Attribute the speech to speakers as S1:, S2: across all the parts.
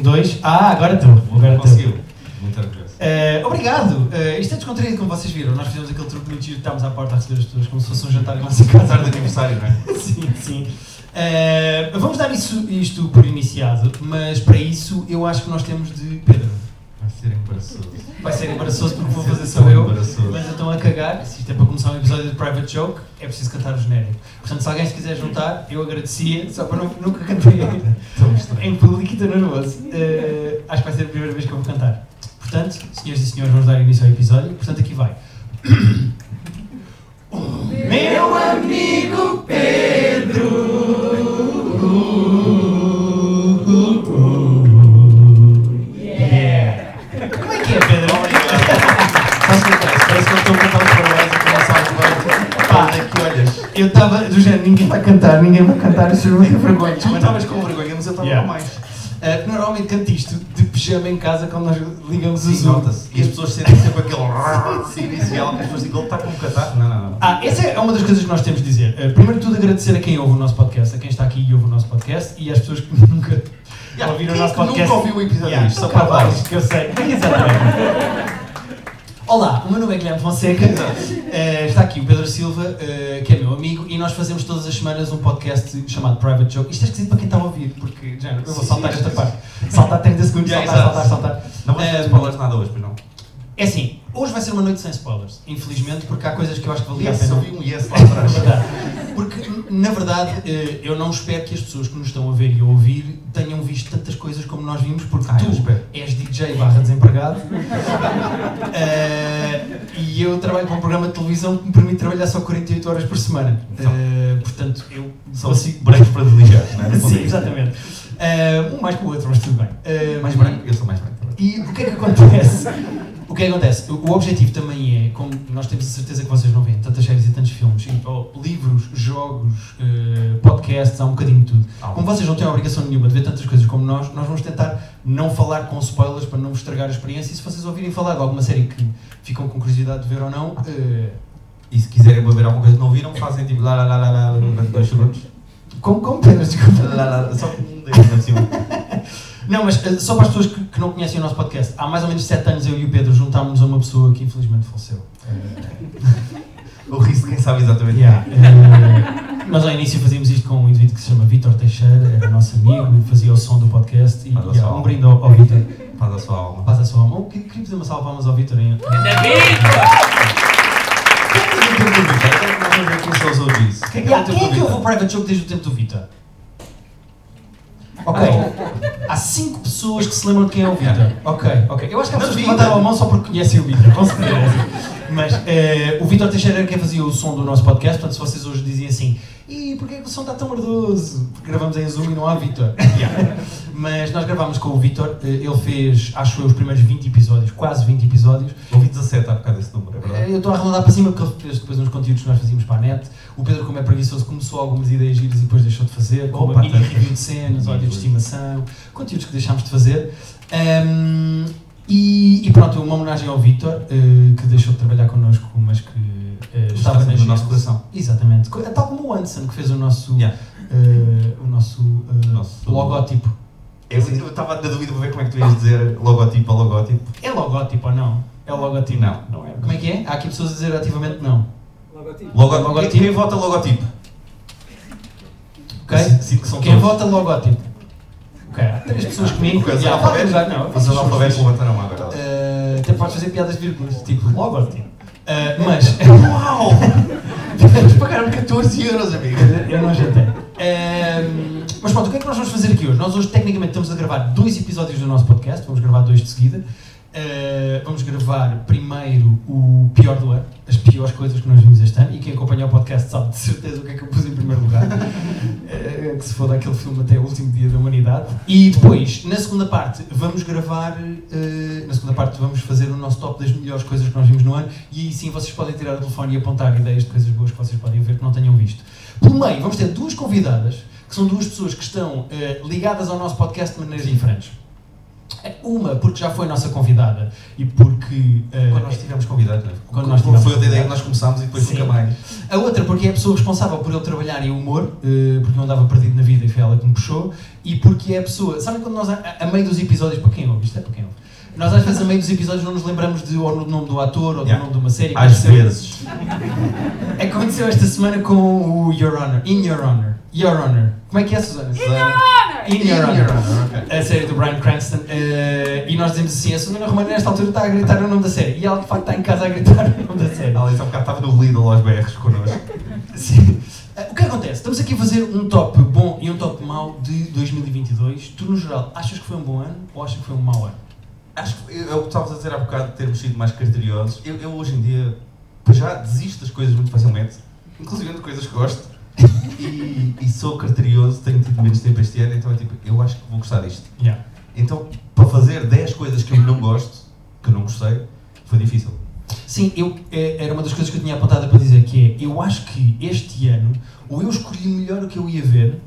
S1: dois. Ah, agora tu. Agora tu.
S2: Conseguiu. Muito orgulhoso.
S1: Eh, obrigado! Eh, isto é descontraído, como vocês viram. Nós fizemos aquele truque muito giro, estávamos à porta a receber as pessoas como se fosse um jantar em nossa casa.
S2: Tarde de aniversário, não é?
S1: sim, sim. Eh, vamos dar isso, isto por iniciado, mas para isso eu acho que nós temos de Pedro.
S2: Vai ser embaraçoso.
S1: Vai ser embaraçoso porque vou fazer só eu.
S2: Embaraçoso.
S1: Mas eu estou a cagar. Se isto é para começar um episódio de Private Joke, é preciso cantar o genérico. Portanto, se alguém se quiser juntar, eu agradecia, só para não, nunca cantei
S2: Estou estranho.
S1: em público e estou nervoso. Eh, acho que vai ser a primeira vez que eu vou cantar. Portanto, senhoras e senhores, vamos dar início ao episódio. Portanto, aqui vai. O meu amigo Pedro. Yeah. Como é que é, Pedro?
S2: Posso contar? Parece que eu estou a cantar um parabéns e começar a levar. Pá, onde é que olhas?
S1: Eu estava do género, ninguém vai cantar, ninguém vai cantar, isso é uma vergonha.
S2: Tu estavas com vergonha, mas eu estava
S1: Yeah.
S2: com mais.
S1: Uh, normalmente canto isto de pijama em casa quando nós ligamos o
S2: Sim,
S1: Zoom.
S2: nota-se. E as pessoas sentem sempre aquele sim, inicial, que as pessoas dizem que ele está com um catarro. Não, não, não.
S1: Ah, essa é uma das coisas que nós temos de dizer. Uh, primeiro de tudo, agradecer a quem ouve o nosso podcast, a quem está aqui e ouve o nosso podcast e às pessoas que nunca
S2: Yeah,
S1: ouviram
S2: quem
S1: o nosso
S2: é que
S1: podcast.
S2: nunca ouviu o episódio
S1: yeah,
S2: disto?
S1: Só
S2: Nunca
S1: para
S2: vai.
S1: baixo, que eu sei. Exatamente. Olá, o meu nome é Guilherme Fonseca. Uh, está aqui o Pedro Silva, uh, que é meu amigo, e nós fazemos todas as semanas um podcast chamado Private Joke. Isto é esquisito para quem está a ouvir, porque já, eu vou
S2: Sim,
S1: saltar
S2: sim,
S1: esta
S2: sim.
S1: parte. Saltar 30 segundos,
S2: Yeah,
S1: saltar,
S2: exato.
S1: saltar,
S2: Não vamos
S1: saltar.
S2: fazer
S1: Um,
S2: spoilers nada hoje, pois não?
S1: é assim, hoje vai ser uma noite sem spoilers, infelizmente, porque há coisas que eu acho que valia a
S2: Yes,
S1: pena.
S2: eu vi um yes lá atrás.
S1: Verdade. Porque, na verdade, eh, eu não espero que as pessoas que nos estão a ver e a ouvir tenham visto tantas coisas como nós vimos, porque
S2: Ah, eu
S1: tu
S2: espero.
S1: és DJ barra desempregado Eh, e eu trabalho para um programa de televisão que me permite trabalhar só 48 horas por semana. Eh, portanto, eu
S2: São Então. cinco brancos privilegiados, não é?
S1: Sim, exatamente. Eh, um mais que o outro, mas tudo bem. Eh,
S2: Mais branco? Eu sou mais branco.
S1: e o que é que acontece? O que é que acontece? O o objetivo também é, como nós temos a certeza que vocês não veem tantas séries e tantos filmes, e, oh, livros, jogos, eh, podcasts, há um bocadinho de tudo.
S2: Há um.
S1: Como vocês não têm obrigação nenhuma de ver tantas coisas como nós, nós vamos tentar não falar com spoilers para não vos estragar a experiência. E se vocês ouvirem falar de alguma série que ficam com curiosidade de ver ou não, eh,
S2: E se quiserem beber alguma coisa que não viram, fazem tipo lá, lá, lá, lá, lá, durante dois segundos.
S1: como, como Pedro, desculpa.
S2: Lá, lá, lá, Só com um dedo, não é possível.
S1: Não, mas eh, só para as pessoas que, que não conhecem o nosso podcast, há mais ou menos 7 anos eu e o Pedro juntámos-nos a uma pessoa que infelizmente faleceu.
S2: O risco, quem sabe exatamente.
S1: Yeah, eh, nós ao início fazíamos isto com um indivíduo que se chama Vitor Teixeira, era nosso amigo, fazia o som do podcast e
S2: Faz a
S1: yeah,
S2: sua
S1: um
S2: alma.
S1: brinde ao, ao Vitor.
S2: Faz a sua alma.
S1: Paz à sua alma. Eu queria queria fazer uma salva de palmas ao Vitor. Em... Quem é que eu vou private joke desde o tempo do Vitor? Ok. Há 5 pessoas que se lembram de quem é o Vitor. Ok, ok. Eu acho que há
S2: Mas
S1: pessoas que
S2: Vitor-
S1: levantaram a mão só porque conhecem o Vitor, com certeza. Mas eh, o Vitor Teixeira era quem fazia o som do nosso podcast, portanto, se vocês hoje dizem assim. E porquê que o som está tão merdoso? Porque gravamos em Zoom e não há Vitor. Yeah. Mas nós gravámos com o Vitor, eh, ele fez, acho eu, os primeiros 20 episódios, quase 20 episódios,
S2: Ouvi 17 há bocado esse número, é verdade?
S1: Eh, eu estou a arredondar para cima porque ele fez depois uns conteúdos que nós fazíamos para a net. O Pedro, como é preguiçoso, começou algumas ideias giras e depois deixou de fazer, como
S2: Opa,
S1: a mini
S2: tá.
S1: review de cenas, ódio de estimação, conteúdos que deixámos de fazer. Ahm, e, e pronto, uma homenagem ao Vitor, que deixou de trabalhar connosco, mas que eh,
S2: Está
S1: estava
S2: sempre
S1: nas
S2: no nosso
S1: redes.
S2: coração.
S1: Exatamente. Co- Tal como o Anson, que fez o nosso,
S2: Yeah.
S1: eh, o nosso, eh,
S2: Nosso-
S1: logótipo.
S2: Eu eu estava na dúvida para ver como é que tu ias dizer logotipo a logotipo.
S1: É logótipo ou não? É logotipo?
S2: Não, não é.
S1: Como é que é? Há aqui pessoas a dizer ativamente não.
S3: Logotipo.
S2: Logo,
S1: Logotipo.
S2: Quem quem vota logotipo?
S1: Ok?
S2: Sinto- Sinto que são
S1: Quem
S2: todos.
S1: vota logótipo? tipo. Ok, há três pessoas comigo.
S2: Ok, os
S1: Já,
S2: analfabetos.
S1: já, não.
S2: Os analfabetos levantaram a mão agora.
S1: Eh, Até podes fazer piadas de vírgulas, tipo logótipo. Eh, mas.
S2: Uau! Eles pagaram 14
S1: eh,
S2: euros, amigo.
S1: Eu não ajeitei. Ehm, mas pronto, o que é que nós vamos fazer aqui hoje? Nós hoje, tecnicamente, estamos a gravar dois episódios do nosso podcast. Vamos gravar dois de seguida. Eh, vamos gravar primeiro o pior do ano, as piores coisas que nós vimos este ano. E quem acompanha o podcast sabe de certeza o que é que eu pus em primeiro lugar. Eh, que se for daquele filme até o último dia da humanidade. E depois, na segunda parte, vamos gravar. eh, na segunda parte, vamos fazer o nosso top das melhores coisas que nós vimos no ano. E aí sim vocês podem tirar o telefone e apontar ideias de coisas boas que vocês podem ver que não tenham visto. Pelo meio, vamos ter duas convidadas, que são duas pessoas que estão eh, ligadas ao nosso podcast de maneiras É diferentes. Uma, porque eh, já foi nossa convidada e porque. eh,
S2: Quando nós tivemos convidados atividade, não é?
S1: Quando nós tivemos
S2: Foi outra ideia
S1: atividade.
S2: que nós começámos e depois
S1: Sim.
S2: nunca mais.
S1: A outra, porque é a pessoa responsável por eu trabalhar em humor, eh, porque eu andava perdido na vida e foi ela que me puxou, e porque é a pessoa. Sabe quando nós, a, a meio dos episódios, para quem ouve, isto é para quem ouve, nós às vezes a meio dos episódios não nos lembramos de, ou do nome do ator ou do
S2: Yeah.
S1: nome de uma série.
S2: Às
S1: Aconteceu-
S2: vezes.
S1: Aconteceu esta semana com o Your Honor, In Your Honor, Your Honor. Como é que é, Susana? In Your Honor.
S2: Honor,
S1: Uhum. A série do Brian Cranston, eh, e nós dizemos assim: a Susana Romana nesta altura está a gritar o nome da série, e ela de facto está em casa a gritar o nome da série.
S2: Ela disse há bocado estava no Lidl aos BRs connosco.
S1: Sim. Ah, O que acontece? Estamos aqui a fazer um top bom e um top mau de 2022. Tu, no geral, achas que foi um bom ano ou achas que foi um mau ano?
S2: Acho que é o que estavas a dizer há bocado de termos sido mais criteriosos. Eu, eu hoje em dia pois já desisto das coisas muito facilmente, inclusive de coisas que gosto. E, e sou criterioso, tenho tido menos tempo este ano, então é tipo, eu acho que vou gostar disto. Então, para fazer 10 coisas que eu não gosto, que eu não gostei, foi difícil.
S1: Sim, eu, eh, era uma das coisas que eu tinha apontada para dizer, que é, eu acho que este ano, ou eu escolhi melhor o que eu ia ver,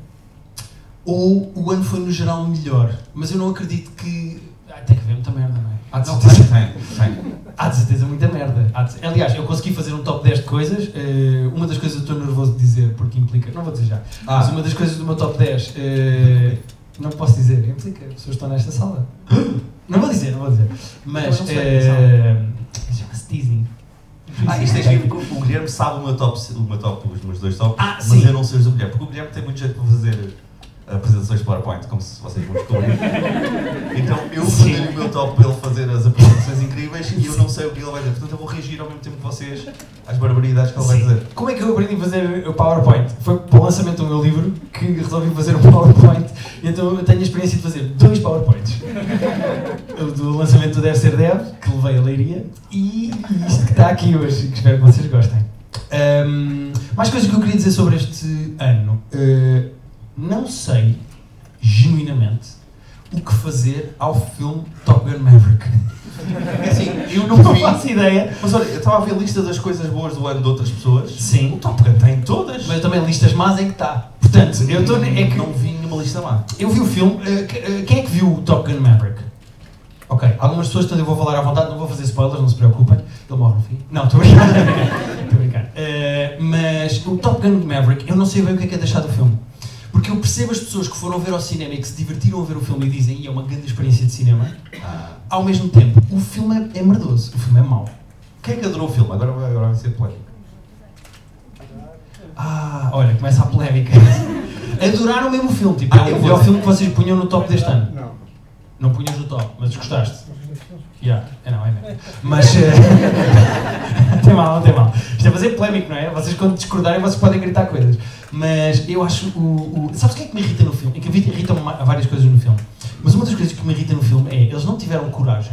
S1: ou o ano foi, no geral, melhor. Mas eu não acredito que... Ah, tem que haver muita merda, não é? Há de
S2: Não,
S1: certeza-
S2: tem, tem.
S1: Há de certeza muita merda. Há de- Aliás, eu consegui fazer um top 10 de coisas. Eh, uma das coisas que eu estou nervoso de dizer, porque implica. Não vou dizer já.
S2: Ah.
S1: Mas uma das coisas do meu top 10. eh, não posso dizer, é implica. As pessoas estão nesta sala. Não vou dizer, não vou dizer. Mas.
S2: Então
S3: Eu não sei,
S1: eh, Chama-se teasing.
S2: Ah, isto é giro, porque o Guilherme sabe o meu top, o meu top os meus dois tops,
S1: Ah,
S2: mas
S1: sim.
S2: eu não sei os do Guilherme, porque o Guilherme tem muito jeito para fazer eh, apresentações de PowerPoint, como se vocês vão descobrir. então eu
S1: Sim.
S2: mandei o meu top para ele fazer as apresentações incríveis e eu não sei o que ele vai dizer, portanto eu vou reagir ao mesmo tempo que vocês às barbaridades que ele vai
S1: Sim.
S2: dizer.
S1: Como é que eu aprendi a fazer o PowerPoint? Foi para o lançamento do meu livro que resolvi fazer um PowerPoint. Então eu tenho a experiência de fazer dois PowerPoints. O do lançamento do Deve Ser Dev, que levei a leiria, e isto que está aqui hoje, que espero que vocês gostem. Ahm, mais coisas que eu queria dizer sobre este ano. Eh, não sei, genuinamente, o que fazer ao filme Top Gun Maverick.
S2: É assim, eu não
S1: Não
S2: vi,
S1: faço ideia.
S2: mas olha, eu estava a ver a lista das coisas boas do ano de outras pessoas.
S1: Sim.
S2: O Top Gun tem todas.
S1: Mas também listas más é que está. Portanto, eu estou. É que
S2: não vi nenhuma lista má.
S1: Eu vi o filme. eh, que- eh, quem é que viu o Top Gun Maverick? Ok, algumas pessoas, portanto eu vou falar à vontade, não vou fazer spoilers, não se preocupem. Ele morre no fim. Não, estou a brincar. Estou a brincar. Eh, mas o Top Gun Maverick, eu não sei bem o que é que é deixar do filme. Porque eu percebo as pessoas que foram ver ao cinema e que se divertiram a ver o filme e dizem, "Ih, é uma grande experiência de cinema.
S2: Ah,
S1: Ao mesmo tempo, o filme é, é merdoso, o filme é mau.
S2: Quem é que adorou o filme? Agora, vai- agora vai ser polémico.
S1: Ah, olha, começa a polémica. Adoraram mesmo o filme, tipo,
S2: Ah,
S1: é
S2: eu
S1: o
S2: vou
S1: melhor
S2: dizer.
S1: filme que vocês punham no top deste ano.
S4: Não.
S1: Não punhas no top, mas gostaste. Yeah. É não, é mesmo. Mas. eh, não tem mal, não tem mal. Isto é fazer polémico, não é? Vocês quando discordarem vocês podem gritar coisas. Mas eu acho o. o... Sabes o que é que me irrita no filme? É que irritam várias coisas no filme. Mas uma das coisas que me irrita no filme é eles não tiveram coragem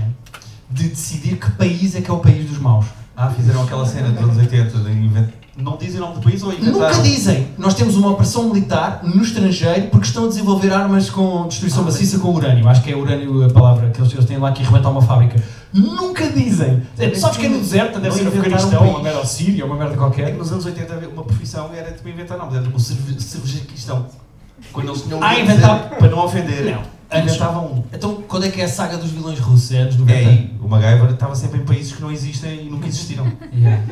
S1: de decidir que país é que é o país dos maus.
S2: Ah, fizeram aquela cena dos anos 80 de invent... Não dizem o nome do país ou inventaram?
S1: Nunca dizem, nós temos uma operação militar no estrangeiro porque estão a desenvolver armas com destruição
S2: Ah,
S1: maciça com urânio. Acho que é urânio a palavra que eles, eles têm lá que arrebentar uma fábrica. Nunca dizem. É, tu sabes que é no deserto, um
S2: Não
S1: deve ser no
S2: inventaram
S1: Afeganistão,
S2: país.
S1: uma merda ao Síria, uma merda
S2: É
S1: qualquer.
S2: que nos anos 80 havia uma profissão era tipo inventar nomes, era tipo cervejaquistão. Quando eles tinham.
S1: Ah, inventar-
S2: para não ofender.
S1: Não.
S2: Inventavam um.
S1: Então, quando é que é a saga dos vilões russos? É anos 90?
S2: É aí, o MacGyver estava sempre em países que não existem e nunca existiram.
S1: Yeah.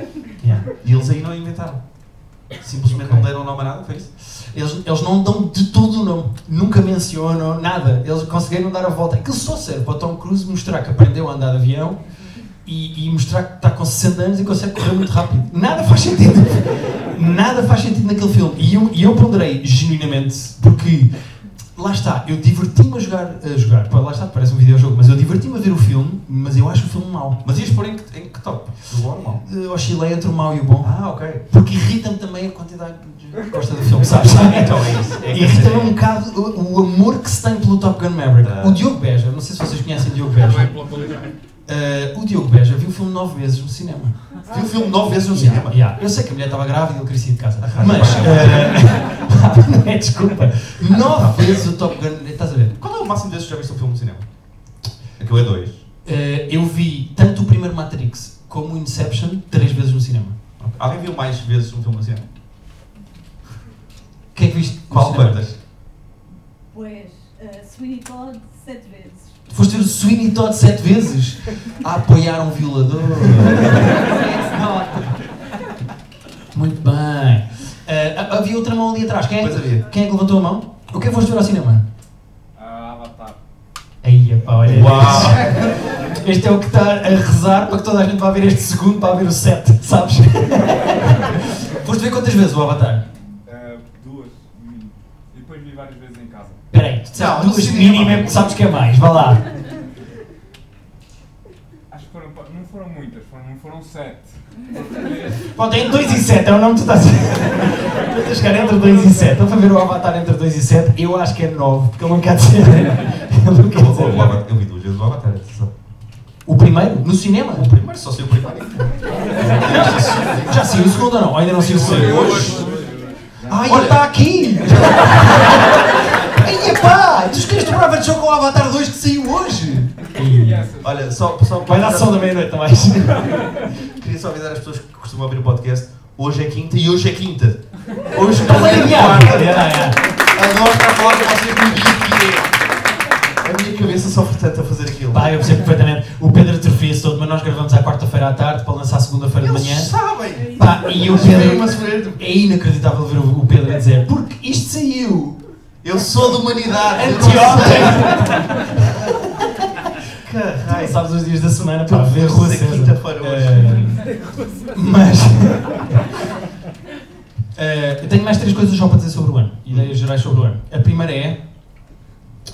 S1: Yeah.
S2: E eles aí não inventaram. Simplesmente
S1: Ok.
S2: não deram nome a nada, foi isso?
S1: Eles, eles não dão de todo o nome, nunca mencionam nada. Eles conseguiram dar a volta. Aquilo só serve para o Tom Cruise mostrar que aprendeu a andar de avião e, e mostrar que está com 60 anos e consegue correr muito rápido. Nada faz sentido. Nada faz sentido naquele filme. E eu, e eu ponderei genuinamente, porque lá está, eu diverti-me a jogar, a jogar. Pá, Lá está, parece um videojogo, mas eu diverti-me a ver o filme, mas eu acho o filme mau.
S2: Mas ias pôr em que, em que top? Do bom ou mau?
S1: Eu oscilei entre o mau e o bom.
S2: Ah, ok.
S1: Porque irrita-me também a quantidade de gente que gosta do filme, sabes?
S2: Então é isso. É que
S1: Irrita-me um bocado o, o amor que se tem pelo Top Gun Maverick.
S2: Ah.
S1: O Diogo Beja, não sei se vocês conhecem o Diogo
S4: Não é
S1: Beja.
S4: pela qualidade.
S1: Ah, o Diogo Beja viu o filme nove vezes no cinema.
S2: Viu o um filme nove vezes no
S1: Yeah,
S2: cinema.
S1: yeah. Eu sei que a mulher estava grávida e ele queria sair de casa.
S2: Ah,
S1: Mas.
S2: tá
S1: ah, não é desculpa. Nove vezes o Top Gun. Estás a ver?
S2: Qual é o máximo vezes que já viste um filme no cinema? Aquilo é dois.
S1: Ah, eu vi tanto o primeiro Matrix como o Inception três vezes no cinema.
S2: Alguém viu mais vezes um filme no cinema?
S1: O que é que viste? no
S2: Qual
S1: cinema?
S2: quantas?
S5: Pois, uh, Sweeney Todd sete vezes.
S1: Foste ver o Sweeney Todd sete vezes a apoiar um violador. Eh, havia outra mão ali atrás. Quem é,
S2: Pois havia.
S1: quem é que levantou a mão? O que é que foste ver ao cinema?
S3: Ah, Avatar.
S1: Aí, pá, olha.
S2: Uau!
S1: Este é o que está a rezar para que toda a gente vá ver este segundo, para ver o 7, sabes? Foste ver quantas vezes o Avatar?
S3: Ah, duas, mínimo. E depois vi várias vezes em casa.
S1: Peraí, tu
S2: Não,
S1: sabes
S2: no
S1: duas
S2: cinema.
S1: mínimo é porque sabes que é mais, vá lá.
S3: Acho que foram, pa- não foram muitas, foram, foram sete. Foram três.
S1: Pronto, é 2 e 7, é o nome que tu estás a Estás a chegar entre 2 e 7. Estão a ver o Avatar entre 2 e 7, eu acho que é 9, porque ele não quer dizer. Ele não quer
S2: Eu, eu,
S1: dizer.
S2: eu, eu vi duas vezes o Avatar, atenção.
S1: O primeiro? No cinema?
S2: O primeiro só sei o primeiro.
S1: Já sei o segundo ou não? Ou ainda não sei o segundo?
S2: Hoje.
S1: Ai, ele está aqui! Ai, epá! Tu escolheste o Private Show com o Avatar 2 que saiu hoje!
S3: E essas.
S2: Olha, só, só um
S1: Vai dar só da meia-noite, também.
S2: Queria só avisar as pessoas que costumam ouvir o podcast. Hoje é quinta e hoje é quinta. Hoje
S1: Estás
S2: não
S1: a
S2: é
S1: ganhar!
S2: quarta. Adoro estar a falar com vocês no dia que é. A minha cabeça sofre tanto a fazer aquilo.
S1: Pá, eu percebo perfeitamente. O Pedro atrofia-se todo, mas nós gravamos à quarta-feira à tarde para lançar segunda-feira de
S2: Eles
S1: manhã.
S5: É
S2: sabem.
S1: Pá, e o
S2: Pedro,
S1: Pedro.
S2: uma sofrer.
S1: É inacreditável ver o o Pedro a dizer porque isto saiu
S2: Eu sou da humanidade. eu não
S1: anteontem.
S2: sei. Caralho.
S1: Tu Sabes os dias da semana para ver
S2: Vamos
S1: Rua
S2: dizer
S1: César.
S2: quinta-feira hoje.
S1: É, Mas. É, eu tenho mais três coisas só para dizer sobre o ano. Ideias gerais sobre o ano. A primeira é.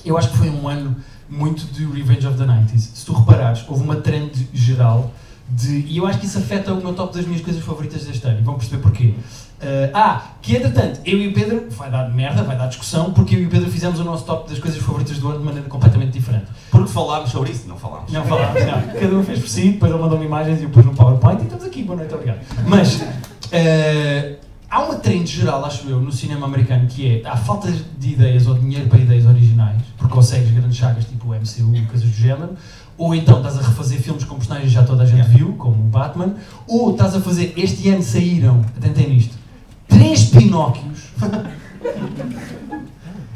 S1: Eu acho que foi um ano muito de Revenge of the 90s. Se tu reparares, houve uma trend geral de. E eu acho que isso afeta o meu top das minhas coisas favoritas deste ano. E vão perceber porquê. Eh, ah, que entretanto, eu e o Pedro, vai dar merda, vai dar discussão, porque eu e o Pedro fizemos o nosso top das coisas favoritas do ano de maneira completamente diferente.
S2: Porque falámos sobre isso? Não falámos.
S1: Não falámos, não. Cada um fez por si, depois ele mandou-me imagens e eu pus no PowerPoint e estamos aqui, boa noite, obrigado. Mas eh, há uma trend geral, acho eu, no cinema americano que é há falta de ideias ou dinheiro para ideias originais, porque consegues grandes chagas tipo o MCU e coisas do género, ou então estás a refazer filmes com personagens que já toda a gente viu, como o Batman, ou estás a fazer, este ano saíram, atentem nisto, três Pinóquios.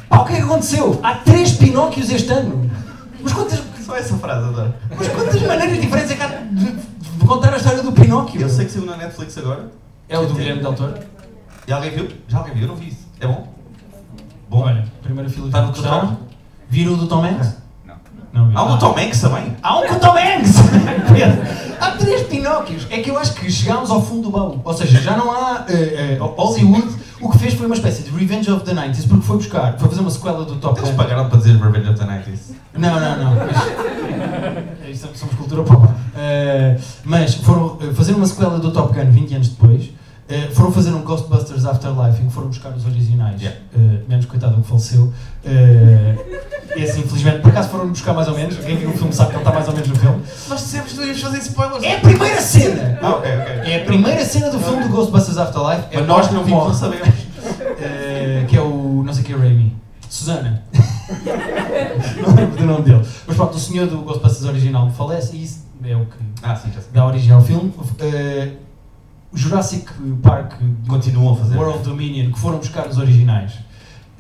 S1: Pá, o que é que aconteceu? Há três Pinóquios este ano. Mas quantas,
S2: Só essa frase, adoro.
S1: mas quantas maneiras diferentes é que há de, de contar a história do Pinóquio?
S2: Eu sei que saiu na Netflix agora.
S1: É o do Guilherme Del Toro?
S2: E alguém viu? Já alguém viu? Eu não vi isso. É bom? Bom.
S1: Olha, primeira fila
S2: Tá
S1: está
S2: no
S1: no
S2: total?
S1: Total. Viram o do Tom Hanks?
S3: Não.
S1: Não viu.
S2: Há um do Tom Hanks também?
S1: Há um com o Tom Hanks! Pedro, há três Pinóquios. É que eu acho que chegámos ao fundo do baú. Ou seja, já não há. eh, eh, Hollywood o que fez foi uma espécie de Revenge of the 90s porque foi buscar, foi fazer uma sequela do Top
S2: Eles
S1: Gun.
S2: pagaram para dizer Revenge of the 90s.
S1: Não, não, não. Mas- Isto é- somos cultura pop. Eh, mas foram eh, fazer uma sequela do Top Gun 20 anos depois. eh, foram fazer um Ghostbusters Afterlife em que foram buscar os originais,
S2: Yeah.
S1: eh, menos coitado do que faleceu. Eh, esse, infelizmente, por acaso foram buscar mais ou menos. Quem viu o filme sabe que ele está mais ou menos no filme.
S2: Nós dissemos que não íamos fazer spoilers.
S1: É a primeira cena!
S2: Ah, ok, ok.
S1: É a primeira cena do filme do Ghostbusters Afterlife. É
S2: Mas nós
S1: que
S2: não vimos, não sabemos.
S1: eh, que é o não sei que Raimi. Susana. não lembro do nome dele. Mas pronto, o senhor do Ghostbusters original falece e isso é o que
S2: Ah, sim, já sei.
S1: dá origem ao filme. Eh, o Jurassic Park
S2: Continuam a fazer.
S1: World Dominion, que foram buscar os originais.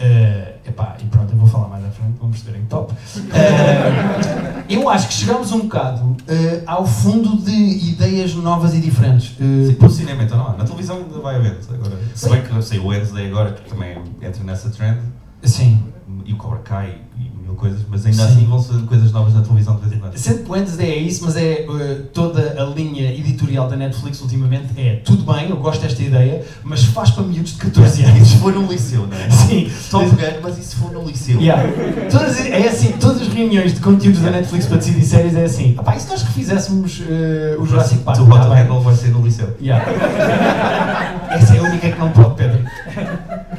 S1: Eh, epá, e pronto, eu vou falar mais à frente, vamos perceberem que top.
S2: É.
S1: Eh, eu acho que chegámos um bocado eh, ao fundo de ideias novas e diferentes. Eh,
S2: Sim, no cinema então não há. Na televisão ainda vai havendo agora. Se bem que saiu o Wednesday agora, que também entra nessa trend,
S1: Sim.
S2: e o Cobra Kai e mil coisas, mas ainda
S1: Sim.
S2: assim vão sendo coisas novas na televisão de vez em quando.
S1: Sendo que o Wednesday é isso, mas é uh, toda a linha editorial da Netflix ultimamente é tudo bem, eu gosto desta ideia, mas faz para miúdos de 14 anos.
S2: Isso foi num liceu, não é?
S1: Sim.
S2: Top Gun, mas isso foi num liceu.
S1: Yeah. Todas, é assim, todas as reuniões de conteúdos da Netflix para decidir séries é assim. "Ah pá, e se nós refizéssemos uh, o Jurassic Park?
S2: Tu
S1: Ah,
S2: bota
S1: bem."
S2: handle vai ser no liceu.
S1: Yeah. Essa é a única que não pode, Pedro.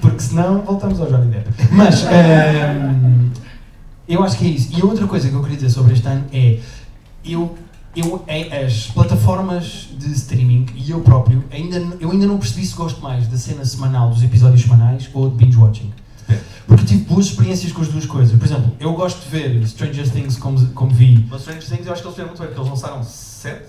S1: Porque senão voltamos ao Johnny Depp. Mas ehm, eu acho que é isso. E a outra coisa que eu queria dizer sobre este ano é eu, eu eh, as plataformas de streaming e eu próprio ainda, n- eu ainda não percebi se gosto mais da cena semanal dos episódios semanais ou de binge watching. Porque tive boas experiências com as duas coisas. Por exemplo, eu gosto de ver Stranger Things como, como vi.
S2: Mas Stranger Things eu acho que eles fizeram muito bem, porque eles lançaram 7,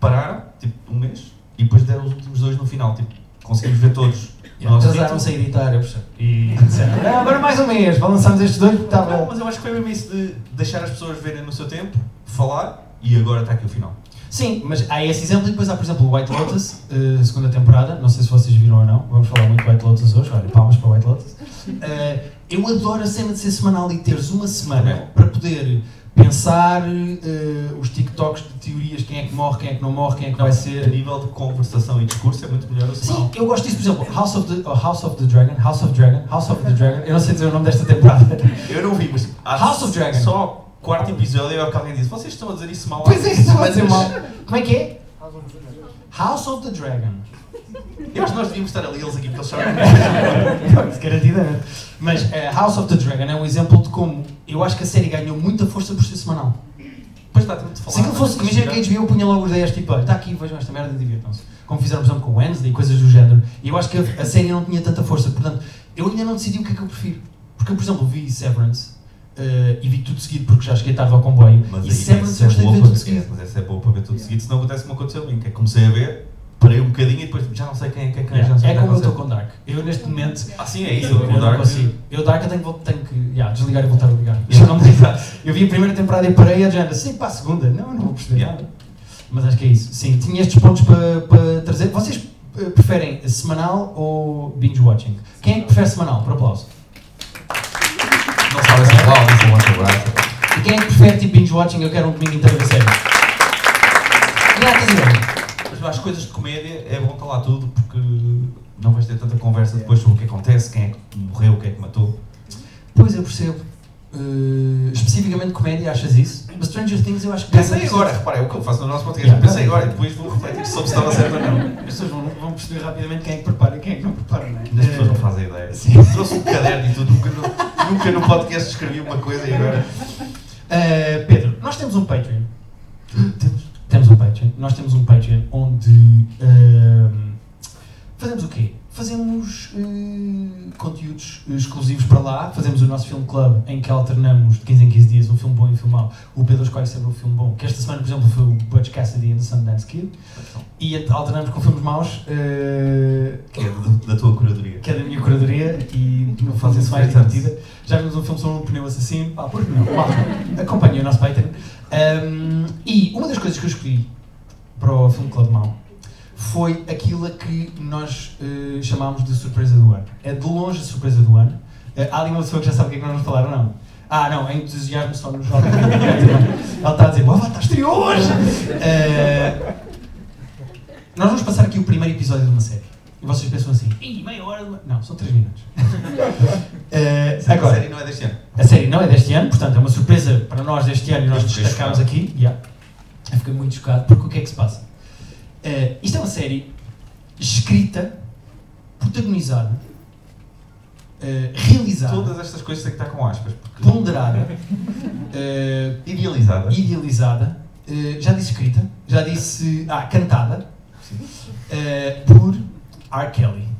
S2: pararam, tipo, um mês, e depois deram os últimos dois no final, tipo, conseguimos ver todos. tipo,
S1: Yeah,
S2: Nós-
S1: Atrasaram-se a editar, eu percebo. E disseram, "Não, agora mais um mês, balançamos estes dois porque está Tá bom.
S2: Mas eu acho que foi mesmo isso de deixar as pessoas verem no seu tempo, falar, e agora está aqui o final.
S1: Sim, mas há esse exemplo e depois há, por exemplo, o White Lotus, eh, segunda temporada. Não sei se vocês viram ou não. Vamos falar muito de White Lotus hoje. Olha, palmas para o White Lotus. Eh, eu adoro a cena de ser semanal e teres uma semana para poder pensar eh, os TikToks de teorias, quem é que morre, quem é que não morre, quem é que vai
S2: A
S1: ser.
S2: nível de conversação e discurso é muito melhor o
S1: Sim,
S2: sinal.
S1: eu gosto disso, por exemplo, House of, the, oh, House of the Dragon, House of Dragon, House of the Dragon, eu não sei dizer o nome desta temporada.
S2: Eu não vi, mas há
S1: House of Dragon.
S2: Só quarto episódio é o que alguém disse. Vocês estão a dizer isso mal.
S1: Pois é, isso vai dizer mal. Como é que é? House of the Dragon.
S2: Eu acho que nós devíamos estar ali, eles aqui, porque eles sabem.
S1: Pronto, garantidamente. Mas eh, House of the Dragon é um exemplo de como eu acho que a série ganhou muita força por ser semanal.
S2: Depois está a tempo de falar.
S1: Se aquilo fosse, imagina que a HBO punha logo os 10, tipo, está aqui, vejam esta merda e divirtam-se. Como fizeram, por exemplo, com Wednesday e coisas do género. E eu acho que a, a série não tinha tanta força, portanto, eu ainda não decidi o que é que eu prefiro. Porque eu, por exemplo, vi Severance eh, e vi tudo seguido porque já cheguei tarde ao comboio.
S2: Mas
S1: e
S2: aí, essa
S1: Severance eu
S2: é
S1: gostei de
S2: boa
S1: ver
S2: para
S1: tudo
S2: ver,
S1: seguido.
S2: mas essa é boa para ver tudo seguido, senão acontece como aconteceu a mim, que é que comecei a ver, parei um bocadinho e depois já não sei quem é quem, quem já não sei
S1: É
S2: quem
S1: como eu
S2: quem
S1: estou com Dark. Eu neste momento.
S2: Ah, sim, é isso,
S1: Eu,
S2: eu com
S1: não
S2: Dark.
S1: consigo. Eu Dark eu tenho, que vol- tenho que yeah, desligar e voltar a ligar. Já não me dá. Eu vi a primeira temporada e parei a Jana. Sim, para a segunda. Não, eu não vou perceber
S2: Yeah.
S1: nada. Mas acho que é isso. Sim, tinha estes pontos para para trazer. Vocês eh, preferem semanal ou binge watching? Quem é que prefere semanal? Por aplauso.
S2: Não sabe essa palavra, são muito abraço.
S1: E quem é que prefere tipo binge watching? Eu quero um domingo inteiro da série. Graças a Deus.
S2: Mas pá, as coisas de comédia é bom estar lá tudo, porque não vais ter tanta conversa depois sobre o que acontece, quem é que morreu, quem é que matou.
S1: Pois eu percebo. Eh, especificamente comédia, achas isso? Mas Stranger Things eu acho que.
S2: Pensei agora, repara, é o que eu faço no nosso podcast.
S1: Yeah.
S2: Pensei agora e depois vou refletir sobre se estava certo ou não.
S1: As pessoas vão, vão perceber rapidamente quem é que prepara e quem é que não prepara, não é?
S2: As pessoas não fazem ideia. Eu trouxe um caderno e tudo, nunca, no- nunca no podcast escrevi uma coisa e agora.
S1: Eh, Pedro, nós temos um Patreon. Temos um Patreon. Nós temos um Patreon onde. ehm, fazemos o quê? Fazemos eh, conteúdos exclusivos para lá. Fazemos o nosso Film Club em que alternamos de 15 em 15 dias um filme bom e um filme mau. O Pedro escolhe sempre um filme bom, que esta semana, por exemplo, foi o Butch Cassidy and the Sundance Kid. E alternamos com filmes maus. eh,
S2: Que é do- da tua curadoria.
S1: que é da minha curadoria e não faz isso mais divertida. Já vimos um filme sobre um pneu assassino, pá, por que não? Malta, Acompanhem o nosso Patreon. Um, e uma das coisas que eu escolhi para o filme Club Mau foi aquilo a que nós eh, chamámos de surpresa do ano. É de longe a surpresa do ano. Eh, há ali uma pessoa que já sabe o que é que nós vamos falar ou não? Ah, não, é entusiasmo só nos jovens. Ela está a dizer, oh, está estreou hoje! Eh, nós vamos passar aqui o primeiro episódio de uma série. E vocês pensam assim, Ih, meia hora de uma... Não, são 3 minutos. Eh,
S2: Essa
S1: agora,
S2: série não é deste ano.
S1: a série não é deste ano, portanto é uma surpresa para nós deste ano e nós
S2: Eu fiquei
S1: destacámos
S2: chocado.
S1: aqui. Yeah. Eu fiquei muito chocado porque o que é que se passa? Eh, isto é uma série escrita, protagonizada, eh, realizada,
S2: Todas estas coisas têm que estar com aspas, porque.
S1: ponderada, eh,
S2: Idealizada.
S1: idealizada, eh, já disse escrita, já disse. Ah, cantada, eh, por R. Kelly.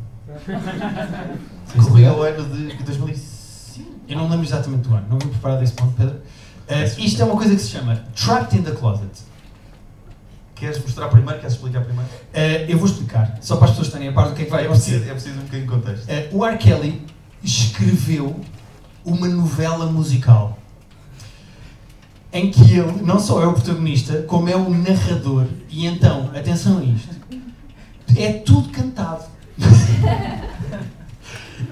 S2: Correu o ano de 2005.
S1: Eu não me lembro exatamente do ano, não vim preparado a esse ponto, Pedro. Eh, isto é uma coisa que se chama Trapped in the Closet.
S2: Queres mostrar primeiro? Queres explicar primeiro?
S1: Eh, eu vou explicar, só para as pessoas estarem a par do que é que vai
S2: É preciso,
S1: acontecer.
S2: é preciso um bocadinho de contexto.
S1: Eh, o R. Kelly escreveu uma novela musical em que ele não só é o protagonista, como é o narrador. E então, atenção a isto: é tudo cantado.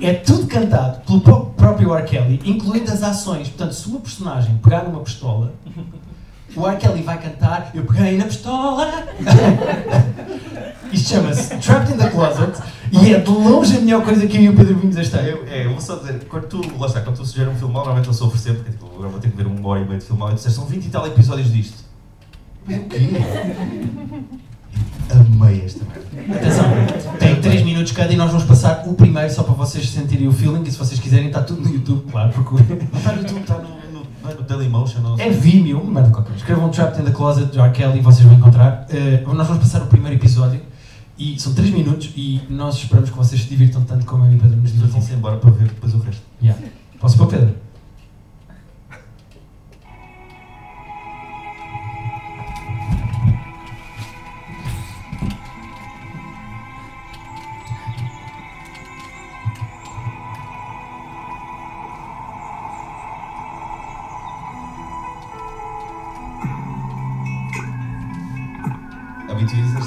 S1: é tudo cantado pelo pró- próprio R. Kelly, incluindo as ações. Portanto, se uma personagem pegar uma pistola, o R. Kelly vai cantar Eu peguei na pistola. Isto chama-se Trapped in the Closet e é de longe a melhor coisa que eu e o Pedro vimos este ano.
S2: Eu, é, eu vou só dizer, quando tu, lá está, quando tu sugere um filme mal, normalmente eu sofro sempre, porque tipo, agora vou ter que ver uma hora e meia de filme mal, e disseste, são 20 e tal episódios disto. Mas o quê? Amei esta merda.
S1: Atenção, tem 3 minutos cada e nós vamos passar o primeiro só para vocês sentirem o feeling e se vocês quiserem está tudo no YouTube, claro, porque
S2: Não está no YouTube, está no, no, não é no Dailymotion, não
S1: é Vimeo, uma merda qualquer. Escrevam Trapped in the Closet de R. Kelly e vocês vão encontrar. Eh, nós vamos passar o primeiro episódio e são 3 minutos e nós esperamos que vocês se divirtam tanto como eu e o Pedro nos
S2: Mas
S1: divertimos.
S2: vão-se embora para ver depois o resto.
S1: Yeah. Posso pôr Pedro?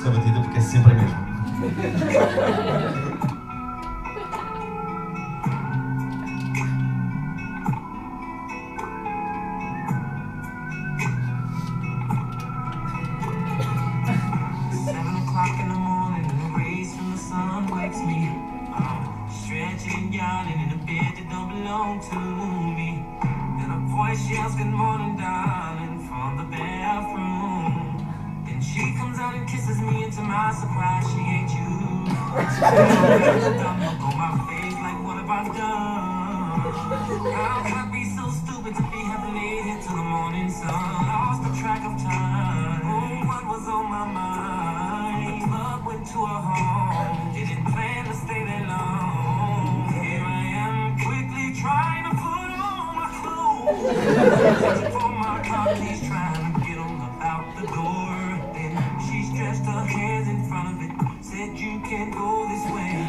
S2: da batida porque é sempre a mesma.
S4: Seven o'clock in the morning, the rays from the sun wakes me. I'm stretching and yawning in a bed that don't belong to me. And a voice yells, Good morning, darling, from the bathroom. Then she comes out and kisses me, and to my surprise, she ain't you. I'm up on my face, like, What have I done? How could I be so stupid to be having laid here till the morning sun? Lost the track of time. Oh, what was on my mind? The club went to a home. Didn't plan to stay that long. Here I am, quickly trying to put on my clothes. For my car keys, trying to get on the- out the door. Then she stretched her hands in front of it, said, You can't go this way.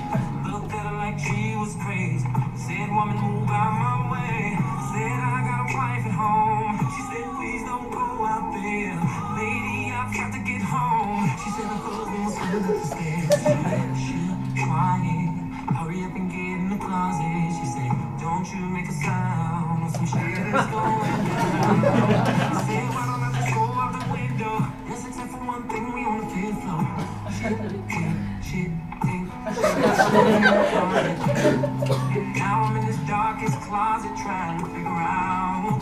S4: Looked at her like she was crazy. Said, Woman, move out my way. Said, I got a wife at home. She said, Please don't go out there. Lady, I've got to get home. She said, Her husband was coming up the stairs. She quiet. Hurry up and get in the closet. She said, Don't you make a sound. Some shit is going down. Said, why don't I just go out the window? Yes, except for one thing, we on the fifth floor. Shit, think, shit, think, shit, shit. And now I'm in this darkest closet trying to figure out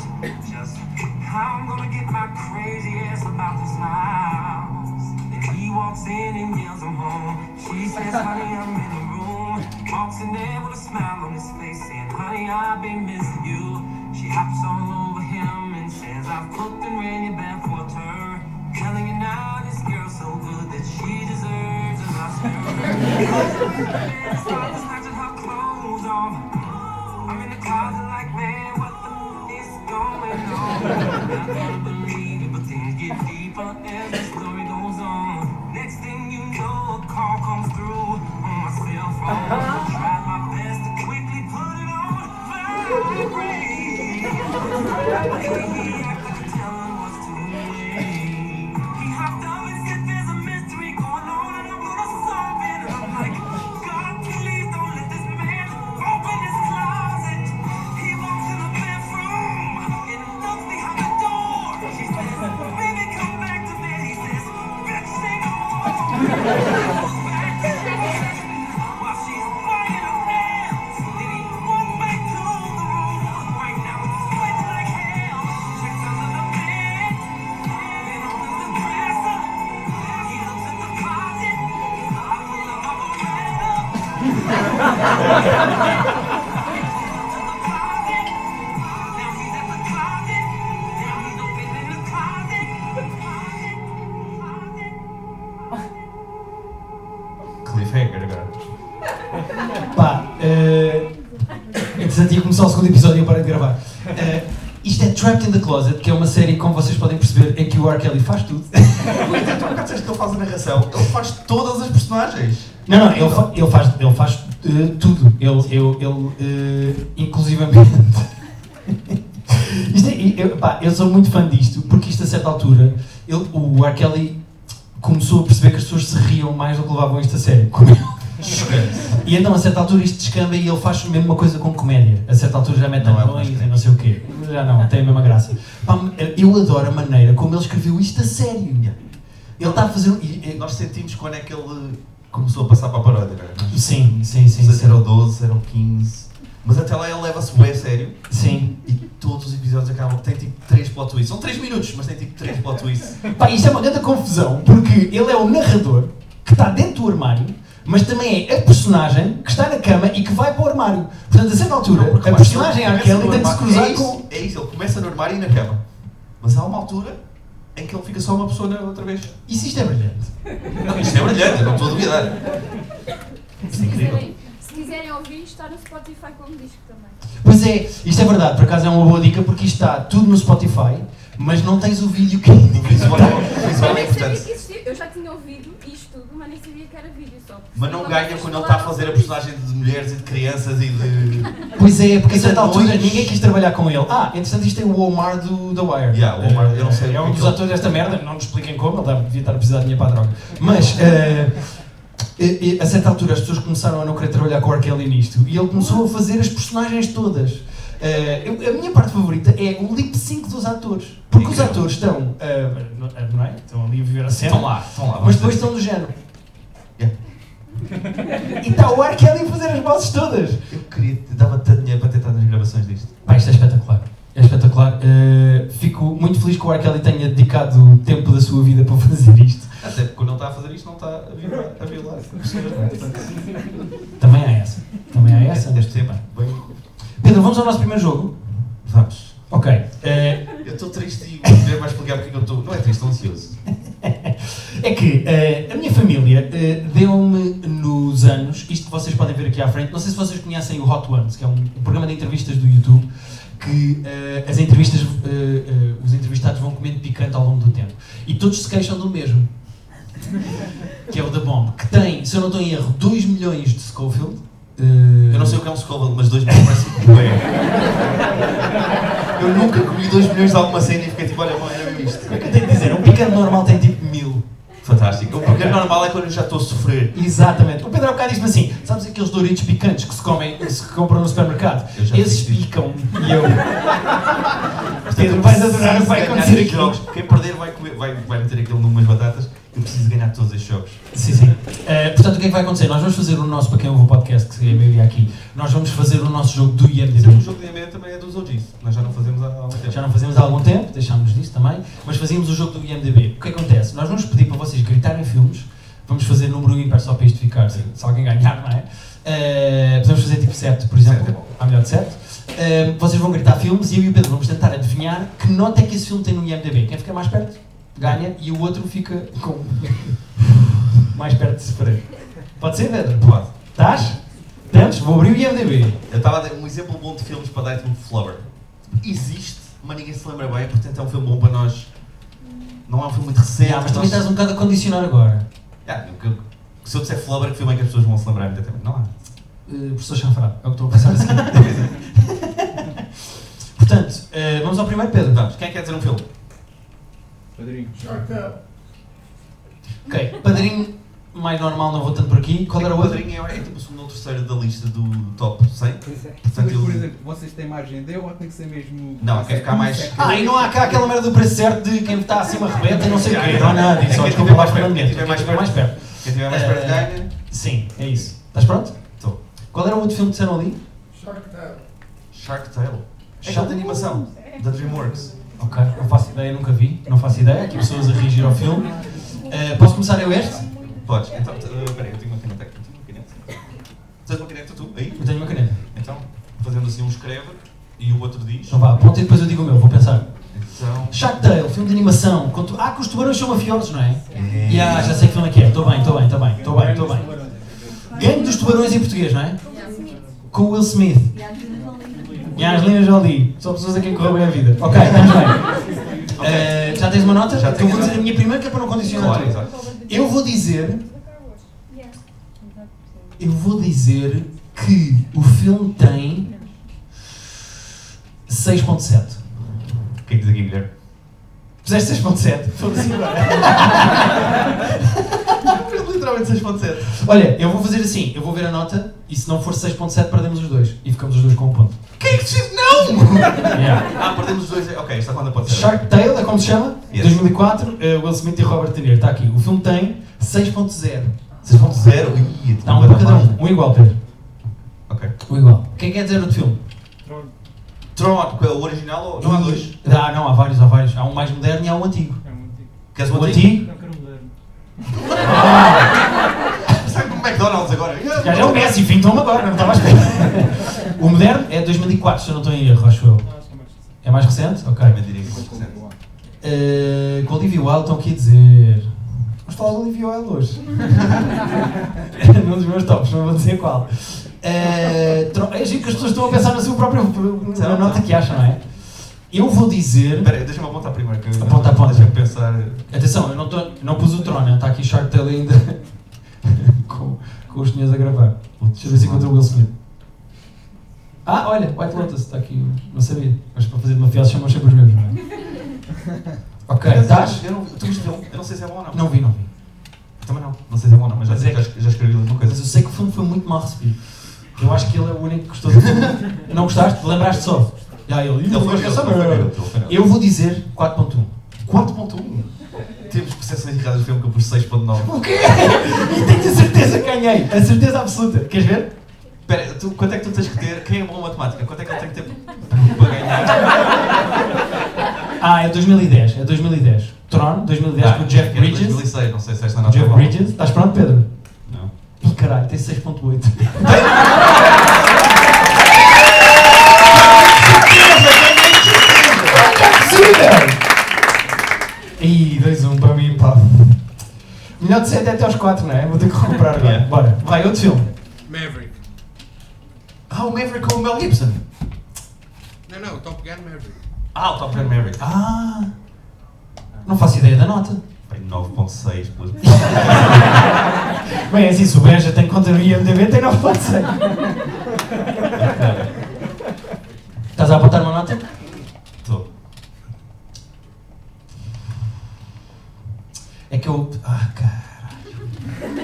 S4: just how I'm gonna get my crazy ass about this house. And he walks in and yells, I'm home. She says, honey, I'm in the room. Walks in there with a smile on his face, saying, honey, I've been missing you. She hops all over him and says, I've cooked and ran your bath for her. Telling you now, this girl's so good that she deserves an Oscar. so I just snatching her clothes off. I'm in the closet like, man, what the f- is going on? I can't believe it, but things get deeper as the story goes on. Next thing you know, a call comes through on my cell phone. I try my best to quickly put it on vibrate. Baby, I couldn't tell it was too late. He hopped up and said, there's a mystery going on, and I'm gonna solve it. And I'm like, God, please don't let this man open his closet. He walks in the bedroom and knocks behind the door. She says, baby, come back to bed. He says, bitch, stay home. Back to bed. While she's flying around, then he walked back to the room. Right now, it's sweating like hell. Checks under the bed, then opens the dresser. He looks in the closet. I pull up my veranda.
S2: Cliffhanger agora.
S1: Pá, eh, entretanto ia começar o segundo episódio e eu parei de gravar. Eh, isto é Trapped in the Closet, que é uma série, como vocês podem perceber, em que o R. Kelly faz tudo.
S2: Então, tu há bocado disseste que ele faz a narração. Ele faz todas as personagens.
S1: Não, não, ele, fa- ele faz, ele faz eh, tudo. Ele, eu- ele, eh, inclusivamente. Isto é- eu, pá, eu sou muito fã disto, porque isto a certa altura, ele- o R. Kelly começou a perceber que as pessoas se riam mais do que levavam isto a sério. E então, a certa altura, isto descamba e ele faz mesmo uma coisa com comédia. A certa altura já mete
S2: Não é o
S1: anões
S2: mais
S1: e não sei o quê. Já não, tem a mesma graça. Pá, eu adoro a maneira como ele escreveu isto a sério. Ele está a fazer. um- e-
S2: E nós sentimos quando é que ele começou a passar para a paródia, não é?
S1: e- Sim, sim,
S2: Não sei
S1: sim.
S2: se
S1: Sim.
S2: era o 12, se era o 15. Mas até lá ele leva-se bem a sério.
S1: sim.
S2: E todos os episódios acabam. Tem tipo 3 plot twists. São 3 minutos, mas tem tipo 3 plot twists.
S1: Pá, isto é uma grande confusão, porque ele é o narrador que está dentro do armário, mas também é a personagem que está na cama e que vai para o armário. Portanto, a certa altura,
S2: Não, porque,
S1: a
S2: pá,
S1: personagem
S2: ele
S1: R.
S2: começa
S1: Kelly
S2: no
S1: tem que se
S2: armário-
S1: cruzar
S2: é isso,
S1: com.
S2: É isso, ele começa no armário e na cama. Mas há uma altura em que ele fica só uma pessoa na- outra vez.
S1: Isso isto é brilhante.
S2: Não, isto é brilhante, eu não estou a duvidar. Isto é
S6: Se
S2: incrível.
S6: quiserem, se quiserem ouvir, está no Spotify como disco também.
S1: Pois é, isto é verdade, por acaso é uma boa dica, porque isto está tudo no Spotify, mas não tens o vídeo que.
S2: O visual, o visual
S6: Eu
S2: é
S6: nem sabia
S2: importante.
S6: que existia, eu já tinha ouvido isto tudo mas nem sabia que era vídeo só.
S2: Mas não ganha quando ele está a fazer a personagem de mulheres e de crianças e de.
S1: Pois é, porque a certa
S2: Então,
S1: altura
S2: hoje-
S1: ninguém quis trabalhar com ele. Ah, entretanto isto é o Omar do The Wire.
S2: Yeah, o Omar, eu não sei
S1: É
S2: como
S1: um
S2: é que
S1: dos
S2: ele-
S1: atores desta merda, não nos expliquem como, ele deve- devia estar a precisar de dinheiro para a droga. Mas, eh, eh, a certa altura as pessoas começaram a não querer trabalhar com o R. Kelly nisto e ele começou a fazer as personagens todas. Eh, eu- a minha parte favorita é o lip sync dos atores. Porque os atores estão, eh, não não é? Estão ali a viver a cena.
S2: Estão lá, estão lá. vamos
S1: Mas depois
S2: dizer.
S1: estão do género.
S2: Yeah.
S1: E está o R. Kelly a fazer as vozes todas.
S2: Eu queria. Dava tanto dinheiro para tentar nas gravações disto.
S1: Pá, isto é espetacular. É espetacular. Uh, fico muito feliz que o R. Kelly tenha dedicado tempo da sua vida para fazer isto.
S2: Até porque quando ele está a fazer isto, não está a violar. A violar. as pessoas, não é? Portanto,
S1: Também há essa. Também há essa.
S2: Este tema. Bem,
S1: Pedro, vamos ao nosso primeiro jogo?
S2: vamos.
S1: Ok. Uh,
S2: Eu estou triste e o Pedro vai explicar porque é que eu estou. Não é triste, estou ansioso.
S1: é que uh, a minha família uh, deu-me nos anos, isto que vocês podem ver aqui à frente, não sei se vocês conhecem o Hot Ones, que é um, um programa de entrevistas do YouTube, que uh, as entrevistas, uh, uh, os entrevistados vão comendo picante ao longo do tempo. E todos se queixam do mesmo. que é o The Bomb, que tem, se eu não estou em erro, 2 milhões de Schofield. eh,
S2: Eu não sei o que é um Scoville, mas 2 milhões parece muito bem. Eu nunca comi 2 milhões de alguma cena e fiquei tipo, olha, bom, era mesmo isto.
S1: que eu tenho de dizer. Um picante normal tem tipo mil.
S2: Fantástico. O porque normal é quando eu já estou a sofrer.
S1: Exatamente. O Pedro há bocado disse-me assim: sabes aqueles Doritos picantes que se comem, que se compram no supermercado?
S2: Eu já
S1: Esses
S2: fiz isso.
S1: picam. E eu. Pedro, vais adorar o que
S2: Preciso ganhar
S1: vai acontecer
S2: estes
S1: aqui.
S2: Jogos. Quem perder vai, comer, vai, vai meter aquele nome umas batatas. Eu preciso ganhar todos estes jogos.
S1: Sim, sim. Eh, portanto, o que é que vai acontecer? Nós vamos fazer o nosso, para quem ouve o podcast, que é a maioria aqui, nós vamos fazer o nosso jogo do
S2: Mas O
S1: IMDB.
S2: jogo de IMDb também é dos OGs. Nós já não fazemos há há algum tempo.
S1: Já não fazemos há algum tempo, deixámos disso também, mas fazíamos o jogo do IMDB. O que é que acontece? Nós vamos pedir para vocês gritarem filmes, vamos fazer número ímpar só para isto ficar, se se alguém ganhar, não é? Eh, podemos fazer tipo 7, por
S2: Sete é
S1: exemplo,
S2: bom.
S1: há melhor de 7. vocês vão gritar filmes e eu e o Pedro vamos tentar adivinhar que nota é que esse filme tem no IMDB. Quem fica mais perto ganha e o outro fica com. mais perto de se perder. Pode ser, Pedro?
S2: Pode.
S1: Estás? Estamos? Vou abrir o IMDB.
S2: Eu estava a dar um exemplo bom de filmes para dar-te um flower. Existe, mas ninguém se lembra bem, portanto é um filme bom para nós. Não é um filme muito recente.
S1: Yeah, mas também um-
S2: nós-
S1: estás um bocado a condicionar agora.
S2: Yeah, eu- eu- se eu disser flower, que filme é que as pessoas vão se lembrar imediatamente? Não há.
S1: Uh, professor Chanfrado, é o que estou a pensar assim. Portanto, eh, vamos ao primeiro, Pedro.
S2: Vamos, quem é que quer dizer um filme?
S3: Padrinho.
S1: Ok, padrinho mais normal, não vou tanto por aqui. Qual era o
S2: o
S1: outro?
S2: Padrinho é, é tipo o segundo ou terceiro da lista do top 100.
S7: Pois é.
S2: Portanto,
S7: Mas, por
S2: ele-
S7: exemplo, vocês têm mais render ou tem que ser mesmo.
S2: Não, quer ficar mais-
S1: Ah, e não há cá aquela merda do preço certo de quem está acima rebenta e não sei o quê. Não há nada
S2: É
S1: disso.
S2: quem
S1: Só
S2: tiver
S1: desculpa lá
S2: mais
S1: os
S2: perto, quem
S1: fundamentos.
S2: tiver
S1: Quem
S2: mais
S1: estiver mais perto.
S2: Quem estiver mais perto
S1: Eh,
S2: ganha.
S1: Sim, é isso. Estás pronto?
S2: Estou.
S1: Qual era o outro filme que disseram ali?
S2: Shark Tale. É aquele
S1: Shark-
S2: de animação, da Dreamworks.
S1: Ok, não faço ideia, nunca vi. Não faço ideia. Aqui pessoas a reagir ao filme. Eh, posso começar eu este?
S2: Podes. Então, t- eh, peraí, eu tenho uma caneta aqui. Tenho uma caneta. Tens uma caneta tu? Aí?
S1: Eu tenho uma caneta.
S2: Então, fazemos assim um escreve e o outro diz.
S1: Então vá, pronto, e depois eu digo o meu. Vou pensar.
S2: Então.
S1: Shark Tale, filme de animação. com tu- Ah, que os tubarões são mafiosos, não é?
S2: É.
S1: Yeah, já sei que filme é que é. Estou bem, estou bem, estou bem, estou bem, estou bem. Gangue dos tubarões em português, não é? Com o Will Smith.
S5: E às vezes não ligo.
S1: E a Angelina Jolie. São pessoas a quem correu bem a vida. Ok, estamos bem. Eh, já tens uma nota?
S2: Já
S1: Então
S2: tenho.
S1: vou dizer a minha primeira que é para não condicionar
S2: Claro,
S1: tudo.
S2: exato.
S1: Eu vou dizer,
S6: Yeah.
S1: eu vou dizer que o filme tem 6.7.
S2: O que é que diz aqui, Guilherme?
S1: Puseste 6.7? Foda-se agora.
S2: Ah, Mas literalmente 6.7.
S1: Olha, eu vou fazer assim, eu vou ver a nota e se não for 6.7 perdemos os dois e ficamos os dois com um ponto.
S2: Quem é que decide? Não!
S1: Yeah.
S2: Ah, perdemos os dois. Ok, esta conta pode ser.
S1: Shark Tale é como se chama?
S2: Yes.
S1: 2004, eh, Will Smith e Robert De Niro. Está aqui. O filme tem 6.0.
S2: 6.0. Ih,
S1: Dá um para cada um. Um igual, Pedro.
S2: Ok.
S1: Um igual. Quem quer dizer outro filme?
S3: Tron.
S2: Tron, que é o original ou não há dois?
S1: Ah, não, há vários, há vários. Há um mais moderno e há um antigo.
S3: É um antigo.
S2: Queres
S1: O
S2: um
S1: antigo?
S3: Não quero mudar.
S2: Sabe como McDonald's agora?
S1: Já já é o Messi, enfim, toma agora, não estava à espera. O moderno é 2004, se eu não estou em erro, acho eu.
S3: Não, acho que é mais recente.
S1: É mais recente? Ok.
S2: Também diria que é mais recente.
S1: Eh, com Olivia Wilde estão aqui a dizer. Vamos falar do Olivia Wilde hoje. Num dos meus tops, não vou dizer qual. Eh, tro- é giro que as pessoas estão a pensar na sua própria na nota que acham, não é? Eu vou dizer.
S2: Espera aí, deixa-me apontar primeiro. Que eu-
S1: Aponta, aponta.
S2: Deixa-me pensar.
S1: Atenção, eu não, tô- não pus o Tron, está aqui Shark tá Tale ainda. com os senhores a gravar. Deixa eu ver se encontro o Will Smith. Ah, olha, White Lotus, está aqui. Não sabia. Mas para fazer uma piada chamam sempre os mesmos, não é? Ok,
S2: Mas
S1: estás?
S2: Eu não, tu viste o filme? Eu não sei se é bom ou não.
S1: Não vi, não vi.
S2: Também não. Não sei se é bom ou não, mas já,
S1: Mas
S2: sei
S1: é
S2: que já, já escrevi alguma
S1: Mas
S2: coisa.
S1: eu sei que o filme foi muito mal recebido. Eu acho que ele é o único que gostou do filme. Não gostaste? Lembraste só? Já, ele,
S2: Ele
S1: ele
S2: foi
S1: gosta
S2: nele,
S1: só-
S2: ele foi nele, ele foi nele.
S1: Eu vou dizer 4.1.
S2: 4.1. Temos percepções erradas do filme que eu pus 6.9.
S1: O quê? E tenho a certeza que ganhei. A certeza absoluta. Queres ver?
S2: Espera, tu, quanto é que tu tens que ter? Quem é bom em matemática? Quanto é que ele tem que ter para ganhar?
S1: Ah, é 2010. É 2010. Tron, 2010
S2: Tá,
S1: com o Jeff
S2: que era
S1: Bridges.
S2: 2006, não sei se esta é a nossa
S1: Jeff
S2: prova.
S1: Bridges. Estás pronto, Pedro?
S2: Não.
S1: Ih, caralho, tem 6.8. Ih, 2-1 para mim, pá. Melhor de 7 é até aos 4, não é? Vou ter que recuperar agora.
S2: Yeah.
S1: Bora, vai, outro filme.
S8: Maverick.
S2: Ah, o Maverick com o Mel Gibson.
S8: Não, não, Top Gun Maverick.
S2: Ah, o Top Gun Maverick. Ah,
S1: Ah! Não faço ideia da nota.
S2: bem, 9.6 pelas
S1: Bem, assim, se o Benja tem conta no IMDB, tem 9.6. Estás a apontar uma nota?
S2: Tô.
S1: É que eu. Ah, caralho.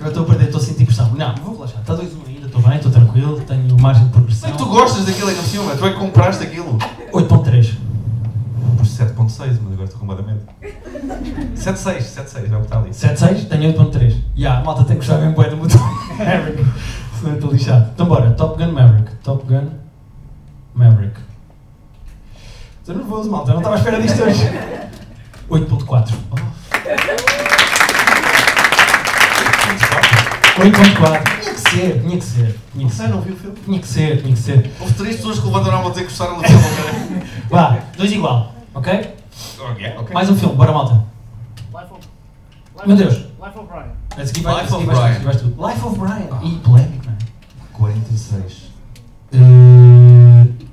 S1: Eu estou a perder, estou a sentir pressão. Não, vou relaxar. Está 2-1 ainda, estou bem, estou tranquilo, tenho margem de progressão.
S2: Mas é tu gostas daquilo aí no filme? Tu é que compraste aquilo?
S1: 8.3.
S2: Por 7.6, mas agora estou com medo. 7.6, 7.6, é o que está ali.
S1: 7.6, tenho 8.3. Ya, a malta tem que gostar bem bué do motor Maverick. Senão eu estou lixado. Então bora, Top Gun Maverick. Top Gun Maverick. Estou nervoso, malta. Eu não estava à espera disto hoje. 8.4. Oh. 8.4. Tinha que ser, tinha que ser. Tinha que ser.
S2: não vi o filme.
S1: Tinha que ser, tinha que ser.
S2: Houve três pessoas que levantaram a mão a dizer que gostaram do filme.
S1: Vá, dois igual, ok?
S2: ok, ok.
S1: Mais um filme, bora malta.
S9: Life of, Life
S1: Meu Deus.
S9: Life of Brian.
S1: A seguir vai,
S2: Life
S1: a seguir
S2: of
S1: vais tu,
S2: Brian.
S1: vais tu. Life of Brian. Ih, polémico, não é?
S2: 46. Eh,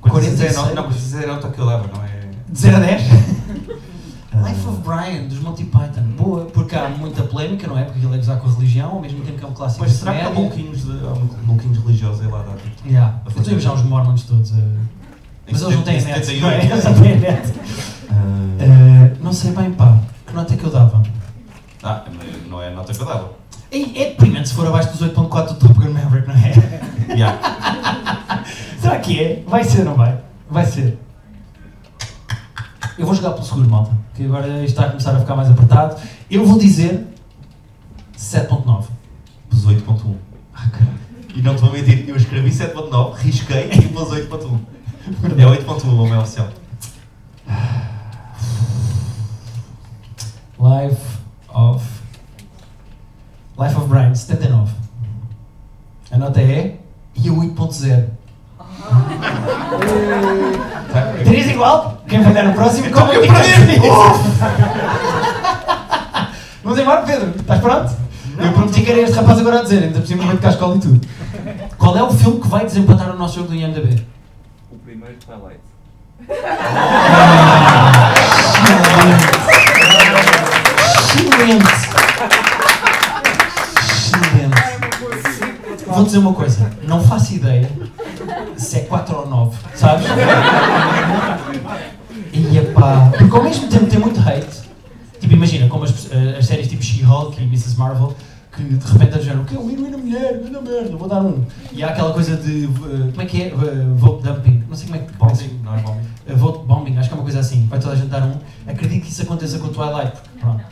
S1: Uh, 46.
S2: Não, não, 46 era o toque que eu levo, não é?
S1: De 0 a 10? Ah. Life of Brian, dos Monty Python. Boa, porque há muita polémica, não é? Porque ele é gozar com a religião, ao mesmo tempo que é um clássico
S2: Mas
S1: de
S2: será que há
S1: comédia.
S2: bulquinhos, de, há bulquinhos religiosos aí lá dentro?
S1: Yeah. Eu tenho já os mormons todos. uh, Mas eles não têm
S2: Em
S1: net.
S2: 78.
S1: não é? Eles não têm net.
S2: Ah,
S1: Uh, não sei bem, pá. Que nota é que eu dava?
S2: Ah, mas não é a nota que eu dava.
S1: Ei, É deprimente se for abaixo dos 8.4 do Top Gun Maverick, não é?
S2: Yeah.
S1: Será que é? Vai ser, não vai? Vai ser. Eu vou jogar pelo seguro, malta. Que agora isto está a começar a ficar mais apertado. Eu vou dizer 7.9.
S2: 18.1.
S1: Ah, caralho.
S2: E não te vou mentir, eu escrevi 7.9, risquei e pus 8.1. É 8.1, o meu oficial.
S1: Life of. Life of Brian, 79. A nota é. E a 8.0.
S2: Tá?
S1: Três igual? Quem vai dar no próximo? Como é eu
S2: perdi! Oh!
S1: Vamos embora, Pedro. Estás pronto? Eu prometi que era este rapaz agora a dizer, ainda por cima muito cascola e tudo. Qual é o filme que vai desempatar o nosso jogo do IMDB?
S3: O primeiro Twilight.
S1: Excelente! Excelente! Excelente! Vou dizer uma coisa, não faço ideia se é 4 ou 9, sabes? E epá, porque ao mesmo tempo tem muito hate. Tipo, imagina, como as, eh, as séries tipo She-Hulk e Mrs. Marvel, que de repente eles dizem, o que é um heroína mulher, grande merda, vou dar um. E há aquela coisa de, eh, como é que é? Eh, vote dumping, não sei como é que...
S2: Bom, sim, não é bom.
S1: Uh, Vote bombing, acho que é uma coisa assim. Vai toda a gente dar um. Acredito que isso aconteça com o Twilight. porque, Pronto.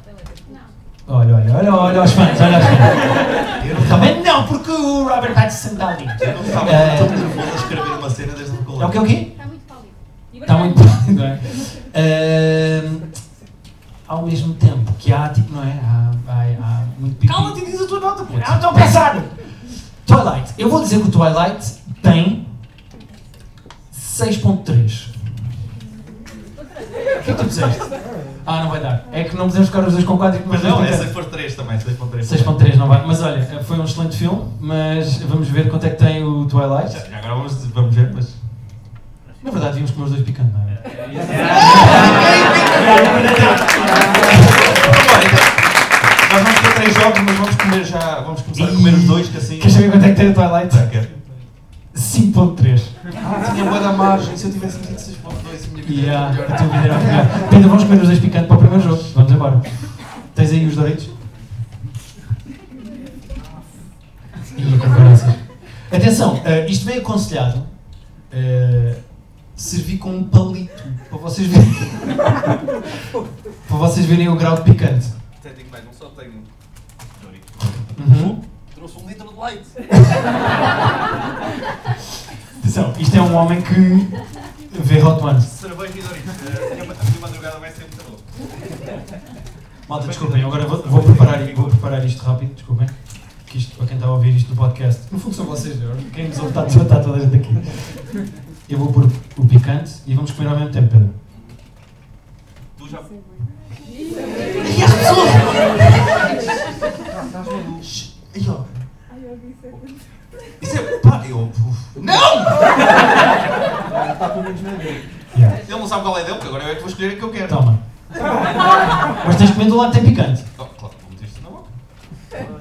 S1: Olha, olha, olha, olha os fãs, olha os fãs. Também não, porque o Robert Pattinson está ali.
S2: Eu não estava
S1: É.
S2: tão nervoso a escrever uma cena desde o
S1: É o
S2: colégio.
S1: que é o quê?
S6: Está Tá muito pálido. E
S1: Está
S6: branco.
S1: Tá muito bem, não é? Ahm, ao mesmo tempo que há, tipo, não é? Há, há, há muito pipi.
S2: Calma-te e diz a tua nota, puto.
S1: Ah, estou a pensar! Twilight. Eu vou dizer que o Twilight tem 6.3. O que é que tu disseste? Ah, não vai dar. É que não podemos ficar os dois com 4 e
S2: Mas não, é
S1: é
S2: 6.3 também, 6.3.
S1: 6.3 não vai. Mas olha, foi um excelente filme, mas vamos ver quanto é que tem o Twilight.
S2: Já, já agora vamos, vamos ver, mas...
S1: Na verdade, vimos comer os dois picando, não é?
S2: Agora, então, Nós vamos ter três jogos, mas vamos comer já. Vamos começar a comer os dois, que assim.
S1: Queres saber quanto é que tem a Twilight?
S2: Tá, quero.
S1: 5.3.
S2: Ah, tinha boa da margem. Se eu tivesse metido 6.2, a minha vida
S1: Yeah, tipo
S2: era melhor.
S1: a tua vida era é melhor. Pedro, vamos comer os dois picantes para o primeiro jogo. Vamos embora. Tens aí os Doritos? E a conferência. Atenção, eh, isto vem aconselhado. eh, servir com um palito para vocês verem. para vocês verem o grau de picante.
S2: Até digo mais, não só tenho. um. Doritos.
S1: Uhum.
S9: Trouxe um litro de leite.
S1: Atenção, isto é um homem que vê Hot Ones.
S2: Cerveja e Doritos. Eh, A minha- a minha madrugada vai ser muito boa.
S1: Malta, desculpem, agora vou, vou preparar, vou preparar isto rápido, desculpem. Que isto, para quem está a ouvir isto no podcast, no fundo são vocês, não é? quem nos ouve está, está toda a gente aqui. Eu vou pôr o picante e vamos comer ao mesmo tempo, Pedro.
S2: Tu já.
S1: E as pessoas!
S2: Aí, ó. Isso é. Pá, eu. Não!
S7: Está pelo menos na dele.
S1: Yeah,
S2: Ele não sabe qual é dele, porque agora eu é que vou escolher a que eu quero.
S1: Toma. Mas tens de comer do lado que tem picante.
S2: Oh, claro, vou meter isto na boca.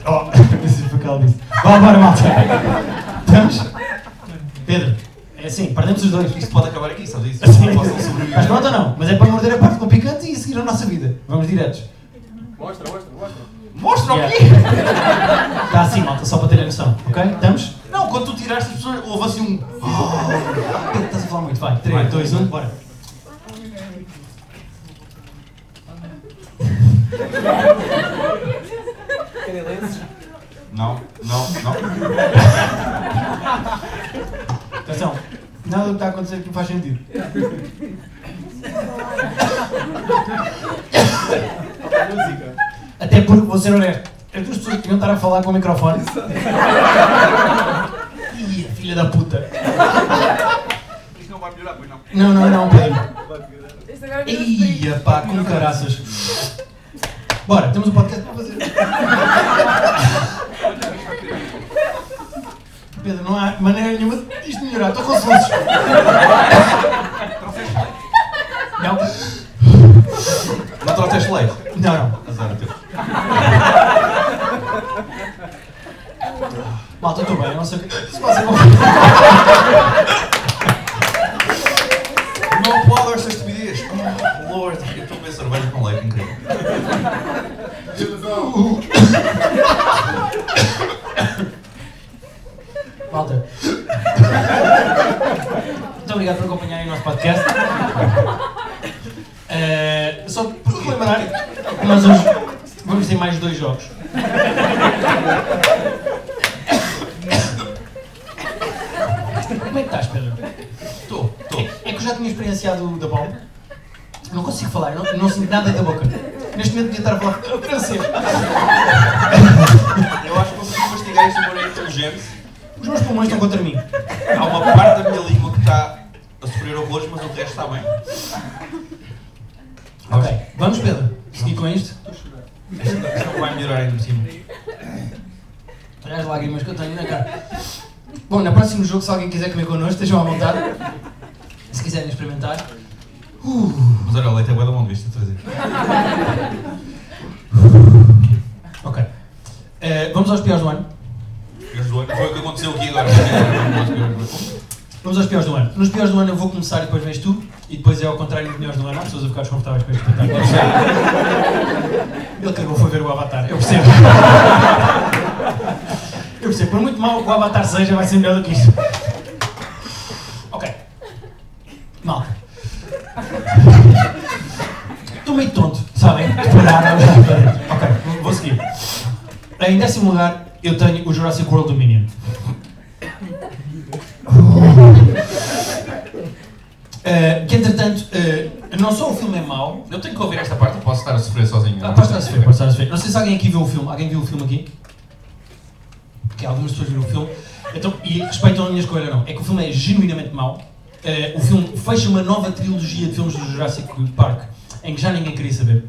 S1: Oh, preciso para calma disso. Vá embora, malta. Estamos? Pedro, é assim, perdemos os dois.
S2: Isto pode acabar aqui, sabes isso?
S1: Assim.
S2: Não possam sobreviver.
S1: Mas pronto ou não? Mas é para morder a parte com picante e seguir a nossa vida. Vamos diretos.
S8: Mostra, mostra, mostra.
S2: Mostra o quê?
S1: Está assim, malta, só para ter a noção. Ok? Estamos?
S2: Não, quando tu tiraste as pessoas, houve assim um.
S1: Pedro, Estás a falar muito. Vai, 3, 2, 1, bora.
S2: Não, não, não.
S1: Atenção. Nada do que está a acontecer aqui faz sentido.
S7: Música.
S1: Até porque, vou ser honesto, as duas pessoas É que iam estar a falar com o microfone. Ih, filha da puta.
S2: Isto não vai melhorar, pois não.
S1: Não, não, não, Pedro.
S6: Este agora virou spray.
S1: Ia pá, com caraças. Bora, temos um podcast para fazer. Pedro, não há maneira nenhuma de isto melhorar, estou com soluços. Não,
S2: Não trouxeste leite.
S1: não, não.
S2: Azar o teu.
S1: Malta, estou bem, eu não sei o que se passa com Não
S2: Não pode esta estupidez. Oh, Lord, eu estou a ver cerveja com leite, incrível.
S1: Malta. Muito obrigado por acompanharem o nosso podcast. Eh, só por vos lembrar que nós hoje vamos ter mais dois jogos. Como é que estás, Pedro?
S2: Estou, estou.
S1: É que eu já tinha experienciado o da bomba. Não consigo falar, não, não sinto nada da boca. Neste momento devia estar a falar francês.
S2: Eu acho que consegui mastigar este humor é inteligente.
S1: Os meus pulmões estão contra mim.
S2: Há uma parte da minha língua que está a sofrer horrores, mas o resto está bem.
S1: Ok, vamos, Pedro. Seguir com isto.
S2: Isto não vai melhorar ainda por cima.
S1: Olha as lágrimas que eu tenho na cara. Bom, no próximo jogo, se alguém quiser comer connosco, estejam à vontade. Se quiserem experimentar.
S2: Mas olha, o leite é boa da mão de vista, estou a dizer.
S1: Ok. Eh, vamos aos piores do ano.
S2: Eu juro, Foi o que aconteceu aqui agora. Não
S1: Vamos aos piores do ano. Nos piores do ano eu vou começar e depois vens tu. E depois é ao contrário dos melhores do ano. Há pessoas a ficar desconfortáveis com este espetáculo. Ele cagou, foi ver o Avatar. Eu percebo. Eu percebo. Por muito mal que o Avatar seja, vai ser melhor do que isto. Ok. Mal. Estou meio tonto, sabem? Esperaram. ok, vou seguir. Em décimo lugar, eu tenho o Jurassic World Dominion. Eh, que entretanto, eh, não só o filme é mau,
S2: Eu tenho que ouvir esta parte, eu posso estar a sofrer sozinho.
S1: ah, pode estar a sofrer, pode estar a sofrer. Não sei se alguém aqui viu o filme. Alguém viu o filme aqui? Porque algumas pessoas viram o filme. Então, e respeitam a minha escolha, não. É que o filme é genuinamente mau. Eh, o filme fecha uma nova trilogia de filmes do Jurassic Park, em que já ninguém queria saber.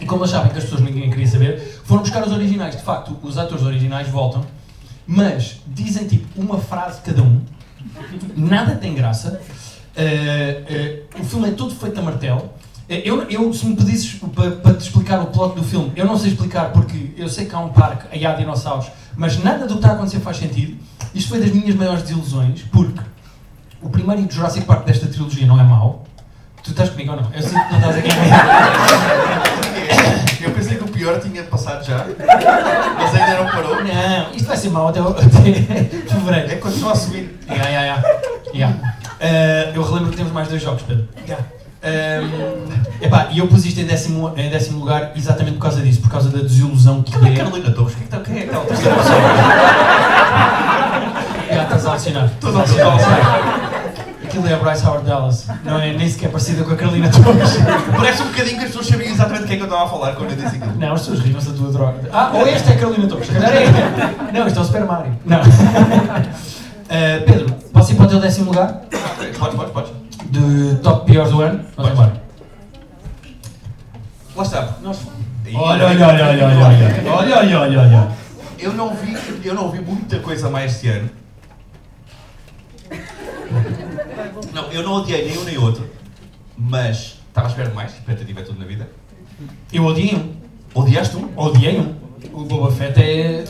S1: E como eles sabem que as pessoas ninguém queria saber, foram buscar os originais. De facto, os atores originais voltam, mas dizem tipo uma frase cada um. Nada tem graça. Eh, eh, o filme é todo feito a martelo. Eu, eu, se me pedisses para, para te explicar o plot do filme, eu não sei explicar porque eu sei que há um parque e há dinossauros, mas nada do que está a acontecer faz sentido. Isto foi das minhas maiores desilusões, porque o primeiro Jurassic Park desta trilogia não é mau. Tu estás comigo ou não? Eu sei que não estás aqui.
S2: Eu pensei que o pior tinha passado já, mas ainda não parou.
S1: Não, isto vai ser mau até, o- até fevereiro.
S2: É continua a subir.
S1: Ya, ya, ya. Ya. é. Eh, eu relembro que temos mais dois jogos, Pedro. Ehm, epá, e eu pus isto em décimo, em décimo lugar exatamente por causa disso, por causa da desilusão que
S2: Quem é
S1: é.
S2: Carolina Torres? Quem é que tá- Quem é que está a terceira
S1: Já estás a alucinar.
S2: Estás a alucinar.
S1: Aquilo é a Bryce Howard Dallas, não é nem sequer parecida com a Carolina Torres.
S2: Parece um bocadinho que as pessoas sabiam exatamente quem é que eu estava a falar quando eu disse aquilo.
S1: Não, as pessoas riram-se da tua droga. Ah, ou esta é a Carolina Torres. se calhar é. Não, isto é o Super Mario. Não. Eh, Pedro, posso ir para o teu décimo lugar?
S2: Podes, podes, podes.
S1: De top piores do ano? Vamos embora.
S2: Lá está. Nós...
S1: Olha, olha, olha, olha, olha, olha, olha, olha, olha, olha.
S2: Eu não vi, eu não vi muita coisa mais este ano. Não, eu não odiei nem um nem outro, mas estava à espera de mais, expectativa é tudo na vida.
S1: Eu odiei um.
S2: Odiaste um?
S1: Odiei um. O Boba Fett é.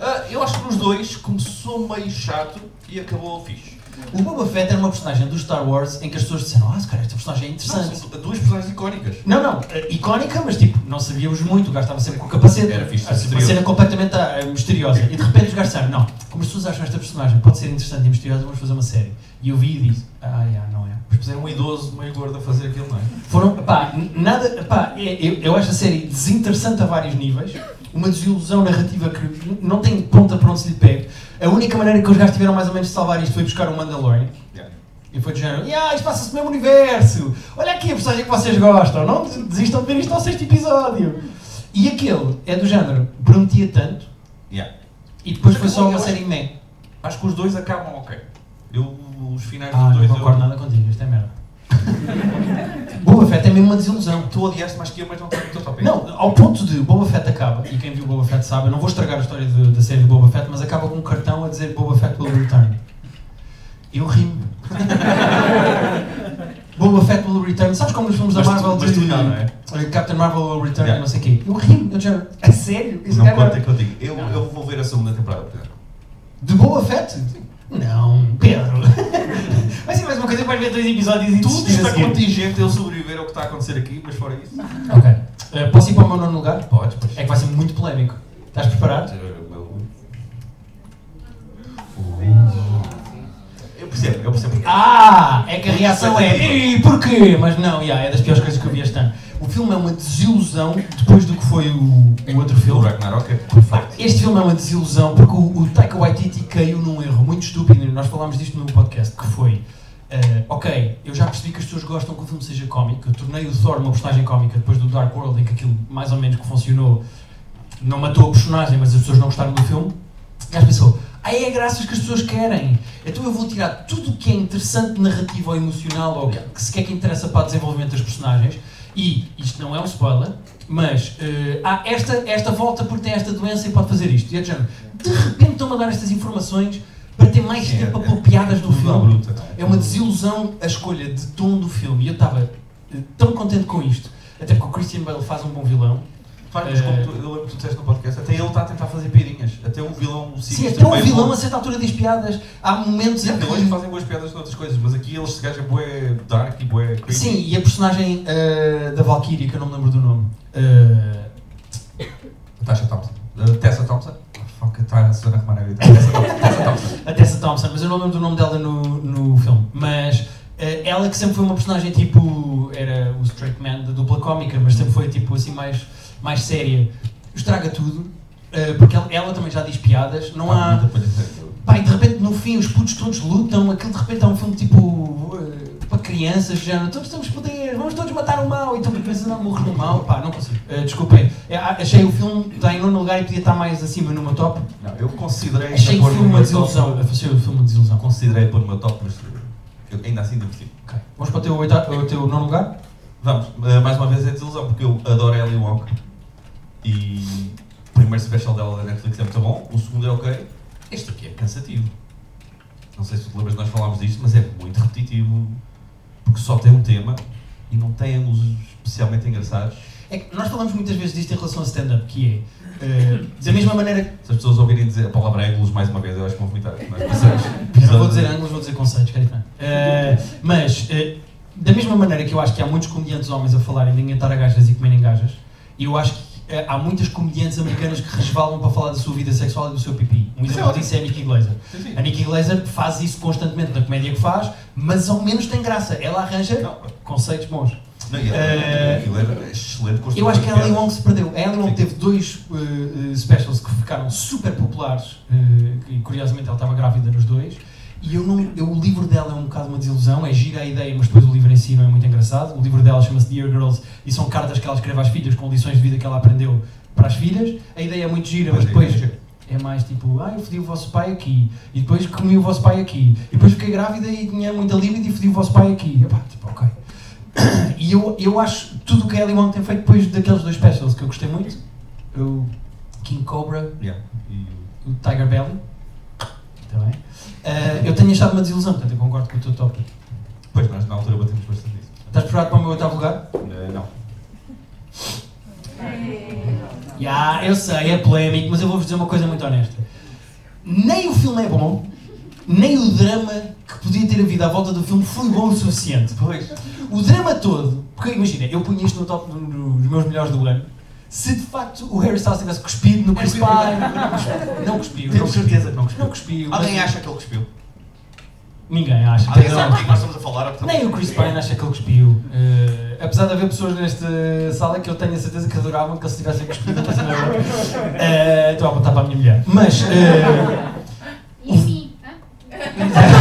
S2: Ah, eu acho que nos dois começou meio chato e acabou fixe.
S1: O Boba Fett era uma personagem do Star Wars em que as pessoas disseram: Ah, se calhar esta personagem é
S2: Não,
S1: interessante.
S2: são duas personagens icónicas.
S1: Não, não, eh, icónica, mas tipo, não sabíamos muito. O gajo estava sempre com o capacete.
S2: Era fixe,
S1: Ah,
S2: era
S1: uma
S2: misterioso.
S1: cena completamente ah, misteriosa. E de repente os gajos disseram: Não, como as pessoas acham esta personagem pode ser interessante e misteriosa, vamos fazer uma série. E eu vi e disse: Ah, já, não é.
S2: Mas puseram um idoso meio gordo a fazer aquilo, não é?
S1: Foram, pá, n- nada, pá, é- eu, eu acho a série desinteressante a vários níveis, uma desilusão narrativa que n- não tem ponta para onde se lhe pegue. A única maneira que os gajos tiveram mais ou menos de salvar isto foi buscar o Mandalorian. E foi do género, yeah, isto passa-se no mesmo universo, olha aqui a personagem que vocês gostam, não des- desistam de ver isto ao sexto episódio. E aquele é do género, prometia tanto,
S2: Yeah.
S1: e depois foi só
S2: Eu
S1: uma
S2: acho-
S1: série meh.
S2: Acho que os dois acabam ok. Eu, os finais
S1: Ah,
S2: dos
S1: não
S2: dois
S1: concordo
S2: eu...
S1: nada contigo, isto é merda. Boa Fett é mesmo uma desilusão.
S2: Tu odiaste mais que eu, mas não tenho o teu top eight.
S1: Não, ao ponto de Boba Fett acaba, e quem viu Boba Fett sabe, eu não vou estragar a história de- da série de Boba Fett, mas acaba com um cartão a dizer Boba Fett will return. Eu rimo. Boba Fett will return. Sabes como nos filmes da
S2: Mas tu-
S1: Marvel
S2: mas tu
S1: de-
S2: não, não é?
S1: eh, Captain Marvel will return
S2: Yeah.
S1: e não sei o quê. Eu rimo. Eu já... A sério? Isso é
S2: Não
S1: cara-
S2: conta contigo. Eu, eu vou ver a segunda temporada, Pedro.
S1: De Boba Fett? Não, Pedro. Vai ser mais uma coisa que vais ver dois episódios e
S2: Tudo
S1: desistir a
S2: está
S1: seguir.
S2: contingente a eu sobreviver ao que está a acontecer aqui, mas fora isso.
S1: Ok. Eh, posso ir para o meu nono lugar?
S2: Podes, podes.
S1: É que vai ser muito polémico. Estás preparado?
S2: Eu percebo, eu percebo.
S1: Ah, é que a reação é "Ih, porquê? Mas não, yeah, é das piores coisas que eu vi este ano. O filme é uma desilusão depois do que foi o, o outro
S2: o
S1: filme.
S2: Ragnarok é
S1: Pá,
S2: perfeito.
S1: Este filme é uma desilusão porque o, o Taika Waititi caiu num erro muito estúpido e nós falámos disto no podcast, que foi eh, ok, eu já percebi que as pessoas gostam que o filme seja cómico, eu tornei o Thor uma personagem cómica depois do Dark World em que aquilo mais ou menos que funcionou não matou a personagem, mas as pessoas não gostaram do filme. O gajo pensou, ah é graças que as pessoas querem, então eu vou tirar tudo o que é interessante, narrativo ou emocional, ou que que sequer que interessa para o desenvolvimento das personagens, e, isto não é um spoiler, mas eh, há esta, esta volta porque tem esta doença e pode fazer isto. E é de género, de repente estão-me a dar estas informações para ter mais
S2: É,
S1: tempo
S2: é,
S1: a pôr piadas no
S2: tudo à
S1: filme.
S2: bruta, não é?
S1: É uma desilusão a escolha de tom do filme, e eu estava eh, tão contente com isto, até porque o Christian Bale faz um bom vilão,
S2: Faz, mas como tu, eu lembro que tu disseste no podcast, até ele está a tentar fazer piadinhas. Até o vilão, o
S1: Sim,
S2: sinistro,
S1: até o
S2: bem
S1: vilão
S2: bom.
S1: a certa altura diz piadas. Há momentos
S2: Sim,
S1: em
S2: vilões
S1: que.
S2: fazem boas piadas de outras coisas, mas aqui eles se gajam bué dark e bué creepy.
S1: Sim, e a personagem eh, da Valkyrie, que eu não me lembro do nome. eh,
S2: Natasha Thompson. Uh, Tessa Thompson. Ah, Fuck, está a Susana Romana a gritar. Tessa Thompson. Tessa Thompson.
S1: a Tessa Thompson, mas eu não me lembro do nome dela no, no filme. Mas eh, ela que sempre foi uma personagem tipo. Era o straight man da dupla cómica, mas sempre foi tipo assim mais, mais séria. Estraga tudo, eh, porque ela, ela também já diz piadas. Não
S2: Há
S1: há.
S2: muita palhaçada.
S1: Pá, e de repente no fim os putos todos lutam, aquilo de repente é um filme tipo eh, para crianças, já todos temos poder, vamos todos matar o mal, e tu pensas, não, morro no mal, pá, não consigo. Eh, desculpem, Eh, ah, achei o filme, está em nono lugar e podia estar mais acima numa top.
S2: Não, eu considerei.
S1: Achei
S2: ainda
S1: o
S2: pôr
S1: filme
S2: no
S1: uma
S2: meu
S1: desilusão,
S2: top.
S1: achei o filme uma desilusão.
S2: Considerei pôr meu top, mas eu ainda assim diverti.
S1: Ok. Vamos para o teu, oita- o teu nono lugar?
S2: Vamos, eh, mais uma vez é desilusão, porque eu adoro a Ellie Wong. E o primeiro special dela da Netflix é muito bom, o segundo é ok. Este aqui é cansativo. Não sei se tu te lembras, nós falámos disto, mas é muito repetitivo. Porque só tem um tema e não tem ângulos especialmente engraçados.
S1: É que nós falamos muitas vezes disto em relação a stand-up, que é eh, da mesma maneira que.
S2: Se as pessoas ouvirem dizer a palavra ângulos mais uma vez, eu acho que vão vomitar. é? Mas,
S1: Eu não vou dizer ângulos, vou dizer conceitos, que é diferente. Eh, mas, eh, da mesma maneira que eu acho que há muitos comediantes homens a falarem de engatar a gajas e comerem gajas, eu acho que eh, há muitas comediantes americanas que resvalam para falar da sua vida sexual e do seu pipi. Um exemplo disso é a Nikki Glaser.
S2: Sim, sim.
S1: A Nikki Glaser faz isso constantemente na comédia que faz, mas ao menos tem graça. Ela arranja
S2: Não.
S1: conceitos bons.
S2: Não, e ela- é aquilo era excelente
S1: Eh, Eu acho que a Ellen
S2: construtora
S1: Wong
S2: de
S1: se perdeu. A Ellen Wong teve dois eh, eh, specials que ficaram super populares eh, e curiosamente ela estava grávida nos dois. E eu não, eu, o livro dela é um bocado uma desilusão, é gira a ideia, mas depois o livro em si não é muito engraçado. O livro dela chama-se Dear Girls e são cartas que ela escreve às filhas com lições de vida que ela aprendeu para as filhas. A ideia é muito gira, mas
S2: Mas
S1: depois
S2: é-
S1: é mais tipo, ah, eu fodi o vosso pai aqui, e depois comi o vosso pai aqui, e depois fiquei grávida e tinha muita libido e fodi o vosso pai aqui. Epá, tipo, ok. E eu, eu acho tudo o que a Ellie Wong tem feito depois daqueles dois specials que eu gostei muito, o King Cobra,
S2: piada. Yeah. E
S1: o Tiger Belly, também, Ah, eu tenho achado uma desilusão, portanto eu concordo com o teu top.
S2: depois nós na altura batemos bastante isso.
S1: Estás preparado para o meu oitavo lugar?
S2: Eh, não.
S1: Já, eu sei, é polémico, mas eu vou-vos dizer uma coisa muito honesta. Nem o filme é bom, nem o drama que podia ter havido à volta do filme foi bom o suficiente.
S2: Pois.
S1: O drama todo, porque imagina, eu punha isto no top do- do- dos meus melhores do ano, se de facto o Harry Styles tivesse cuspido no Chris Pine. Não cuspiu, não
S2: Tenho certeza que não cuspiu.
S1: cuspiu. Não cuspiu.
S2: Alguém
S1: mas-
S2: acha que ele cuspiu?
S1: Ninguém acha.
S2: Alguém
S1: perdão.
S2: sabe o que é que nós estamos a falar? portanto-
S1: Nem o Chris Pine acha que ele cuspiu. Eh, apesar de haver pessoas nesta sala que eu tenho a certeza que adoravam que ele se tivesse cuspido. mas não é. Eh, Estou a apontar para a minha mulher. Mas. eh,
S10: E a mim? hã?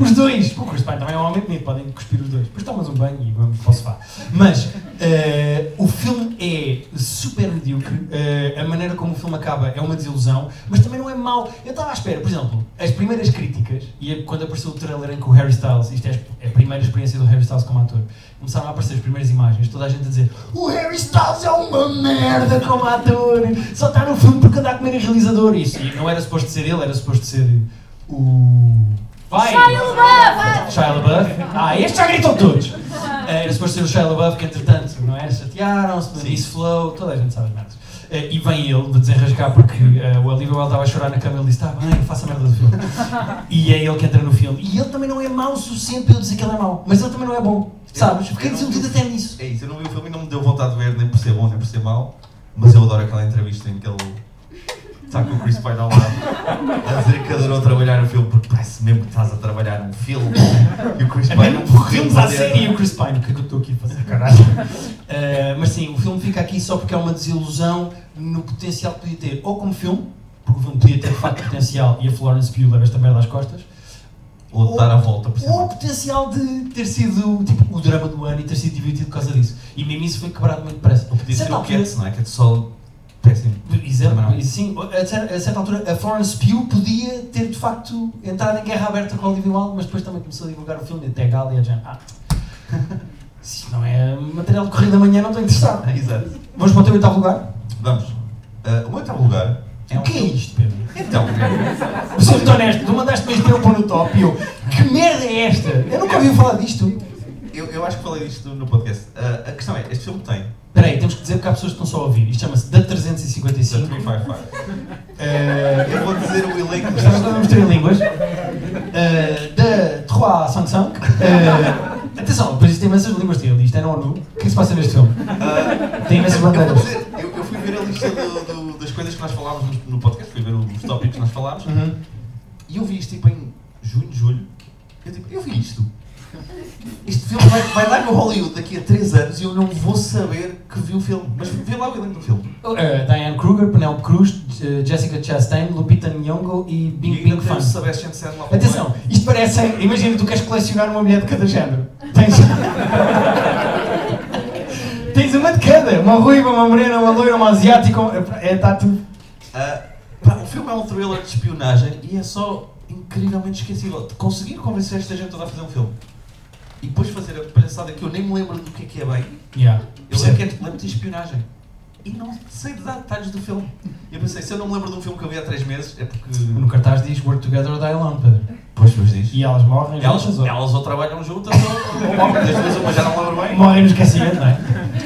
S1: Os dois! O Chris Pine também é um homem bonito, podem cuspir os dois. Depois tomas um banho e vamos para o sofá. Mas eh, o filme é super medíocre, eh, a maneira como o filme acaba é uma desilusão, mas também não é mau. Eu estava à espera, por exemplo, as primeiras críticas, e é quando apareceu o trailer em que o Harry Styles, isto é a primeira experiência do Harry Styles como ator, começaram a aparecer as primeiras imagens, toda a gente a dizer o Harry Styles é uma merda como ator, só está no filme porque anda a comer a realizador. Isso, e não era suposto ser ele, era suposto ser o. Vai!
S10: Shia LaBeouf!
S1: Shia LaBeouf. Ah, este já gritam todos.
S2: É.
S1: Eh, Era suposto ser o Shia LaBeouf que, entretanto, não é? Chatearam-se, disse flow, toda a gente sabe as merdas. Eh, E vem ele de desenrascar porque eh, o Olivia Wilde estava a chorar na cama e ele disse: Está bem, eu faço a merda do filme. E é ele que entra no filme. E ele também não é mau o suficiente para eu dizer que ele é mau, mas ele também não é bom, sabes? Fiquei
S2: Eu não-
S1: desiludido até nisso.
S2: É isso, eu não vi o filme e não me deu vontade de ver, nem por ser bom, nem por ser mau, mas eu adoro aquela entrevista em que ele está com o Chris Pine ao lado a dizer que adorou trabalhar no filme, porque parece mesmo que estás a trabalhar num filme. E o Chris
S1: É
S2: Pine
S1: mesmo
S2: morreu
S1: filmes
S2: de
S1: à
S2: medo.
S1: série e o Chris Pine, o que é que eu estou aqui a fazer, caralho? Eh, mas sim, o filme fica aqui só porque é uma desilusão no potencial que podia ter, ou como filme, porque o filme podia ter de facto potencial e a Florence Pugh leva esta merda às costas,
S2: Ou de dar a volta por
S1: ou o
S2: cima.
S1: potencial de ter sido tipo, o drama do ano e ter sido divertido por causa disso. E mesmo isso foi quebrado muito depressa.
S2: Ou podia
S1: Certa
S2: ser o
S1: altura-
S2: Cats, não é? Cats só péssimo.
S1: Exato,
S2: Não.
S1: e sim, a cer- a certa altura a Florence Pugh podia ter de facto entrado em guerra aberta com o Olivia Wilde, mas depois também começou a divulgar o filme e até a Gal e a Jan. Ah, se isto não é material de corrida amanhã, não estou interessado.
S2: Ah, Exato.
S1: Vamos para o teu oitavo lugar?
S2: Vamos. Ah, o meu oitavo lugar é um
S1: o que é
S2: filme-
S1: isto, Pedro?
S2: Então,
S1: Sou muito honesto, tu mandaste-me este eu pôr no top e eu, que merda é esta? Eu nunca ouvi falar disto.
S2: eu, eu acho que falei disto no podcast. Ah, a questão é, este filme tem
S1: Espera aí, temos que dizer que há pessoas que estão só a ouvir. Isto chama-se da
S2: The
S1: 355.
S2: 355.
S1: Eh,
S2: Eu vou dizer o elenco deste
S1: Estamos a misturar línguas. Uh, da 355. Uh, atenção, depois isto tem imensas línguas dele. Isto é na ONU. O que é que se passa neste filme?
S2: Ah,
S1: Tem imensas
S2: Eu vou
S1: bandeiras.
S2: dizer, eu, eu fui ver a lista do- do- das coisas que nós falámos no, no podcast, fui ver os tópicos que nós falámos,
S1: Uhum.
S2: e eu vi isto tipo em junho, julho. Eu tipo, eu vi isto. Este filme vai, vai dar no Hollywood daqui a 3 anos e eu não vou saber que vi o filme. Mas vi lá o elenco do filme.
S1: Uh, Diane Kruger, Penelope Cruz, uh, Jessica Chastain, Lupita Nyong'o e Bing
S2: e ainda
S1: Bing
S2: tem o
S1: Fan.
S2: Sebastian Stan lá para
S1: Atenção, isto parece. Imagina, tu queres colecionar uma mulher de cada género. Tens. Tens uma de cada. Uma ruiva, uma morena, uma loira, uma asiática. É, tá tudo.
S2: Ah, pá, o filme é um thriller de espionagem e é só incrivelmente esquecível. De Conseguir convencer esta gente toda a fazer um filme e depois fazer a palhaçada que eu nem me lembro do que é que é bem.
S1: Yeah.
S2: Eu lembro que é lembro de espionagem. E não sei de dar detalhes do filme.
S1: tipo,
S2: Eu pensei, se eu não me lembro de um filme que eu vi há 3 meses, é porque.
S1: No cartaz diz Work Together or Die Alone, Pedro.
S2: Pois, pois diz.
S1: E elas morrem
S2: Elas,
S1: juntas ou-
S2: elas ou trabalham juntas ou, ou morrem. Das duas, uma já não lembro bem.
S1: Morrem no esquecimento, não é?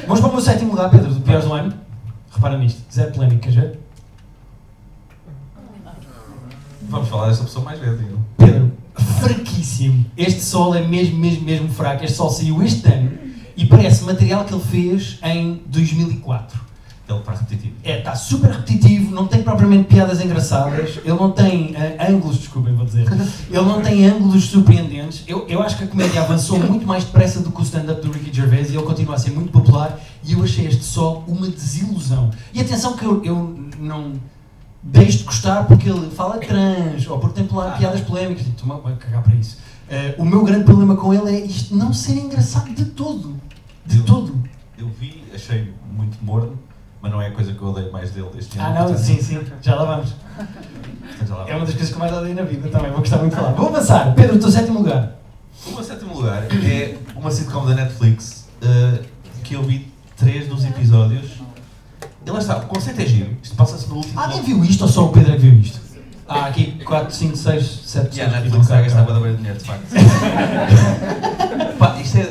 S1: Vamos para o meu sétimo lugar, Pedro, do pior do ano. Repara nisto, zero polémica, queres ver?
S2: Vamos falar desta pessoa mais velha. então.
S1: Pedro, fraquíssimo. Este sol é mesmo, mesmo, mesmo fraco. Este sol saiu este ano e parece material que ele fez em 2004.
S2: Ele está repetitivo.
S1: É, está super repetitivo, não tem propriamente piadas engraçadas, ele não tem ah, ângulos, desculpem, vou dizer, ele não tem ângulos surpreendentes. Eu, eu acho que a comédia avançou muito mais depressa do que o stand-up do Ricky Gervais e ele continua a ser muito popular e eu achei este só uma desilusão. E atenção que eu, eu não deixo de gostar porque ele fala trans ou porque tem pela- piadas polémicas, e toma, vai cagar para isso. Ah, o meu grande problema com ele é isto não ser engraçado de todo. De todo.
S2: Eu vi, achei muito morno, mas não é a coisa que é eu odeio mais dele deste
S1: Ah,
S2: ano.
S1: não,
S2: portanto-
S1: sim, sim, já lá vamos.
S2: portanto, já lá
S1: É uma das coisas que eu mais odeio na vida também, vou gostar muito de falar. Vou avançar. Pedro, o teu sétimo lugar.
S2: O meu sétimo lugar é uma sitcom da Netflix uh, que eu vi três dos episódios. E lá está, o conceito é giro. Isto passa-se no último.
S1: Alguém Ah, viu isto ou só o Pedro é que viu isto? Há aqui 4, 5, 6, 7
S2: E a Netflix é está a gastar bué da bué de dinheiro, de facto. Pá, isto é.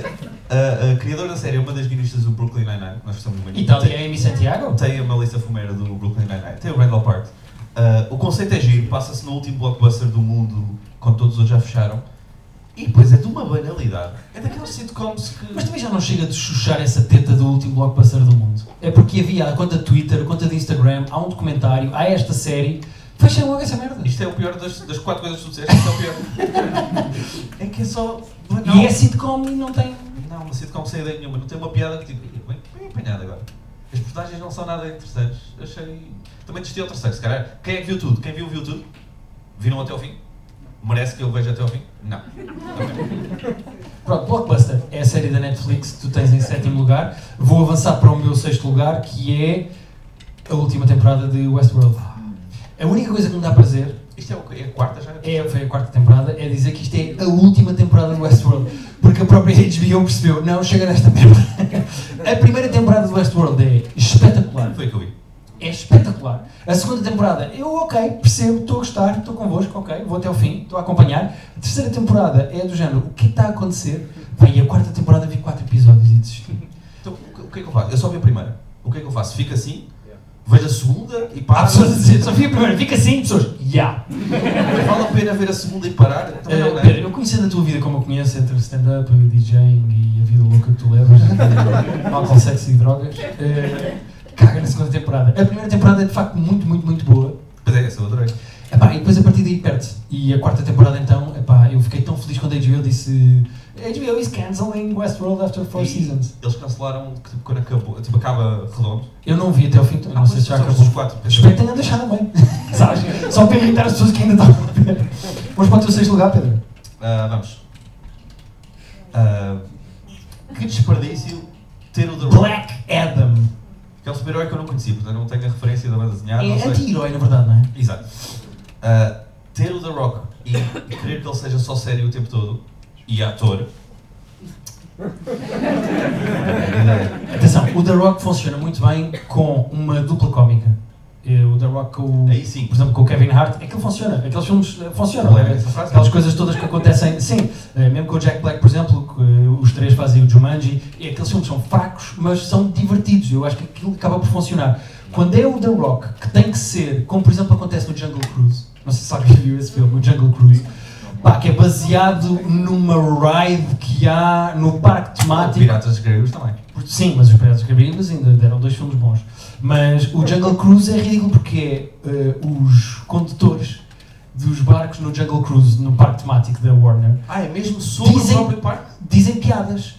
S2: a- a criadora da série é uma das guionistas do Brooklyn Nine-Nine, nós gostamos muito.
S1: E tal, é a Amy Santiago?
S2: Tem a Melissa Fumero do Brooklyn Nine-Nine, tem o Randall Park. Ah, o conceito é giro, passa-se no último blockbuster do mundo, quando todos os já fecharam. E depois é de uma banalidade. É daqueles sitcoms que.
S1: Mas também já não chega de chuchar essa teta do último blockbuster do mundo. É porque havia a conta de Twitter, a conta de Instagram, há um documentário, há esta série. Fechem logo essa merda.
S2: Isto é o pior das, das quatro coisas que tu disseste, isto é o pior. é que é só banal.
S1: E é sitcom e não tem.
S2: Não, uma sitcom sem ideia nenhuma, não tem uma piada que tipo, "Ih, bem, bem apanhada agora. As personagens não são nada interessantes. Achei. Também testei o terceiro, se calhar. Quem é que viu tudo? Quem viu, viu tudo? Viram até ao fim? Merece que eu veja até ao fim? Não.
S1: Pronto, Blockbuster é a série da Netflix que tu tens em sétimo lugar. Vou avançar para o meu sexto lugar, que é a última temporada de Westworld. A única coisa que me dá prazer
S2: Isto é, o quê? é a quarta já?
S1: é, foi a quarta temporada, é dizer que isto é a última temporada do Westworld. Porque a própria HBO percebeu, não, chega nesta merda. A primeira temporada do Westworld é espetacular.
S2: Foi a que eu vi.
S1: É espetacular. A segunda temporada, eu ok, percebo, estou a gostar, estou convosco, ok, vou até ao fim, estou a acompanhar. A terceira temporada é do género, o que está a acontecer? Pá, e a quarta temporada vi quatro episódios e desisti.
S2: Então, o que, o que é que eu faço? Eu só vi a primeira. O que é que eu faço? Fico assim, vejo a segunda e
S1: Há
S2: paro.
S1: pessoas a dizer, só vi a primeira, fica assim, pessoas, já.
S2: Vale a pena ver a segunda e parar? Também
S1: Eh,
S2: não,
S1: Pedro,
S2: é?
S1: eu conhecendo a tua vida como eu conheço, entre stand-up, DJing e a vida louca que tu levas, eh, álcool, sexo e drogas, eh, caga na segunda temporada. A primeira temporada é de facto muito, muito, muito boa.
S2: Pois é, essa eu adorei.
S1: Epá, e depois a partir daí perde-se. E a quarta temporada então, epá, eu fiquei tão feliz quando a HBO disse HBO is cancelling Westworld after four
S2: E
S1: seasons.
S2: Eles cancelaram tipo, quando acabou, tipo, acaba redondo.
S1: Eu não vi até ao fim, então não sei se já
S2: somos
S1: acabou.
S2: os quatro.
S1: Espero que tenham deixado bem. Sabes? Só para irritar as pessoas que ainda estão a ver. Vamos para o teu sexto lugar, Pedro.
S2: Ah, vamos. Ah, que desperdício ter o The Rock.
S1: Black Adam.
S2: Que é um super-herói que eu não conhecia, portanto eu não tenho a referência da banda desenhada. Ah, não
S1: É
S2: sei.
S1: anti-herói, na verdade, não é?
S2: Exato. Ah, ter o The Rock e querer que ele seja só sério o tempo todo e ator.
S1: Atenção, o The Rock funciona muito bem com uma dupla cómica. Eh, O The Rock com o.
S2: Aí sim.
S1: assim, Por exemplo, com o Kevin Hart, aquilo funciona. Aqueles filmes eh, funcionam.
S2: Lembra
S1: eh,
S2: essa frase?
S1: Aquelas coisas todas que acontecem. Sim, eh, mesmo com o Jack Black, por exemplo, que eh, os três fazem o Jumanji. e Aqueles filmes são fracos, mas são divertidos. Eu acho que aquilo acaba por funcionar. Quando é o The Rock, que tem que ser, como por exemplo acontece no Jungle Cruise. Não sei se alguém viu esse filme, o Jungle Cruise. Pá, que é baseado numa ride que há no parque temático.
S2: Piratas dos Caribes também.
S1: Sim, mas os Piratas dos Caribes ainda deram dois filmes bons. Mas o Jungle Cruise é ridículo porque é eh, os condutores dos barcos no Jungle Cruise, no parque temático da Warner,
S2: Ah, é mesmo sobre
S1: Dizem-
S2: o próprio parque? Ah.
S1: dizem piadas.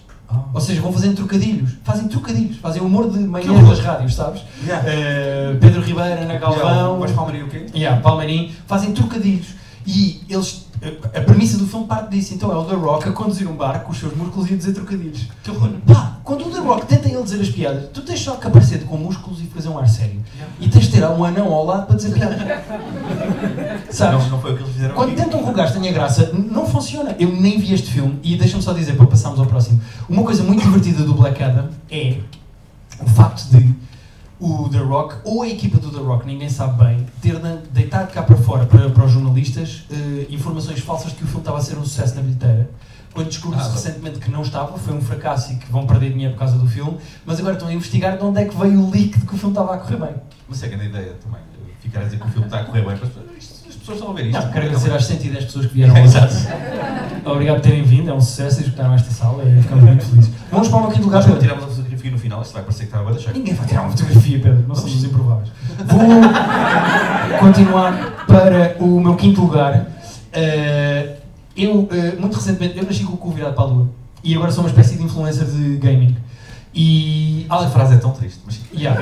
S1: Ou seja, vão fazendo trocadilhos. Fazem trocadilhos. Fazem humor de manhã das rádios, sabes?
S2: Yeah.
S1: Eh, Pedro Ribeiro, Ana Galvão...
S2: Mas Palmeirinho o quê?
S1: Yeah, Palmeirim, fazem trocadilhos. E eles. eh, A a premissa do filme parte disso. Então é o The Rock a conduzir um barco com os seus músculos e a dizer trocadilhos. Que horror. Pá, quando o The Rock tenta ele dizer as piadas, tu tens só que aparecer com músculos e fazer um ar sério. E tens de ter um anão ao lado para dizer piada. Sabes?
S2: Não, não foi o que eles fizeram
S1: Quando
S2: aqui.
S1: tentam que o gajo tenha graça, n- não funciona. Eu nem vi este filme e deixa-me só dizer para passarmos ao próximo. Uma coisa muito divertida do Black Adam é o facto de o The Rock, ou a equipa do The Rock, ninguém sabe bem, ter na- deitado cá para fora, para, para os jornalistas, eh, informações falsas de que o filme estava a ser um sucesso na bilheteira. Quando descobriu-se
S2: Ah,
S1: recentemente que não estava, foi um fracasso e que vão perder dinheiro por causa do filme, mas agora estão a investigar de onde é que veio o leak de que o filme estava a correr bem.
S2: Mas é grande ideia também. Ficar a dizer que o filme está a correr bem para as pessoas. Isto- As pessoas estão a ver isto.
S1: Não, quero agradecer às 110 pessoas que vieram hoje.
S2: É Exato.
S1: Obrigado por terem vindo, é um sucesso e escutaram esta sala, eu ficamos muito felizes. Vamos para o meu quinto lugar,
S2: Nós quando
S1: Pedro.
S2: tiramos a fotografia no final, isto vai parecer que está a deixar.
S1: Ninguém vai tirar uma
S2: é-
S1: fotografia, Pedro, não somos os improváveis. Vou continuar para o meu quinto lugar. Eh, eu, eh, muito recentemente, eu nasci com o cu virado para a lua e agora sou uma espécie de influencer de gaming. E ah,
S2: A frase é tão triste, mas
S1: Yeah.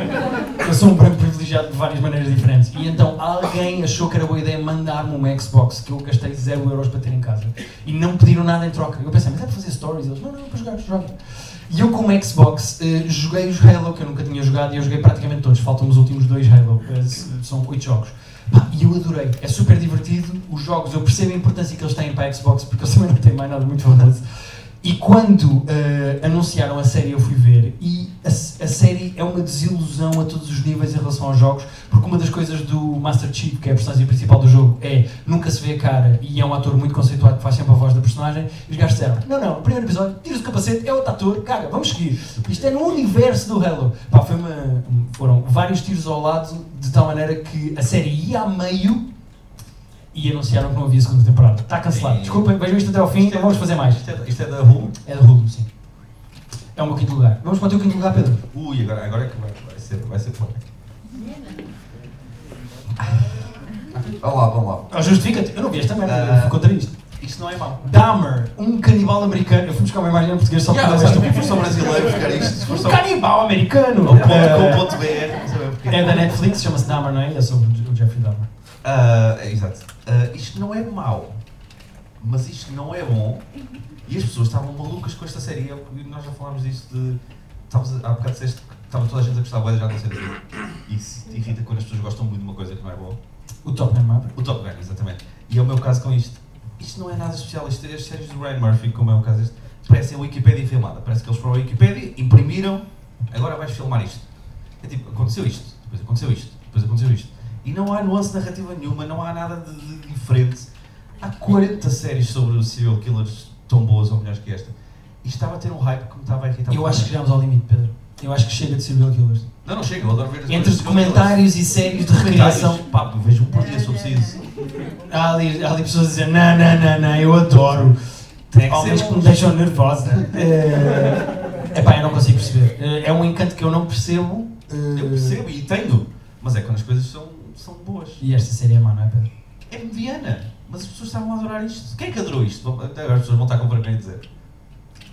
S1: Eu sou um branco privilegiado de várias maneiras diferentes. E então alguém achou que era boa ideia mandar-me um Xbox que eu gastei 0€ euros para ter em casa. E não pediram nada em troca. Eu pensei, mas é para fazer stories? Eles, não, não, é para jogar, joga. E eu com o Xbox eh, joguei os Halo, que eu nunca tinha jogado, e eu joguei praticamente todos. Faltam os últimos dois Halo, eh, s- são oito jogos. Pá, E eu adorei, é super divertido. Os jogos, eu percebo a importância que eles têm para a Xbox, porque eles também não têm mais nada muito famoso. E quando eh, anunciaram a série, eu fui ver, e a, s- a série é uma desilusão a todos os níveis em relação aos jogos, porque uma das coisas do Master Chief, que é a personagem principal do jogo, é nunca se vê a cara e é um ator muito conceituado que faz sempre a voz da personagem. E os gajos disseram: Não, não, primeiro episódio, tiras o capacete, é outro ator, caga, vamos seguir. Isto é no universo do Halo. Pá, foi uma- foram vários tiros ao lado, de tal maneira que a série ia a meio. E anunciaram que não havia segunda temporada. Está cancelado.
S2: E-
S1: Desculpem, vejam isto até ao fim,
S2: Isto é-
S1: não vamos fazer mais.
S2: Isto é, isto é da Hulu.
S1: É da Hulu, sim. É o meu quinto lugar. Vamos para o teu quinto lugar, Pedro.
S2: Ui, agora, agora é que vai, vai ser, vai ser polémico. Vamos lá, vamos lá.
S1: Ah, Justifica-te. Eu não vi esta merda.
S2: Ah.
S1: Eu fui contra isto.
S2: Isto não é mau.
S1: Dahmer, um canibal americano. Eu fui buscar uma imagem em português só para um
S2: Yeah,
S1: dar esta
S2: sabe, se for brasileiro, buscar isto, se for
S1: Um
S2: só-
S1: canibal americano!
S2: Ponto
S1: É-
S2: com ponto BR, não sabemos porquê.
S1: É da Netflix, chama-se Dahmer, não é? É sobre o Jeffrey Dahmer.
S2: Ah, é, exato. Ah, isto não é mau, mas isto não é bom. E as pessoas estavam malucas com esta série. Eu- nós já falámos disto de. Estávamos, a- há bocado disseste que estava toda a gente a gostar bué já da série. E isso te irrita quando as pessoas gostam muito de uma coisa que não é boa.
S1: O Top Man Maverick.
S2: O Top Gun, exatamente. E é o meu caso com isto. Isto não é nada especial. Isto, as séries do Ryan Murphy, como é o caso deste, parecem a Wikipédia filmada. Parece que eles foram à Wikipédia, imprimiram, agora vais filmar isto. É tipo, aconteceu isto, depois aconteceu isto, depois aconteceu isto. E não há nuance narrativa nenhuma, não há nada de, de diferente. Há 40 séries sobre serial killers tão boas ou melhores que esta. E estava a ter um hype que me estava a irritar.
S1: Eu acho que chegámos ao limite, Pedro. Eu acho que chega de serial killers.
S2: Não, não chega, eu adoro ver as
S1: Entre
S2: coisas de serial
S1: documentários e séries de
S2: killers.
S1: recriação.
S2: Documentários, Pá, eu vejo um por
S1: é
S2: dia se eu preciso.
S1: Há ali, há ali pessoas a dizer, não, não, não, não, eu adoro.
S2: Tem que
S1: Homens
S2: ser. um
S1: que me deixam nervosa. É pá, eu não consigo perceber. Eh, É um encanto que eu não percebo. eh,
S2: Eu percebo e tenho, mas é quando as coisas são, são boas.
S1: E esta série é má, não é, Pedro?
S2: É mediana, mas as pessoas estavam a adorar isto. Quem é que adorou isto? Vão- Até agora as pessoas vão estar com vergonha de dizer.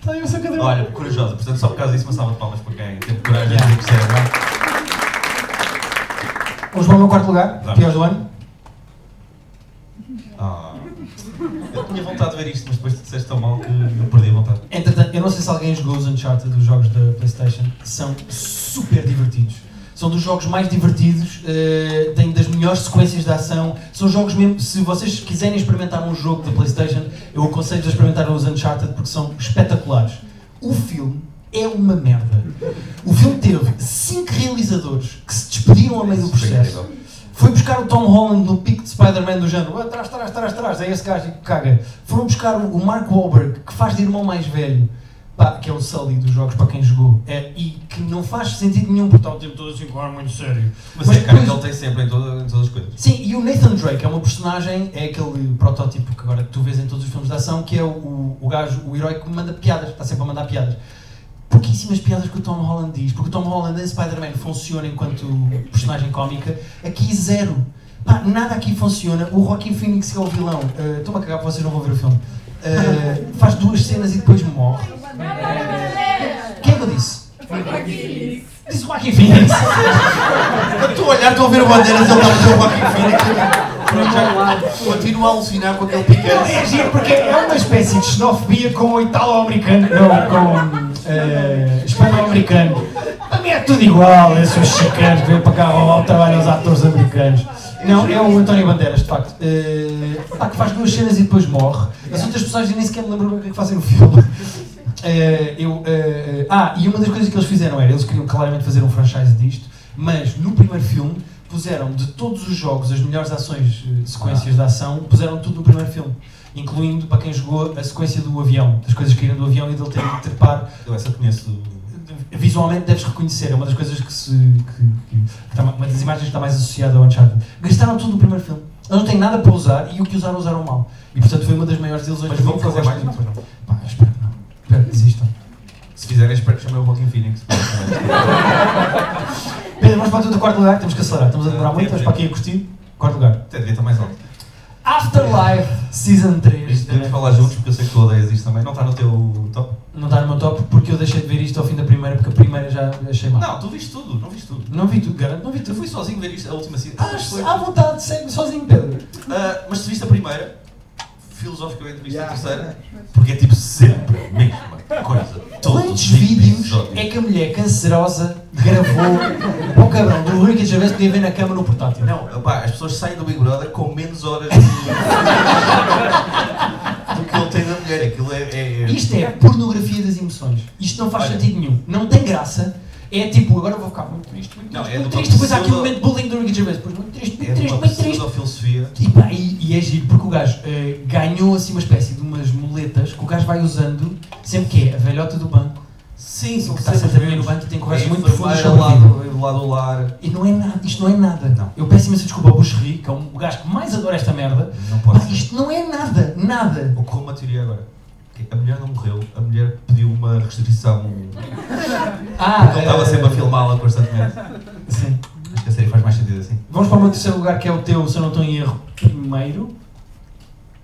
S1: Tá, eu sou cadeira.
S2: Olha, corajosa, portanto, só por causa disso, uma salva de palmas para quem teve coragem de
S1: Yeah.
S2: dizer que é serve. não
S1: Vamos para o meu quarto lugar,
S2: Vamos.
S1: pior do ano.
S2: é? Ah, eu tinha vontade de ver isto, mas depois tu disseste tão mal que eu perdi a vontade.
S1: Entretanto, eu não sei se alguém jogou os Uncharted, os jogos da Playstation, são super divertidos. São dos jogos mais divertidos, eh, têm das melhores sequências de ação. São jogos mesmo, se vocês quiserem experimentar um jogo da Playstation, eu aconselho-vos a experimentar os Uncharted porque são espetaculares. O filme é uma merda. O filme teve cinco realizadores que se despediram ao meio do
S2: Isso foi
S1: processo.
S2: incrível.
S1: Foi buscar o Tom Holland no pico de Spider-Man do género. Atrás, atrás, atrás, atrás. É esse gajo que caga. Foram buscar o Mark Wahlberg, que faz de irmão mais velho. Pá, que é o Sully dos jogos para quem jogou. É, e que não faz sentido nenhum, porque está o tempo todo assim, claro, muito sério.
S2: Mas é a cara que
S1: depois-
S2: ele tem sempre em, toda- em todas as coisas.
S1: Sim, e o Nathan Drake é uma personagem, é aquele protótipo que agora tu vês em todos os filmes de ação, que é o, o, o gajo, o herói que manda piadas, está sempre a mandar piadas. Pouquíssimas piadas que o Tom Holland diz, porque o Tom Holland em Spider-Man funciona enquanto personagem cómica, aqui zero. Pá, nada aqui funciona, o Joaquin Phoenix que é o vilão, eh, estou-me a cagar porque vocês não vão ver o filme, Eh, faz duas cenas e depois morre. Quem é que eu disse? Disse o Joaquin Phoenix!
S2: Eu estou a olhar, estou a ver o Bandeiras, ele está a fazer o Joaquim Phoenix. Pronto, já Continuo a alucinar com aquele
S1: Não, é giro porque é uma espécie de xenofobia com o italo-americano, não, com eh, hispano-americano. Para mim é tudo igual, é só os chicanos que vêm para cá roubar o trabalho aos atores americanos. Não, é o António Bandeiras, de facto. Eh, pá, que faz duas cenas e depois morre. As outras pessoas eu nem sequer me lembro bem o que é que fazem no filme. É, Eh, eu, eh, eh, ah, e uma das coisas que eles fizeram era, eles queriam claramente fazer um franchise disto, Mas no primeiro filme puseram de todos os jogos as melhores ações, eh,
S2: Ah.
S1: sequências de ação, puseram tudo no primeiro filme. Incluindo para quem jogou a sequência do avião, das coisas que caíram do avião e dele ter de trepar.
S2: Eu essa conheço do.
S1: Visualmente deves reconhecer, é uma das coisas que se. que- que- que está ma- uma das imagens que está mais associada ao Uncharted. Gastaram tudo no primeiro filme. Eles não têm nada para usar e o que usaram usaram mal. E portanto foi uma das maiores ilusões
S2: Mas vão
S1: que eu
S2: fazer
S1: gosto
S2: mais?
S1: muito. Pá, espero que não. Espero que existam.
S2: Se fizerem, espero que chamem o Rockin' Phoenix.
S1: Pedro, vamos para tudo do quarto lugar, temos que acelerar. Estamos a demorar muito, estamos para aqui a curtir. Quarto lugar.
S2: Até devia estar mais alto.
S1: Afterlife Season 3.
S2: Isto devemos falar juntos, porque eu sei que tu odeias isto também. Não está no teu top?
S1: Não está no meu top porque eu deixei de ver isto ao fim da primeira, porque a primeira já achei mal.
S2: Não, tu viste tudo, não viste tudo.
S1: Não vi tudo, garanto, não vi
S2: Eu
S1: tudo.
S2: fui sozinho ver isto, a última cena.
S1: Ah, à vontade, segue sozinho, Pedro.
S2: Ah, mas se viste a primeira, filosoficamente viste
S7: Yeah.
S2: a terceira, porque é tipo sempre a mesma coisa. Todos
S1: Quantos
S2: os
S1: vídeos
S2: episódios.
S1: é que a mulher cancerosa gravou para o cabrão do Ricky Gervais podia ver na cama no portátil?
S2: Não, opá, as pessoas saem do Big Brother com menos horas de... do que ele tem da mulher. Aquilo é. é- é-
S1: Isto é pornografia das emoções. Isto não faz
S2: Olha.
S1: sentido nenhum. Não tem graça. É tipo, agora vou ficar muito triste, muito triste,
S2: Não, é
S1: muito
S2: de uma
S1: triste. Depois há aquele
S2: pseudo-
S1: momento de bullying do Ricky Gervais. Depois muito triste, muito
S2: É de
S1: triste,
S2: uma
S1: muito triste.
S2: pseudofilosofia.
S1: E, pá, e- e é giro, porque o gajo eh, ganhou assim uma espécie de umas muletas que o gajo vai usando sempre que é a velhota do banco.
S2: Sim,
S1: são sempre a dormir no banco e tem conversas muito profundas
S2: ao
S1: sobre a
S2: lado, É do lado ao lar.
S1: E não é nada, isto não é nada.
S2: Não.
S1: Eu peço imensa desculpa ao Buxerri, que é um, o gajo que mais adora esta merda.
S2: Não
S1: Pá,
S2: pode ser.
S1: isto não é nada, nada.
S2: Ou como a teoria agora. que A mulher não morreu, a mulher pediu uma restrição.
S1: Ah,
S2: Porque ele estava
S1: eh,
S2: sempre a filmá-la constantemente.
S1: Sim.
S2: Acho que a série faz mais sentido assim.
S1: Vamos para o meu terceiro lugar, que é o teu, se eu não estou em erro, primeiro.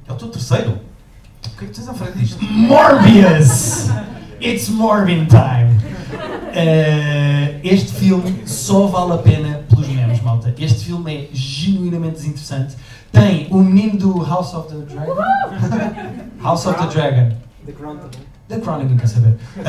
S2: É o teu terceiro? O que é que tens à frente disto?
S1: Morbius! It's Morbin time! Eh, este filme só vale a pena pelos memes, malta. Este filme é genuinamente desinteressante. Tem o menino do House of the Dragon. House of the Dragon.
S7: The Crown também.
S1: The Crown ninguém quer saber. Eh,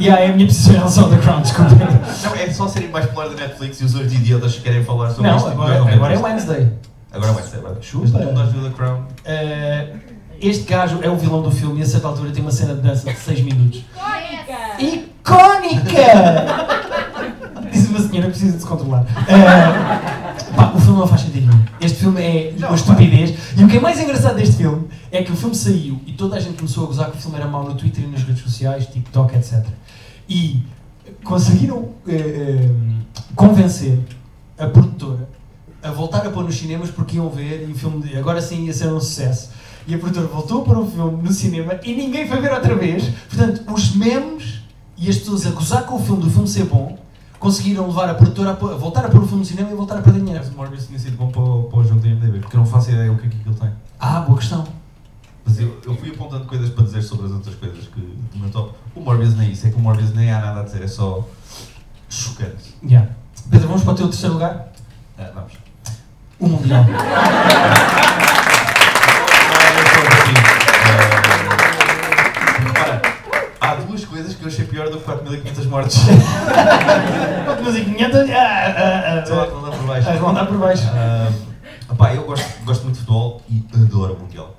S1: yeah, é a minha posição em relação ao The Crown, desculpem.
S2: Não, é só a série mais popular da Netflix e os outros idiotas que querem falar sobre
S1: Não,
S2: isto.
S1: agora,
S2: não
S1: agora é Wednesday.
S2: Agora é vai ser, vai.
S1: Chupa.
S2: Este mundo nós viu The Crown.
S1: Eh, este gajo é o vilão do filme e a certa altura tem uma cena de dança de 6 minutos.
S10: Icónica!
S1: icónica! Diz uma senhora, precisa de se controlar. Ah, pá, o filme não faz sentido nenhum. Este filme é uma estupidez. E o que é mais engraçado deste filme é que o filme saiu e toda a gente começou a gozar que o filme era mau no Twitter e nas redes sociais, TikTok, etc. E conseguiram eh, eh, convencer a produtora a voltar a pôr nos cinemas porque iam ver e o filme de- agora sim ia ser um sucesso. E a produtora voltou a pôr o filme no cinema e ninguém foi ver outra vez. Portanto, os memes e as pessoas a gozar com o filme do filme ser bom conseguiram levar a produtora a, pôr- a voltar a pôr o filme no cinema e voltar a perder dinheiro.
S2: Mas o Morbius tinha sido bom para o, para o jogo da IMDB, porque eu não faço ideia o que é que aquilo tem.
S1: Ah, boa questão.
S2: Mas eu, eu fui apontando coisas para dizer sobre as outras coisas que do meu top. O Morbius nem é isso, é que o Morbius nem há nada a dizer, é só chocante.
S1: Yeah. Pedro, vamos para o teu terceiro lugar? Um
S2: Ah, vamos.
S1: O Mundial.
S2: Repara, Há duas coisas que eu achei pior do que 4.500 mortes. Estou
S1: 4.500
S2: ah, a rondar por baixo.
S1: a rondar por baixo.
S2: Ah, opá, eu gosto, gosto muito de futebol e adoro o Mundial.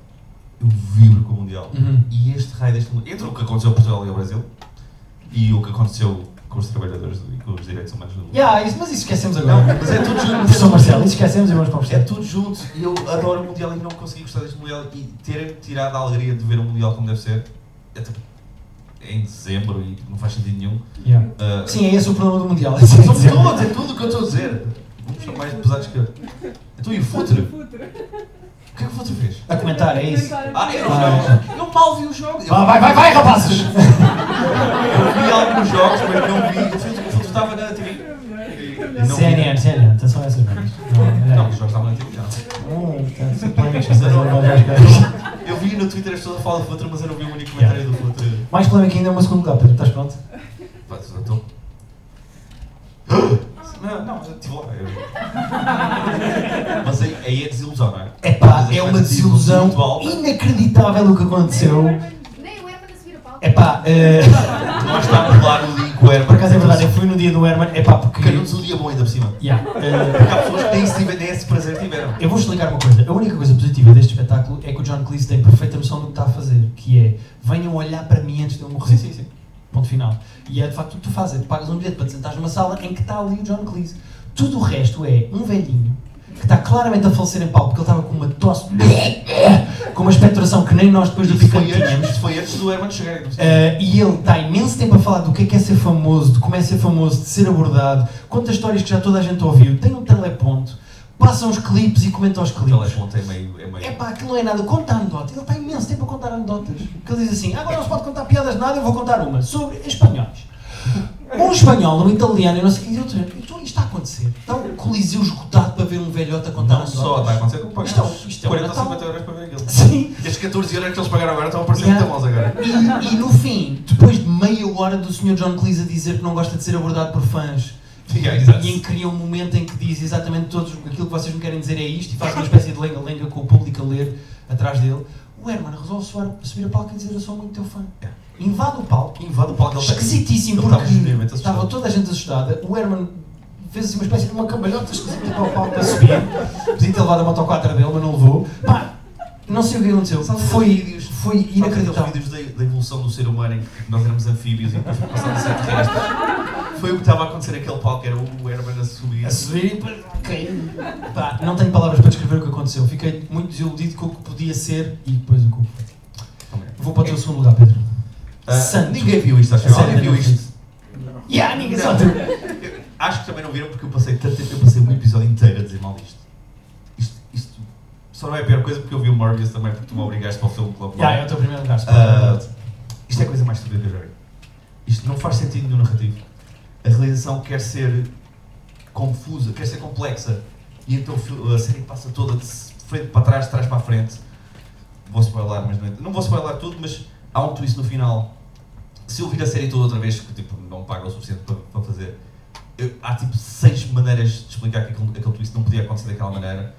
S2: Eu vibro com o Mundial.
S1: Uhum.
S2: E este raio deste mundo, entre o que aconteceu em Portugal e ao Brasil e o que aconteceu com os trabalhadores e com os direitos humanos do mundo.
S1: Yeah, isso, mas isso esquecemos agora.
S2: Não, mas é tudo junto.
S1: Professor Marcelo, isso esquecemos e vamos para o
S2: É
S1: terceiro.
S2: tudo junto. E Eu adoro o Mundial e não consegui gostar deste Mundial. E terem tirado a alegria de ver o Mundial como deve ser é, tipo, é em dezembro e não faz sentido nenhum.
S1: Yeah.
S2: Ah,
S1: Sim, é esse o problema do Mundial.
S2: são todos, é tudo o que eu estou a dizer. Vamos ser mais pesados que eu. Então e o Futre? O que é que o Futre fez?
S1: A comentar, é isso.
S2: Ah, eu
S1: Ah.
S2: não. Eu mal vi os jogos. Eu
S1: Vá, vai, vai, vai, rapazes!
S2: vi alguns jogos, mas não vi. O Futre- O Futre estava na TV. E não vi.
S1: CNN, CNN, atenção a essas merdas. é. Hum,
S2: Não, os jogos estavam na TV. não. Eu vi no Twitter as pessoas a falar do Futre, mas eu não vi o único comentário do Futre.
S1: Mais polémica ainda é o meu segundo lugar, Pedro. Estás pronto?
S2: Pá, eu tô- Não, não, eu estive lá. eu- Mas aí, aí é desilusão, não é? um
S1: É pá,
S2: Mas
S1: é uma
S2: expectativa
S1: desilusão
S2: muito alta.
S1: inacreditável o que aconteceu.
S10: Nem o Herman a subir a pauta.
S1: É pá, eh,
S2: Lá está a pular o link, o Herman.
S1: por acaso é verdade, eu fui no dia do Herman, é pá, porque.
S2: Calhou-nos um dia bom ainda por cima.
S1: Yeah, eh,
S2: Porque há pessoas que nem esse, tive- nem esse prazer tiveram.
S1: Eu vou explicar uma coisa. A única coisa positiva deste espetáculo é que o John Cleese tem perfeita noção do que está a fazer, que é venham olhar para mim antes de eu morrer.
S2: Sim, sim, sim.
S1: Ponto final. E é de facto o que tu fazes, é tu pagas um bilhete para te sentares numa sala em que está ali o John Cleese. Tudo o resto é um velhinho que está claramente a falecer em palco porque ele estava com uma tosse, com uma expectoração que nem nós depois do
S2: Isto
S1: picante
S2: foi,
S1: tínhamos.
S2: antes, isto foi antes do Herman chegar. não sei.
S1: Uh, e ele está imenso tempo a falar do que é, que é ser famoso, de como é ser famoso, de ser abordado, conta histórias que já toda a gente ouviu, tem um teleponto, passam os clipes e comenta os
S2: O
S1: clipes.
S2: teleponto é meio. É meio...
S1: É pá, aquilo não é nada, conta anedota. Ele está imenso tempo a contar anedotas. Porque ele diz assim: agora não se pode contar piadas de nada, eu vou contar uma sobre espanhóis. Um espanhol, um italiano, eu não sei o que, e outro. Então isto está a acontecer. Está um coliseu esgotado para ver um velhote a contar
S2: Não
S1: anedotas.
S2: só, está a acontecer como pagas
S1: Isto é um- isto é um
S2: 40 ou
S1: Natal.
S2: 50 euros para ver aquilo.
S1: Sim.
S2: E as 14 euros que eles pagaram agora estão a parecer
S1: Yeah.
S2: muito bons agora.
S1: E, e no fim, depois de meia hora do Sr. John Cleese a dizer que não gosta de ser abordado por fãs,
S2: Yeah, é, exato.
S1: e em que cria um momento em que diz exatamente todos aquilo que vocês me querem dizer é isto, e faz uma espécie de lenga-lenga com o público a ler atrás dele, o Herman resolve soar, subir a palco e dizer eu sou muito teu fã. Invade o palco,
S2: Invade o palco, É. ele está-
S1: esquisitíssimo,
S2: ele
S1: porque
S2: estava extremamente assustado.
S1: estava toda a gente assustada, o Herman fez assim uma espécie de uma cambalhota esquisita para o palco para subir, podia ter levado a moto dele, mas não levou. Pá, não sei o que aconteceu, foi, foi
S2: Sabe aqueles
S1: inacreditável.
S2: vídeos da, da evolução do ser humano em que nós éramos anfíbios e depois passamos a ser terrestres. Foi o que estava a acontecer naquele palco, era o Herman a subir.
S1: a subir e depois caí. Pá, não tenho palavras para descrever o que aconteceu. Fiquei muito desiludido com o que podia ser e depois o que foi. Vou
S2: É.
S1: para o teu segundo lugar, Pedro.
S2: Ah,
S1: Santo.
S2: Ninguém viu isto, acho que
S1: Santo,
S2: alguém viu
S1: não vi.
S2: isto.
S3: Então,
S1: Yeah, ninguém só tu.
S2: Eu Acho que também não viram porque eu passei tanto tempo, eu passei um episódio inteiro a dizer mal disto. Isto, isto só não é a pior coisa porque eu vi o Morbius também porque tu me obrigaste para o filme Club
S1: Yeah, é o teu primeiro lugar.
S2: Ah, isto é a coisa mais estúpida que eu já vi. Isto não faz sentido nenhum narrativo. A realização quer ser confusa, quer ser complexa. E então o fil- a série passa toda de s- frente para trás, de trás para a frente. Vou spoiler, mas não, não vou spoiler tudo, mas há um twist no final. Se eu vir a série toda outra vez, que tipo, não paga o suficiente para, para fazer, eu- há tipo seis maneiras de explicar que aquele, aquele twist não podia acontecer daquela maneira.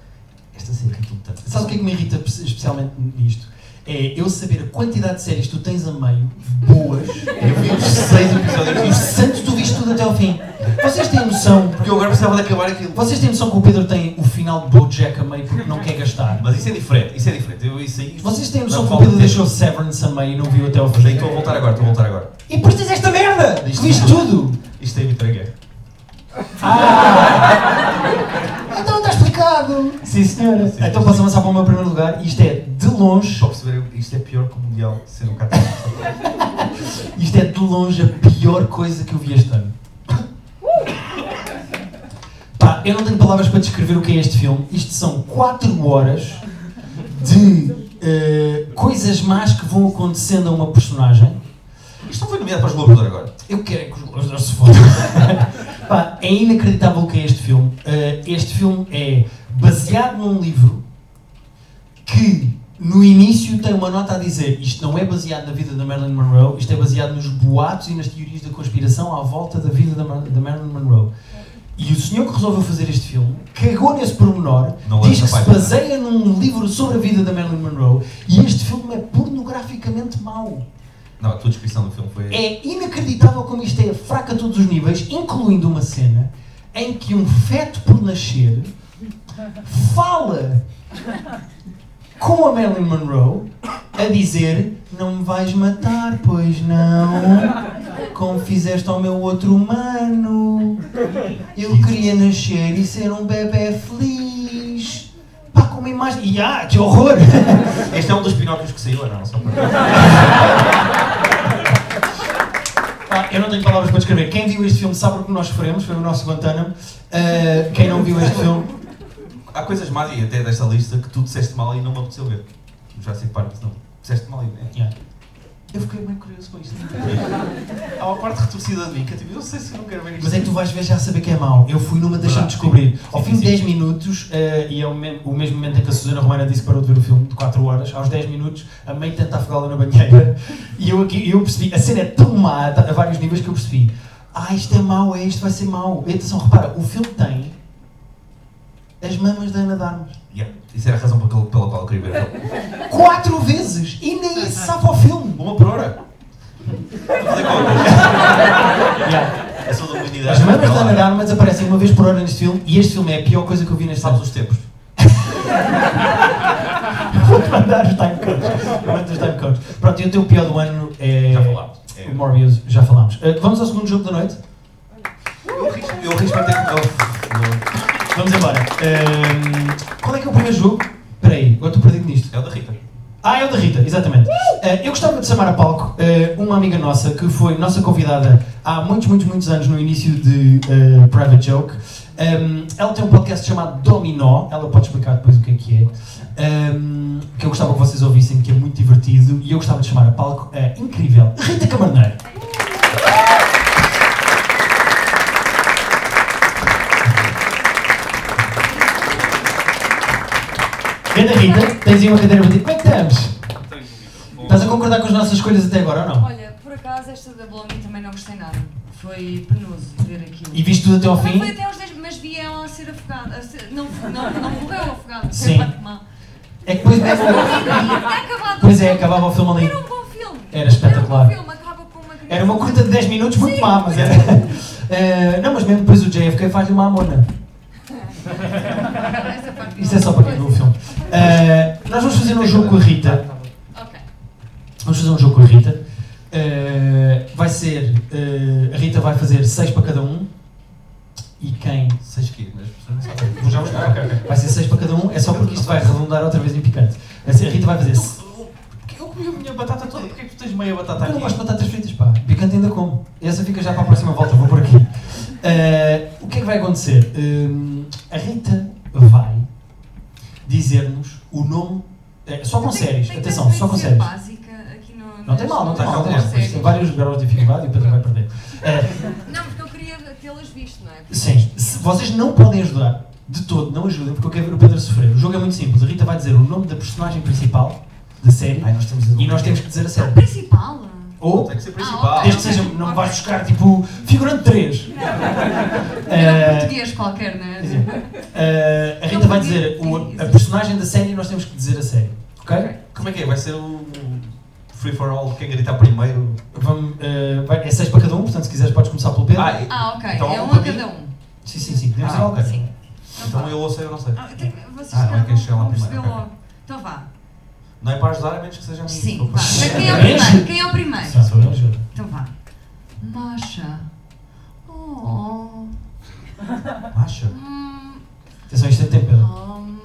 S2: Esta série irrita-me tanto.
S1: Sabes o que é que me irrita especialmente nisto? É eu saber a quantidade de séries que tu tens a meio, boas,
S2: Eu vi os seis episódios
S1: e santo tu viste tudo até ao fim. Vocês têm noção,
S2: Porque eu agora precisava de acabar aquilo.
S1: vocês têm noção que o Pedro tem o final de Bojack a meio porque não quer gastar.
S2: Mas isso é diferente, isso é diferente. Eu, isso aí,
S1: Vocês têm noção
S2: Não
S1: que o
S2: falo
S1: Pedro
S2: de tempo.
S1: deixou Severance a meio e não viu até ao
S2: Mas aí
S1: fim.
S2: estou a voltar agora, estou a voltar agora.
S1: E depois tens esta merda! Que viste tudo!
S2: Isto é Vitor Guerra.
S1: Ah! então está explicado! Sim, senhora.
S2: Sim,
S1: então
S2: sim.
S1: posso avançar para o meu primeiro lugar. Isto é de longe,
S2: Só perceber, isto é pior que o Mundial ser um catalão.
S1: isto é de longe a pior coisa que eu vi este ano. Uh! Pá, eu não tenho palavras para descrever o que é este filme. Isto são 4 horas de eh, coisas más que vão acontecendo a uma personagem.
S2: Isto não foi nomeado para os Globos de Ouro agora.
S1: Eu quero é que os Globos de Ouro se fodam. Pá, é inacreditável o que é este filme. Uh, este filme é baseado num livro que no início tem uma nota a dizer isto não é baseado na vida da Marilyn Monroe, isto é baseado nos boatos e nas teorias da conspiração à volta da vida da, Mar- da Marilyn Monroe. E o senhor que resolveu fazer este filme cagou nesse pormenor,
S2: Não
S1: diz
S2: lança
S1: que se
S2: página.
S1: baseia num livro sobre a vida da Marilyn Monroe e este filme é pornograficamente mau.
S2: Não, a tua descrição do filme foi.
S1: É inacreditável como isto é fraco a todos os níveis, incluindo uma cena em que um feto por nascer fala com a Marilyn Monroe a dizer não me vais matar, pois não, como fizeste ao meu outro humano. Eu queria nascer e ser um bebê feliz. Pá, com uma imagem... E ah, que horror!
S2: Este é um dos Pinóquios que saiu, ou não? Só para...
S1: Pá, Ah, eu não tenho palavras para descrever. Quem viu este filme sabe o que nós sofremos, foi o nosso Guantánamo. Uh, quem não viu este filme,
S2: Há coisas más, e até desta lista, que tu disseste mal e não me apeteceu ver. Já sei que parte, não. Disseste mal e. É.
S1: yeah.
S2: Eu fiquei bem curioso com isto. Há uma parte retorcida de mim que eu tipo, eu sei se eu não quero ver isto.
S1: mas é que tu vais ver já saber que é mau. Eu fui numa deixando
S2: Verdade,
S1: de descobrir.
S2: sim.
S1: Ao
S2: Sim,
S1: fim de
S2: sim,
S1: 10
S2: sim.
S1: minutos, uh, e é o, mem- o mesmo momento em que a Susana Romana disse que parou de ver o filme, de 4 horas, aos 10 minutos, a mãe tenta afogá-la na banheira. E eu aqui, eu percebi, a cena é tão má a a vários níveis que eu percebi. Ah, isto é mau, é isto, vai ser mau. E atenção, repara, o filme tem as mamas da Ana Darmas.
S2: Yeah, Isso era a razão pela qual- pela qual eu queria ver o filme.
S1: Quatro vezes! E nem isso sabe ao filme!
S2: Uma por hora. Vou fazer contas.
S1: Yeah.
S2: A sua humanidade.
S1: As mamas da Ana de Armas aparecem uma vez por hora neste filme e este filme é a pior coisa que eu vi neste
S2: Sabes
S1: ano.
S2: os tempos.
S1: Vou-te mandar os timecodes. Vou-te mandar os timecodes. Pronto, e o teu pior do ano é.
S2: Já falámos. É
S1: O Morbius, já falámos. Eh, vamos ao segundo jogo da noite?
S2: Eu respeitei. Oh,
S1: Vamos embora. Eh, qual é que é o primeiro jogo? Espera aí, agora estou perdido nisto.
S2: não. É o da Rita.
S1: Ah, é o da Rita, exatamente. Eh, eu gostava de chamar a palco eh, uma amiga nossa que foi nossa convidada há muitos, muitos, muitos anos no início de eh, Private Joke. Um, ela tem um podcast chamado Dominó, ela pode explicar depois o que é que é, um, que eu gostava que vocês ouvissem, que é muito divertido, e eu gostava de chamar a palco a incrível Rita Camarneiro. Ana Rita, tens aí uma cadeira para ti. Como é que estamos? Estás a concordar com as nossas escolhas até agora ou não?
S11: Olha, por acaso esta da Blondie também não gostei nada. Foi penoso ver aquilo.
S1: E viste tudo até ao
S11: Não,
S1: fim?
S11: Foi até aos 10, mas vi ela a ser afogada. a ser- não, não, não morreu afogada.
S1: Sim.
S11: Foi Batman.
S1: É que depois.
S11: Tinha acabado
S1: Pois é,
S11: o filme.
S1: acabava o filme ali.
S11: Era um bom filme.
S1: Era espetacular.
S11: Era um bom filme, acaba com uma criança.
S1: Era uma curta de 10 minutos, muito má, mas era. Eh, não, mas mesmo depois o JFK faz-lhe uma amona.
S11: Essa parte não.
S1: Isto é só para quem viu o filme. Eh, nós vamos fazer um jogo com a Rita.
S11: Ok.
S1: Vamos fazer um jogo com a Rita. Eh, vai ser. eh, a Rita vai fazer 6 para cada um. E quem.
S2: Seis quilos, mas as pessoas não sabem.
S1: Vou já
S2: Ah,
S1: mostrar. Vai ser 6 para cada um, é só porque isto vai redundar outra vez em picante. A Rita vai fazer. se-
S2: Eu comi a minha batata toda, porquê que tu tens meia batata
S1: Então Eu não gosto
S2: aqui?
S1: de batatas fritas, pá. Picante ainda como. Essa fica já para a próxima volta, vou por aqui. Eh, o que é que vai acontecer? Hum, a Rita vai dizer-nos o nome. eh, só com
S11: Tem-
S1: séries,
S11: tem
S1: atenção,
S11: tanta
S1: só com
S11: coisa
S1: séries.
S11: básica aqui no-
S1: Não tem mal, né? não tem
S11: nas-
S1: mal.
S11: nas
S1: Tem, mal.
S11: séries.
S1: tem vários graus de dificuldade e o Pedro vai perder. Eh,
S11: Não, porque eu queria tê-las visto, não é?
S1: sim, se vocês não podem ajudar de todo, não ajudem, porque eu quero ver o Pedro sofrer. O jogo é muito simples. A Rita vai dizer o nome da personagem principal da série
S2: Ai, nós temos um- Oh! de-
S1: e nós temos que dizer a série.
S11: Principal?
S1: Ou
S2: Tem que
S11: Ah,
S2: ser principal.
S1: Desde que seja, não vais buscar tipo figurante 3. É.
S11: Era um português qualquer, não é?
S1: Eh, a Rita vai dizer o- a personagem da série e nós temos que dizer a série. Ok?
S2: Como é que é? Vai ser o free for all, quem gritar primeiro?
S1: Vamos, eh, vai- é 6 para cada um, portanto se quiseres podes começar pelo Pedro.
S2: Ah, e-
S11: Ah, ok.
S2: Então,
S11: é um
S2: para
S11: a
S2: mim-
S11: cada um.
S1: sim, sim, sim. Podemos
S2: Ah,
S1: dizer alguém.
S2: ok.
S11: vá.
S2: então eu ou sei ou não sei.
S11: Ah, tem que- vocês
S2: Ah,
S11: ah,
S2: não é quem chega lá
S11: não percebeu
S2: primeiro, ok.
S11: logo. Então vá.
S2: Não é para ajudar, a menos que seja a mim.
S11: Sim,
S2: desculpa.
S11: vá. Mas quem é o
S1: Beijo.
S11: primeiro? Quem é o primeiro?
S1: Só sou eu, juro.
S11: Então vá. Masha. Oh.
S2: Acha?
S11: Hum.
S1: Atenção, isto é tempo, Pedro.
S11: Hum.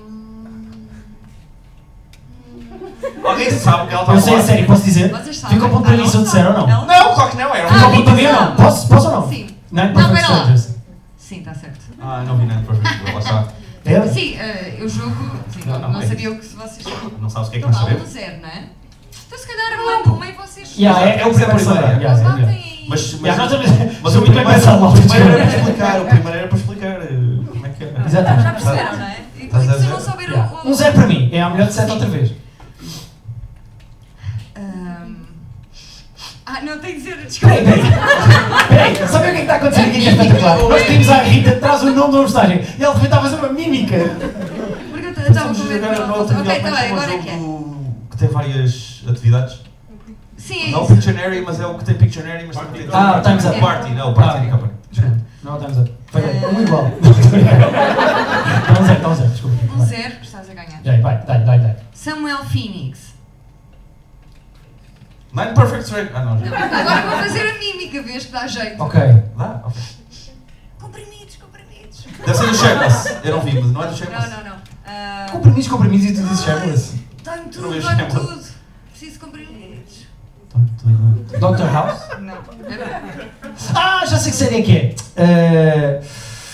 S11: Uhum.
S2: Alguém sabe o que ela tá
S1: Eu
S2: está
S1: sei a série, posso dizer?
S11: Ah, tá, Vocês sabem.
S1: Fica o ponto
S11: Ah,
S1: para mim se eu
S11: ela
S1: disser ou
S11: sabe.
S1: não.
S11: Ela-
S2: Não, claro que não, é um era
S1: Fica
S11: Ah,
S1: o ponto para mim ou não?
S11: sabe.
S1: Posso, posso ou não?
S11: Sim.
S1: Não, é
S11: Não,
S1: não
S11: pera lá.
S1: Strangers.
S11: Sim, está certo.
S2: Ah, não vi nada para ver, lá está.
S1: Pedro?
S11: Sim, eh, eu jogo. Sim,
S2: Não,
S11: não,
S2: não, é
S11: sabia o que se vocês.
S2: Não sabes o que é que
S11: Então
S2: nós
S11: vá, um
S2: sabemos?
S11: zero, não é? Então se calhar manda uma e vocês.
S1: Yeah, é, é o
S2: Exato.
S1: Pedro primeiro.
S11: Mas
S1: Yeah, yeah,
S11: batem
S1: yeah.
S11: aí.
S2: Mas,
S1: Yeah, nós
S2: mas,
S1: também-
S2: mas
S1: sou
S2: o
S1: muito bem
S2: primeiro,
S1: pensado,
S2: o
S1: Lopes.
S2: primeiro era para explicar, o primeiro era para explicar. eh, Como é que era?
S1: Exatamente.
S11: Já perceberam, não é? E
S2: Estás a
S11: se
S2: ver?
S11: não souberam
S1: Yeah.
S11: o.
S1: Um zero para mim. É a melhor de 7 outra vez.
S11: Ahm. Ah, não, tem que dizer. Desculpa.
S1: Peraí, peraí. Peraí, sabe o que é que está acontecendo aqui que é espetacular? Nós pedimos à Rita, traz o nome da personagem. E ela de repente está a fazer uma mímica.
S11: Porque eu t- eu estava
S2: Estamos
S11: com
S2: a
S11: medo.
S2: jogar a nota
S11: Ok,
S2: melhor,
S11: está
S2: mas
S11: bem,
S2: é um
S11: agora é que é.
S2: jogo que tem várias atividades.
S11: Sim, é
S2: Não
S11: isso.
S2: Pictionary, mas é o que tem Pictionary, mas também tem...
S1: Ah, Time's Up.
S2: Party, não, Party.
S1: Ah. Desculpa. Não, estamos a. Foi bem. Um igual. Está um zero, está um zero, desculpa.
S11: Um zero, estás a ganhar.
S1: Já, vai, dá-lhe, dá-lhe, dá-lhe.
S11: Samuel Phoenix.
S2: Nine Perfect Straight. Ah, não, já.
S11: Agora vou fazer a mímica, vês que dá jeito.
S1: Ok.
S2: Dá? Ok.
S11: Comprimidos, comprimidos.
S2: Deve ser do Shameless. Eu não vi, mas não é do Shameless.
S11: Não, não, não. Ah,
S1: Compromisso, compromisso e tu dizes Shameless.
S11: Dá-me tudo,
S2: Não é
S11: dá-me
S2: Shameless.
S11: tudo. Preciso de comprimidos.
S1: Dr. House?
S11: Não, é bom.
S1: Ah, já sei que série é que é. Eh,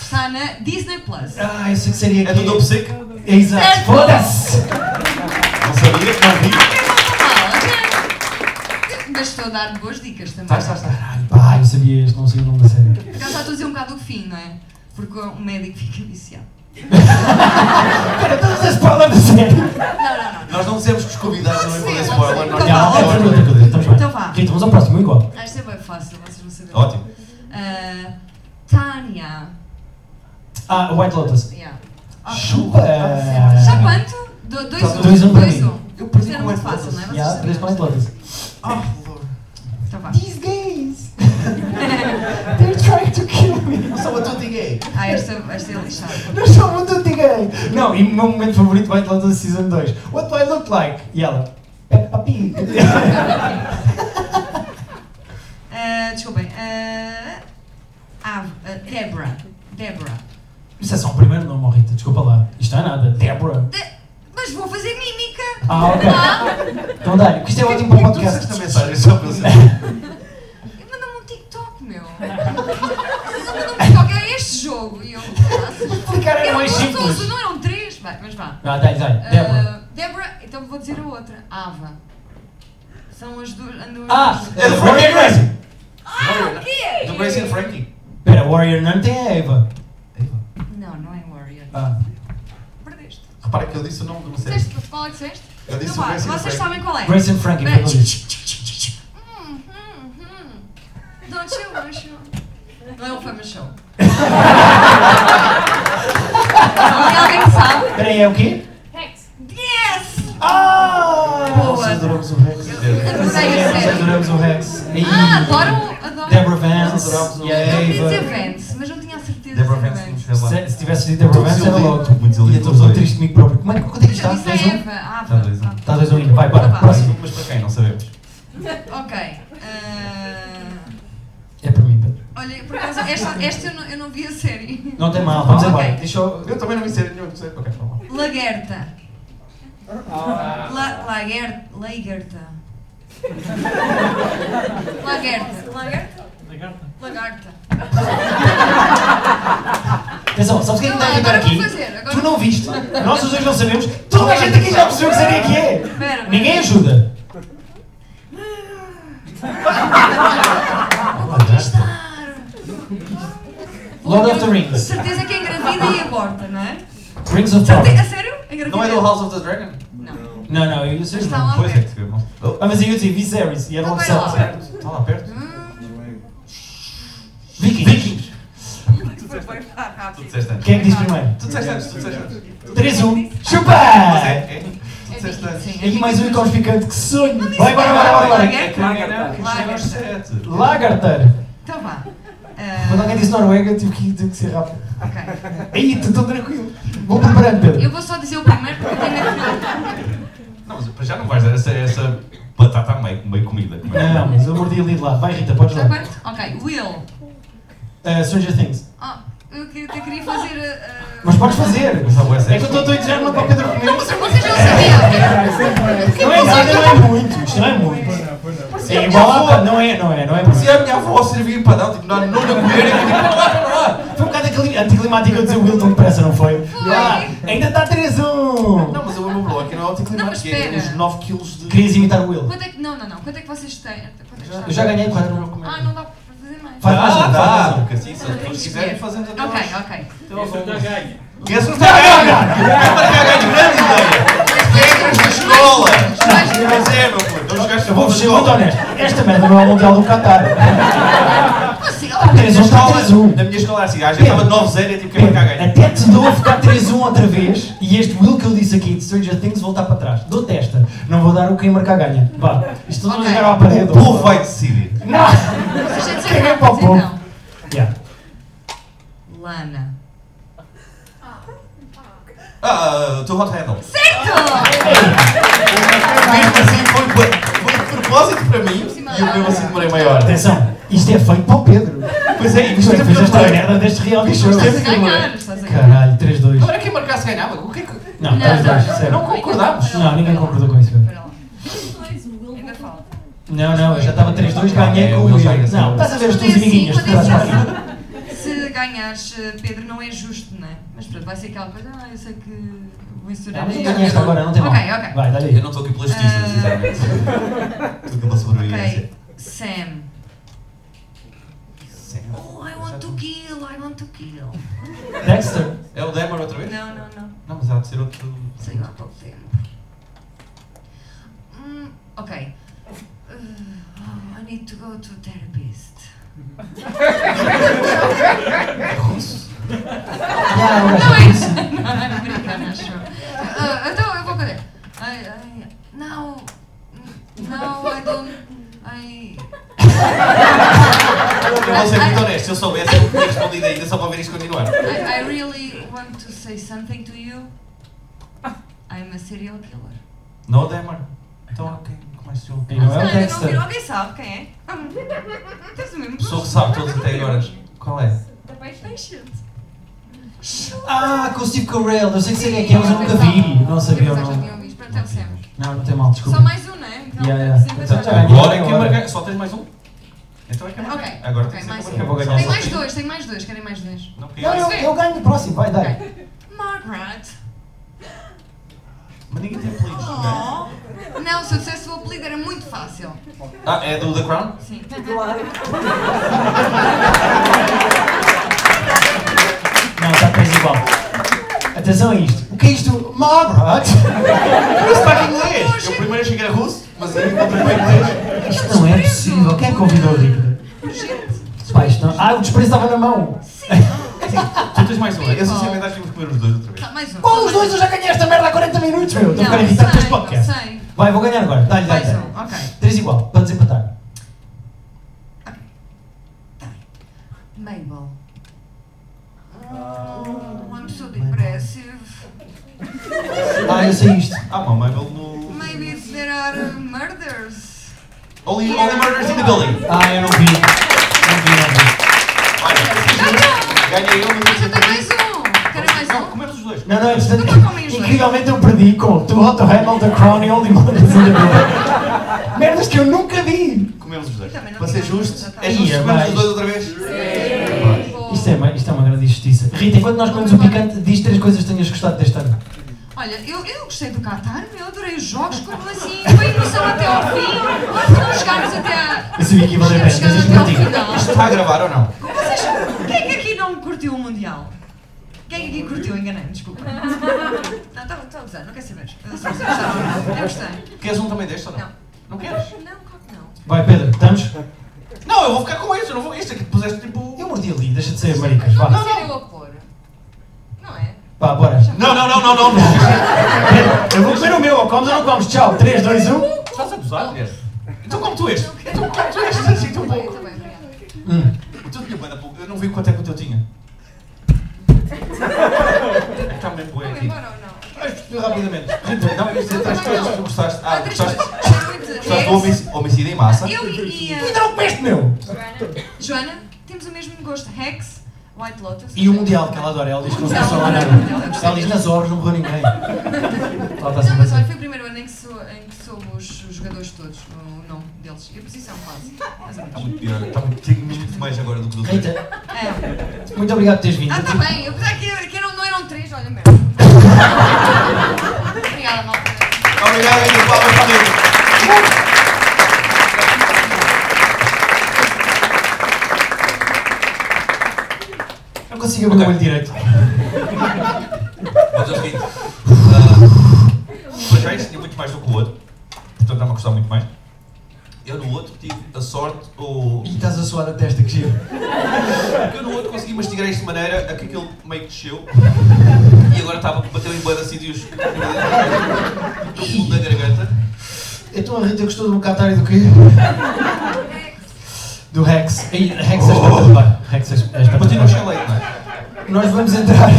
S11: Está na Disney Plus.
S1: Ah, eu sei que série é que é.
S2: É do Dope Sick?
S1: É exato.
S11: Certo.
S1: Foda-se!
S2: Não sabia, não vi.
S11: Mas estou a dar boas dicas também.
S2: Tá, tá, tá.
S1: Pá, eu sabia, este não sei o nome da série.
S11: Por acaso já estou a dizer um bocado o fim, não é? Porque o médico fica viciado.
S1: Cara, todas as palavras da série.
S11: Não, não, não.
S2: Nós não dissemos que os convidados não iam fazer
S11: Sim,
S2: spoiler.
S11: sim.
S2: Nós
S11: Então
S1: Já,
S11: vá,
S2: não
S1: outra
S2: dissemos spoiler.
S1: pergunta, Pedro, estamos bem.
S11: Então vá.
S1: Rita, vamos ao próximo, igual.
S11: Acho que isto é bem fácil, vocês não sabem.
S2: Ótimo.
S11: Ah, Tânia.
S1: Ah, White Lotus.
S11: Yeah.
S1: Chupa!
S11: Já quanto? Do, dois,
S1: Tá,
S11: um.
S1: dois um para mim.
S11: um.
S2: Eu perdi
S11: Era
S2: com
S11: muito
S2: White
S11: fácil, não é? Vocês
S1: Já,
S11: sabiam.
S1: três
S2: né?
S1: com White Lotus.
S2: Ah, Lord.
S11: Então vá.
S1: These gays! They're trying to kill me!
S2: Não sou a tudo gay.
S11: Ah, esta, esta é lixada.
S1: Não sou muito anti-gay! Não, e o meu momento favorito White Lotus Season 2. What do I look like? E ela, Peppa Pig!
S11: Ah, Ah, desculpem. ah, ah, ah, Débora. Débora.
S1: Isso é só o primeiro nome, oh, Rita, desculpa lá. Isto não é nada. Débora.
S11: De- Mas vou fazer mímica.
S1: Ah, ok.
S11: Ah,
S1: Então dá-lhe, porque isto é ótimo para o podcast.
S2: Esta mensagem só para você.
S11: Manda-me um TikTok, meu. Manda-me um TikTok. É este jogo. E eu "Ah,
S1: Explicar era
S11: Eu-
S1: mais
S11: eu sou-
S1: simples.
S11: Não eram três. Vai, mas vá.
S1: Ah, dá-lhe, dá-lhe.
S11: Ah,
S1: Débora.
S11: Débora, então vou dizer a outra. Ava. São as duas. andam as
S1: Ah,
S11: duas-
S1: é do Warrior Gracie.
S11: Ah, o quê?
S2: Do Gracie and Frankie.
S1: Espera, Warrior Nun tem a Eva.
S11: Não, não é Warrior.
S1: Ah,
S11: Perdeste.
S2: Repara que eu disse o nome de uma série.
S11: Disseste, qual é que disseste?
S2: Eu disse
S11: não
S2: o
S11: vá,
S2: Gracie and
S11: vocês
S2: Frankie.
S11: sabem qual é.
S1: Grace and Frankie.
S11: Bem,
S1: pelo menos.
S11: hum, hum, hum. Don't you wish you... Não é o Fama Show. Não, alguém que sabe?
S1: Espera aí, é o quê?
S10: Rex.
S11: Yes!
S1: Ah!
S11: Boa.
S1: Nós adoramos o Rex.
S11: adorei a
S1: Nós
S11: série.
S1: adoramos o Rex. Aí,
S11: Ah, adoro, adoro.
S1: Deborah Vance
S2: Nós adoramos o
S1: e a
S11: Eu queria dizer
S1: Eva.
S11: Vance, mas não tinha a certeza
S2: Deborah
S11: se era
S2: Vance,
S11: Vance.
S2: sei lá.
S1: Se, se tivesse dito Deborah
S2: Muito
S1: Vance, era
S2: desiludido, muito
S1: logo. E eu
S2: desiludido com
S1: estou
S2: os
S1: tão
S2: dois.
S1: triste comigo próprio. Como é que quanto é que
S11: Mas
S1: está?
S11: eu disse
S1: Dois,
S11: a
S1: um?
S11: Eva.
S2: Tá,
S11: Ava.
S2: dois, um.
S1: Está 2 a 1. Vai, bora.
S11: Tá, vai.
S1: Próximo.
S2: Mas para quem? Não sabemos.
S11: Ok. ah,
S1: É para mim, Pedro.
S11: Olha, por acaso, esta, esta eu, não, eu não vi a série.
S1: Não tem mal, vamos
S11: Ok.
S1: embora. Deixa eu.
S2: Eu também não vi série nenhuma, não sei para quem falar.
S11: Lagerta. La, lager, lagerta. Lagerta.
S6: Lagarto?
S11: Lagarta.
S1: Atenção, sabes o que é que
S11: Não,
S1: está a irritar
S11: agora
S1: aqui?
S11: vou fazer, agora
S1: Tu
S11: vou
S1: não viste, nós os dois não sabemos, toda a gente aqui já percebeu que série é que é.
S11: Espera,
S1: Ninguém ajuda.
S11: Conquistar.
S1: Lord of the Rings.
S11: Certeza que é engravida e aborta, não é?
S1: Rings of
S11: Certe- A
S1: Power.
S11: sério? Engravida
S2: Não
S11: e
S2: é do
S11: aborta?
S2: House of the Dragon?
S11: Não.
S1: Não, não, eu sei
S11: Está
S1: não.
S11: lá
S2: Pois é,
S11: perto.
S2: que vemos.
S1: Ah, mas eu disse Viserys e era logo
S11: Então vai
S1: certo.
S11: lá.
S2: Está lá perto?
S1: Vikings. Vikings.
S11: Foi- Foi
S2: Tu
S11: rápido.
S2: disseste antes.
S1: Quem é que diz primeiro?
S2: Tu disseste antes, tu disseste antes.
S1: 3, 1, chupa!
S2: Mas é, é. Tu
S11: É
S2: disseste antes.
S11: Vikings, sim, é
S1: E mais um
S11: Vikings.
S1: encontro picante, que sonho!
S11: Não disse
S1: Vai, bora, bora, bora, bora!
S11: Lagerta.
S1: Lagartar!
S11: Então vá.
S1: Quando alguém
S11: Ah,
S1: disse Noruega, tive que, tive que ser rápido.
S11: ok.
S1: Aí, estou tão tranquilo. Vou preparando, Pedro.
S11: Eu vou só dizer o primeiro porque eu tenho a
S2: Não, mas para já não vais dar essa, essa batata a meio, meio comida. como é?
S1: Não, mas eu mordi ali de lado. Vai, Rita, podes lá.
S11: Está perto? Ok. Will.
S1: Uh, Stranger Things.
S11: Ah, eu que- até queria fazer. ah, ah,
S1: Mas podes fazer.
S2: Mas há boa
S1: É que eu
S2: série.
S1: estou a doidejar uma para o Pedro comer.
S11: Não, mas vocês não sabiam.
S1: Não é nada, não é muito. Isto não é muito. É igual à pa- Não é, não é, não é.
S2: Se a minha avó servia para dar, tipo, não, não lhe comer, eu digo, "Ah, ah, ah."
S1: Foi um bocado aquele- anticlimático eu dizer o Wilton depressa, não foi? Ah, ainda um. está 3-1.
S2: Não, mas o meu bloco não é
S11: Não, mas
S2: anticlimático, é
S11: espera.
S2: uns 9 quilos de...
S1: Querias imitar o Will?
S11: Quanto é que. Não, não, não. Quanto é que vocês têm? Quanto é que está?
S1: Eu já ganhei um. 4
S11: Ah, não dá para fazer mais.
S1: Faz mais um, faz mais um.
S2: porque assim, se as pessoas quiserem, fazemos até
S11: Ok,
S2: nós. Então,
S11: ok.
S1: é
S2: Esse não está a ganhar! É para cá ganho grande ideia!
S1: é
S2: Regras da escola! Mas é, meu puto, vamos jogar
S1: Eu
S2: futebol
S1: vou ser
S2: na
S1: muito
S2: escola.
S1: honesto. Esta merda não é o Mundial do Qatar.
S11: Assim,
S1: Está 3-1, está 3-1.
S2: Na minha escola era assim, a gente estava 9-0 e tipo, quem vai cá ganha?
S1: Até te dou a ficar 3-1 outra vez e este Will que eu disse aqui de Stranger Things voltar para trás. Dou testa. Não vou dar o quem marcar ganha. Vá. Isto não
S11: Ok.
S1: okay. jogar à parede.
S2: O povo vai decidir.
S1: Não!
S11: Vocês já
S1: Quem é
S11: disseram
S1: para o
S11: rápido,
S1: povo?
S11: então.
S1: Yeah.
S11: Lana.
S2: Ah, tu hot handle.
S11: Certo!
S1: é
S2: Mesmo assim, foi, foi de propósito para mim e eu mesmo assim demorei meia hora.
S1: Atenção, isto é feito para o Pedro.
S2: Pois é, e
S1: Isto
S2: isto
S1: é
S2: é
S1: esta
S2: para
S1: merda deste reality show.
S2: Isto é-
S11: Estás a ganhar, estás a ganhar.
S1: Caralho, 3-2.
S2: Agora quem marcasse ganhava. O que é que.
S1: Não,
S11: Não, não,
S1: 3-2,
S11: não,
S1: sério.
S2: não concordámos.
S1: Não, ninguém concordou com isso.
S11: Espera lá.
S5: Dois, o Will
S11: Ainda
S5: voltou.
S11: fala.
S1: Não, não, eu já estava 3-2, ganhei
S2: É,
S1: com o
S2: eu já
S1: Will.
S2: ia ser.
S1: Não, estás a ver as
S11: Quando é
S1: tuas
S11: assim,
S1: amiguinhas de
S11: quando é
S1: trás
S11: assim,
S1: para cima.
S11: Se ganhares, eh, Pedro, não é justo, não é? Mas pronto, vai ser aquela coisa, ah, eu sei que é vou
S1: Não,
S11: estourar.
S1: mas tu ganhaste agora, não tem mal.
S11: Ok, ok.
S1: Vai, dá-lhe.
S2: Eu não estou aqui pela justiça,
S11: Ah.
S2: sinceramente. Estou aqui pela sobrevivência.
S11: Ok, Sam. Oh, I want to kill, I want to kill.
S1: Dexter.
S2: É o Demar outra vez?
S11: Não, não, não.
S2: Não, mas há de ser outro.
S11: Saiu há pouco tempo. Hum, ok. Uh, oh, I need to go to therapist.
S2: É
S1: Yeah, eu
S11: Não
S1: gosto
S11: é
S1: disso.
S11: isso. Não, não é brincando, acho. Ah, então eu vou colher. Ai, ai, não. Não, I don't. I.
S2: Eu vou ser muito honesto, se eu soubesse, eu tinha respondido ainda só para ver isto continuar.
S11: I, I really want to say something to you. I'm a serial killer.
S2: Não, Demar. Então, ok. Como mais seu.
S1: Ele não é
S11: Não,
S1: um
S11: ele não virou,
S1: gangster.
S11: alguém sabe quem é? Tens o mesmo
S2: Pessoa que sabe todos até agora. Qual é?
S6: Da Paixão.
S1: Ah, com o Steve Carell, eu sei que sei quem é que é, mas eu nunca vi. Não sabia o nome. Não, não tem mal, desculpa.
S11: Só mais um, né? Então,
S1: Yeah, yeah.
S11: sempre
S1: Então,
S11: dois.
S1: tá bem.
S2: Agora é que
S1: Agora.
S2: marca. Só tens mais um? Então é que é marca.
S11: Ok.
S2: Agora
S11: Ok,
S2: tens
S11: mais
S2: que
S11: um.
S2: eu vou ganhar
S11: Tem
S2: só
S11: mais
S2: três.
S11: dois, tem mais dois, querem mais dois.
S2: Não, porque
S1: Não, eu, eu ganho no próximo, vai, dá.
S11: Margaret.
S2: Mas ninguém tem é? apelidos.
S11: Oh. Não, se eu dissesse o apelido era muito fácil.
S2: Ah, é do The Crown?
S11: Sim.
S1: Não, está quase igual. Atenção a isto. O que é isto? Margaret!
S11: É
S1: Who's fucking inglês?
S2: Eu primeiro cheguei a russo, mas eu encontrei bem inglês.
S1: Isto não é possível. Quem é que convidou o Rita? Pá, isto não. Ah, o desprezo estava na mão.
S2: Tu tens mais um. Eu sinceramente acho que vamos comer os dois outra vez.
S11: Tá, mais um.
S1: Qual os dois? Eu já ganhei esta merda há 40 minutos, meu. Então, tá, Estou a
S11: Não,
S1: ficar irritado com
S11: não sei,
S1: este podcast.
S11: não sei.
S1: Vai, vou ganhar agora. Dá-lhe,
S11: Mais
S1: dá-lhe.
S11: um, ok.
S1: 3 igual, para desempatar. é-
S11: um. Mabel. I'm so depressive.
S1: Ah, eu sei isto.
S2: Ah, mamãe, ele no.
S11: Maybe if there are murders.
S2: Only, only murders in the building.
S1: Ah, eu não vi. Não vi, não vi.
S2: Ganhei eu, mas
S11: Mas eu tenho mais um. Querem mais
S2: Não,
S11: um?
S2: comemos os dois.
S1: Não, não, é
S11: Não tá com
S1: portanto,
S11: isso.
S1: incrivelmente eu perdi com Too Hot to Handle, The Crown e Only Mothers in the Building. Merdas que eu nunca vi.
S2: Comemos os dois.
S11: Também não
S2: Para ser
S11: tem mais,
S2: justo,
S11: já tá.
S2: é justo
S1: Ia,
S2: comemos
S1: vai.
S2: os dois outra vez?
S11: Vou-
S1: Isto é, uma, isto é uma grande injustiça. Rita, enquanto nós comemos o picante, diz três coisas que tenhas gostado deste ano.
S11: Olha, eu, eu gostei do Qatar, eu adorei os jogos, como assim? Foi emoção até ao fim. Não chegámos até à.
S1: Eu sabia que ia valer a pena, mas
S11: Chegámos
S1: isto é
S11: até ao
S1: contigo.
S11: final.
S2: Isto está a gravar ou não?
S11: Vocês, quem é que aqui não curtiu o Mundial? Quem é que aqui curtiu? Enganei-me, desculpa. Não, estou a gozar, não quero saber. Eu só gostei, eu gostei.
S2: Queres um também deste ou não?
S11: Não.
S2: Não queres?
S11: Não, claro que não.
S1: Vai, Pedro, estamos?
S2: Não, eu vou ficar com este, eu não vou. Este aqui puseste tipo.
S1: Eu mordi ali, deixa de ser maricas, vá.
S11: Não, não. eu a pôr. Não é?
S1: Vá, bora.
S2: Não, não, não, não, não.
S1: Pedro, eu vou comer o meu, ou comes ou não comes. Tchau, um. 3, 2, 1.
S2: Estás a gozar, mulher? Então como tu este? Então como tu este?
S11: Ah, é tá
S2: Assim tão pouco.
S11: Também, obrigada.
S1: Hum.
S2: Tu tinha bué da pouco. Eu não vi quanto é que o teu tinha. Está tá mesmo bué
S11: Vamos
S2: aqui.
S11: embora ou não?
S2: Mas, Rapidamente. Rita, não, isto é três coisas que tu gostaste. Ah,
S11: Há três coisas.
S2: gostaste. Gostaste do
S11: Quero dizer,
S2: homic- homicídio em massa.
S11: Eu e, e a-
S1: Ainda não comeste, meu.
S11: Joana temos o mesmo gosto. Hex, White Lotus.
S1: E o Mundial, que ela adora, ela diz que não se
S11: Mundial,
S1: passou lá nada.
S11: Mundial, eu gostei
S1: Ela diz nas obras, não morreu ninguém. Ela está
S11: Não, mas olha,
S1: sempre assim.
S11: foi o primeiro ano em que, sou, em que soube os, os jogadores todos, o nome deles. E a posição quase. Mais
S2: Está
S11: ou menos.
S2: Tá muito pior. Está muito, tenho muito mais agora do que do outro.
S1: Rita,
S11: É.
S1: muito obrigado por teres vindo.
S11: Ah,
S1: Eu
S11: tá
S1: tive-
S11: bem. Eu pensava que, que eram, não eram três, olha mesmo. Obrigada, malta.
S2: Obrigado, Rita. Palmas para a Rita.
S1: Não consigo abrir o olho direito.
S2: Mas é o seguinte. ah, Para já isso tinha muito mais do que o outro. Portanto, está-me a gostar muito mais. Eu no outro tive a sorte, ou.
S1: E estás a suar a testa, que giro.
S2: Eu no outro consegui mastigar isto de maneira a que aquilo meio que desceu. E agora estava bateu em bué de sítios no fundo da garganta.
S1: Então a Rita gostou do Qatar e do quê? Do Rex. Ei, Rex é
S2: Oh.
S1: espetacular. Rex é
S2: Bati no
S1: espetacular.
S2: chaleiro, não é?
S1: Nós vamos entrar.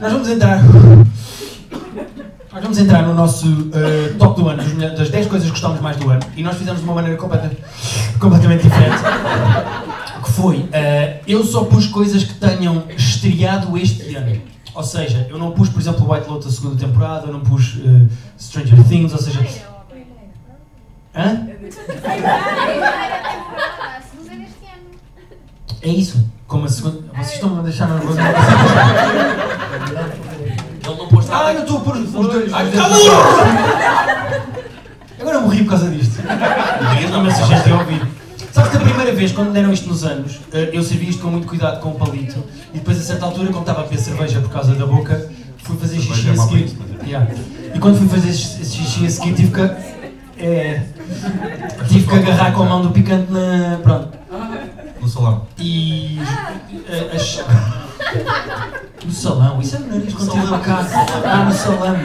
S1: Nós vamos entrar. Nós vamos entrar no nosso eh, top do ano, dos melhor- das 10 coisas que gostámos mais do ano, e nós fizemos de uma maneira completa- completamente diferente. Que foi, eh, eu só pus coisas que tenham estreado este ano. Ou seja, eu não pus, por exemplo, White Lotus a segunda temporada, eu não pus eh, Stranger Things, ou seja. Hã?
S10: A segunda deste ano.
S1: É isso. Como a segunda. Vocês estão a deixar na rua.
S2: Ele não pôs
S1: Ah,
S2: nada.
S1: eu estou a pôr os dois.
S2: Ai,
S1: os dois- Agora eu morri por causa disto. Eu não me assististe a ouvir. Sabes que a primeira vez, quando deram isto nos anos, eh, eu servi isto com muito cuidado com o palito e depois a certa altura, como estava a beber cerveja por causa da boca, fui fazer xixi
S2: Cerveja é
S1: a
S2: mau para
S1: seguir.
S2: isso, mas é.
S1: Yeah. E quando fui fazer xixi xixi a seguir tive que. eh, tive que agarrar com a mão do picante na. Pronto.
S2: No salão.
S1: E. eh, as- No salão, isso é no nariz quando tira para casa. Ah, no salão.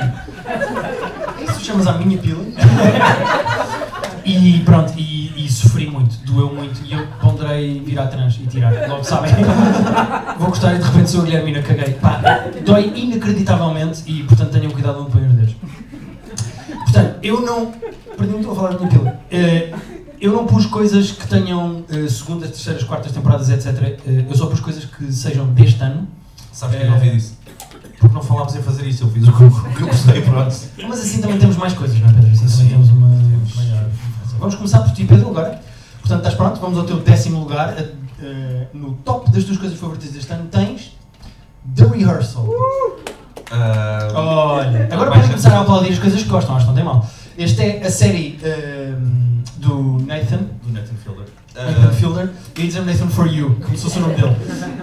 S1: Isso chamas à minha pila. E pronto, e, e sofri muito, doeu muito. E eu ponderei virar trans e tirar, logo sabem. Vou gostar e de repente sou a Guilhermina, caguei. Pá, dói inacreditavelmente e portanto tenham cuidado onde põem os dedos. Portanto, eu não. perdi-me, estou a falar da minha pila. Eh, eu não pus coisas que tenham eh, segundas, terceiras, quartas temporadas, etc. Eh, eu só pus coisas que sejam deste ano.
S2: Sabes que
S1: Eh,
S2: eu não fiz isso? Porque não falámos em fazer isso, eu fiz o que o que eu gostei, pronto.
S1: Mas assim também temos mais coisas, não é, Pedro? Assim também temos uma. maior informação. Vamos começar por ti, Pedro, agora. Portanto, estás pronto? Vamos ao teu décimo lugar. Eh, eh, no top das tuas coisas favoritas deste ano tens The Rehearsal.
S2: Ah,
S1: Olha, agora
S2: mais
S1: podem começar a aplaudir as coisas que gostam, acho que não tem mal. Esta é a série ehm, do Nathan,
S2: Do Nathan Fielder.
S1: Nathan Ah, Fielder, e dizer Nathan For You, como se fosse o nome dele.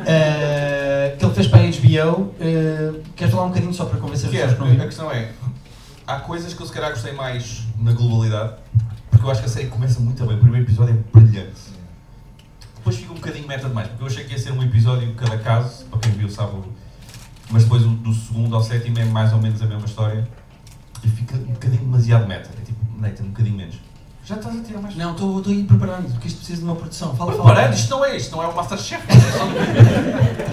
S1: Eh, que ele fez para a HBO. eh, queres falar um bocadinho só para
S2: Ah,
S1: convencer as pessoas que não
S2: Quero, a
S1: viram?
S2: questão é, há coisas que eu se calhar gostei mais na globalidade, porque eu acho que a série começa muito bem, o primeiro episódio é brilhante. Depois fica um bocadinho meta demais, porque eu achei que ia ser um episódio cada caso, para quem viu sabe, o- mas depois o- do segundo ao sétimo é mais ou menos a mesma história, e fica um bocadinho demasiado meta, é tipo, Nathan, um bocadinho menos. Já estás a tirar mais?
S1: Não, estou estou aí preparando, porque isto precisa de uma produção. Fala, fala.
S2: Preparando, isto não é isto, não é o Masterchef, é só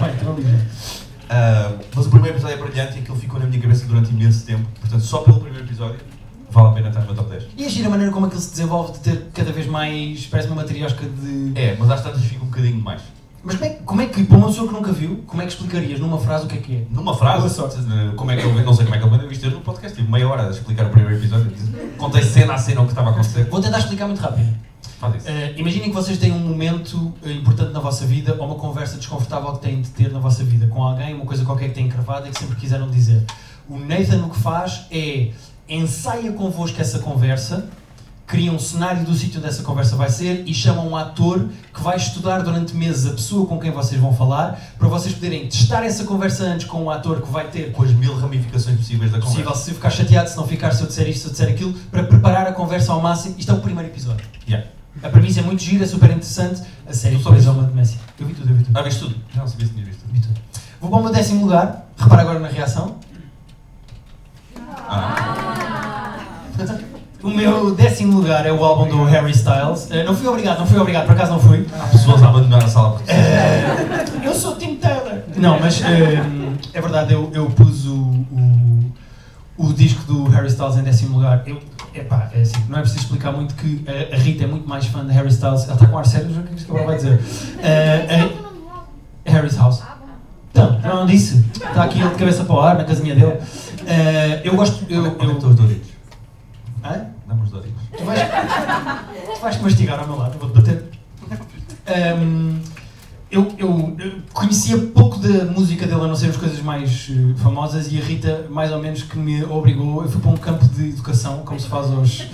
S1: Vai, então liga.
S2: Uh, mas o primeiro episódio é brilhante e aquilo ficou na minha cabeça durante imenso tempo. Portanto, só pelo primeiro episódio, vale a pena estar no meu top 10.
S1: E é gira a maneira como aquilo se desenvolve de ter cada vez mais. parece uma matriosca de.
S2: É, mas às tantas fica um bocadinho mais.
S1: Mas como é, como é que, para uma pessoa que nunca viu, como é que explicarias numa frase o que é que é?
S2: Numa frase,
S1: Boa sorte.
S2: uh, como é que eu, não sei como é que ele mandou isto hoje no podcast, tive meia hora a explicar o primeiro episódio. Contei cena a cena o que estava a acontecer.
S1: Vou tentar explicar muito rápido.
S2: Faz isso.
S1: Eh, imaginem que vocês têm um momento eh, importante na vossa vida ou uma conversa desconfortável que têm de ter na vossa vida com alguém, uma coisa qualquer que têm cravada e que sempre quiseram dizer. O Nathan o que faz é ensaia convosco essa conversa, cria um cenário do sítio onde essa conversa vai ser e chama um ator que vai estudar durante meses a pessoa com quem vocês vão falar para vocês poderem testar essa conversa antes com o ator que vai ter
S2: Com as mil ramificações possíveis da conversa.
S1: É possível, se eu ficar chateado, se não ficar, se eu disser isto, se eu disser aquilo, para preparar a conversa ao máximo. Isto é o primeiro episódio.
S2: Yeah.
S1: A premissa é muito gira, é super interessante. A série
S2: Tu
S1: sobre
S2: sabes?
S1: a de Messi. Eu vi tudo, eu vi tudo.
S2: Ah, viste tudo? Já não sabia se tinha visto.
S1: Vi tudo. Vou para o meu décimo lugar. Repara agora na reação.
S2: Ah,
S1: O meu décimo lugar é o álbum do Harry Styles. Eh, Não fui obrigado, não fui obrigado, por acaso não fui.
S2: Há pessoas a abandonar a sala porque
S1: É. Eu sou Tim Taylor. Não, mas eh, é verdade, eu, eu pus o, o, o disco do Harry Styles em décimo lugar. Eu, epá, é assim, não é preciso explicar muito que eh, a Rita é muito mais fã de Harry Styles. Ela está com ar sério, mas o que é que isto agora vai dizer? Eh, eh, Harry's House. Então, não disse. Está aqui ele de cabeça para o ar, na casinha dele. Eh, eu gosto. Eu,
S2: eu, eu
S1: eu,
S2: estou é os Doritos.
S1: Hã?
S2: Dá-me os Doritos.
S1: Tu vais, tu vais mastigar ao meu lado, eu vou-te bater. Ahm, eu, eu, eu conhecia pouco da música dele, a não ser as coisas mais eh, famosas, e a Rita, mais ou menos, que me obrigou. Eu fui para um campo de educação, como se faz aos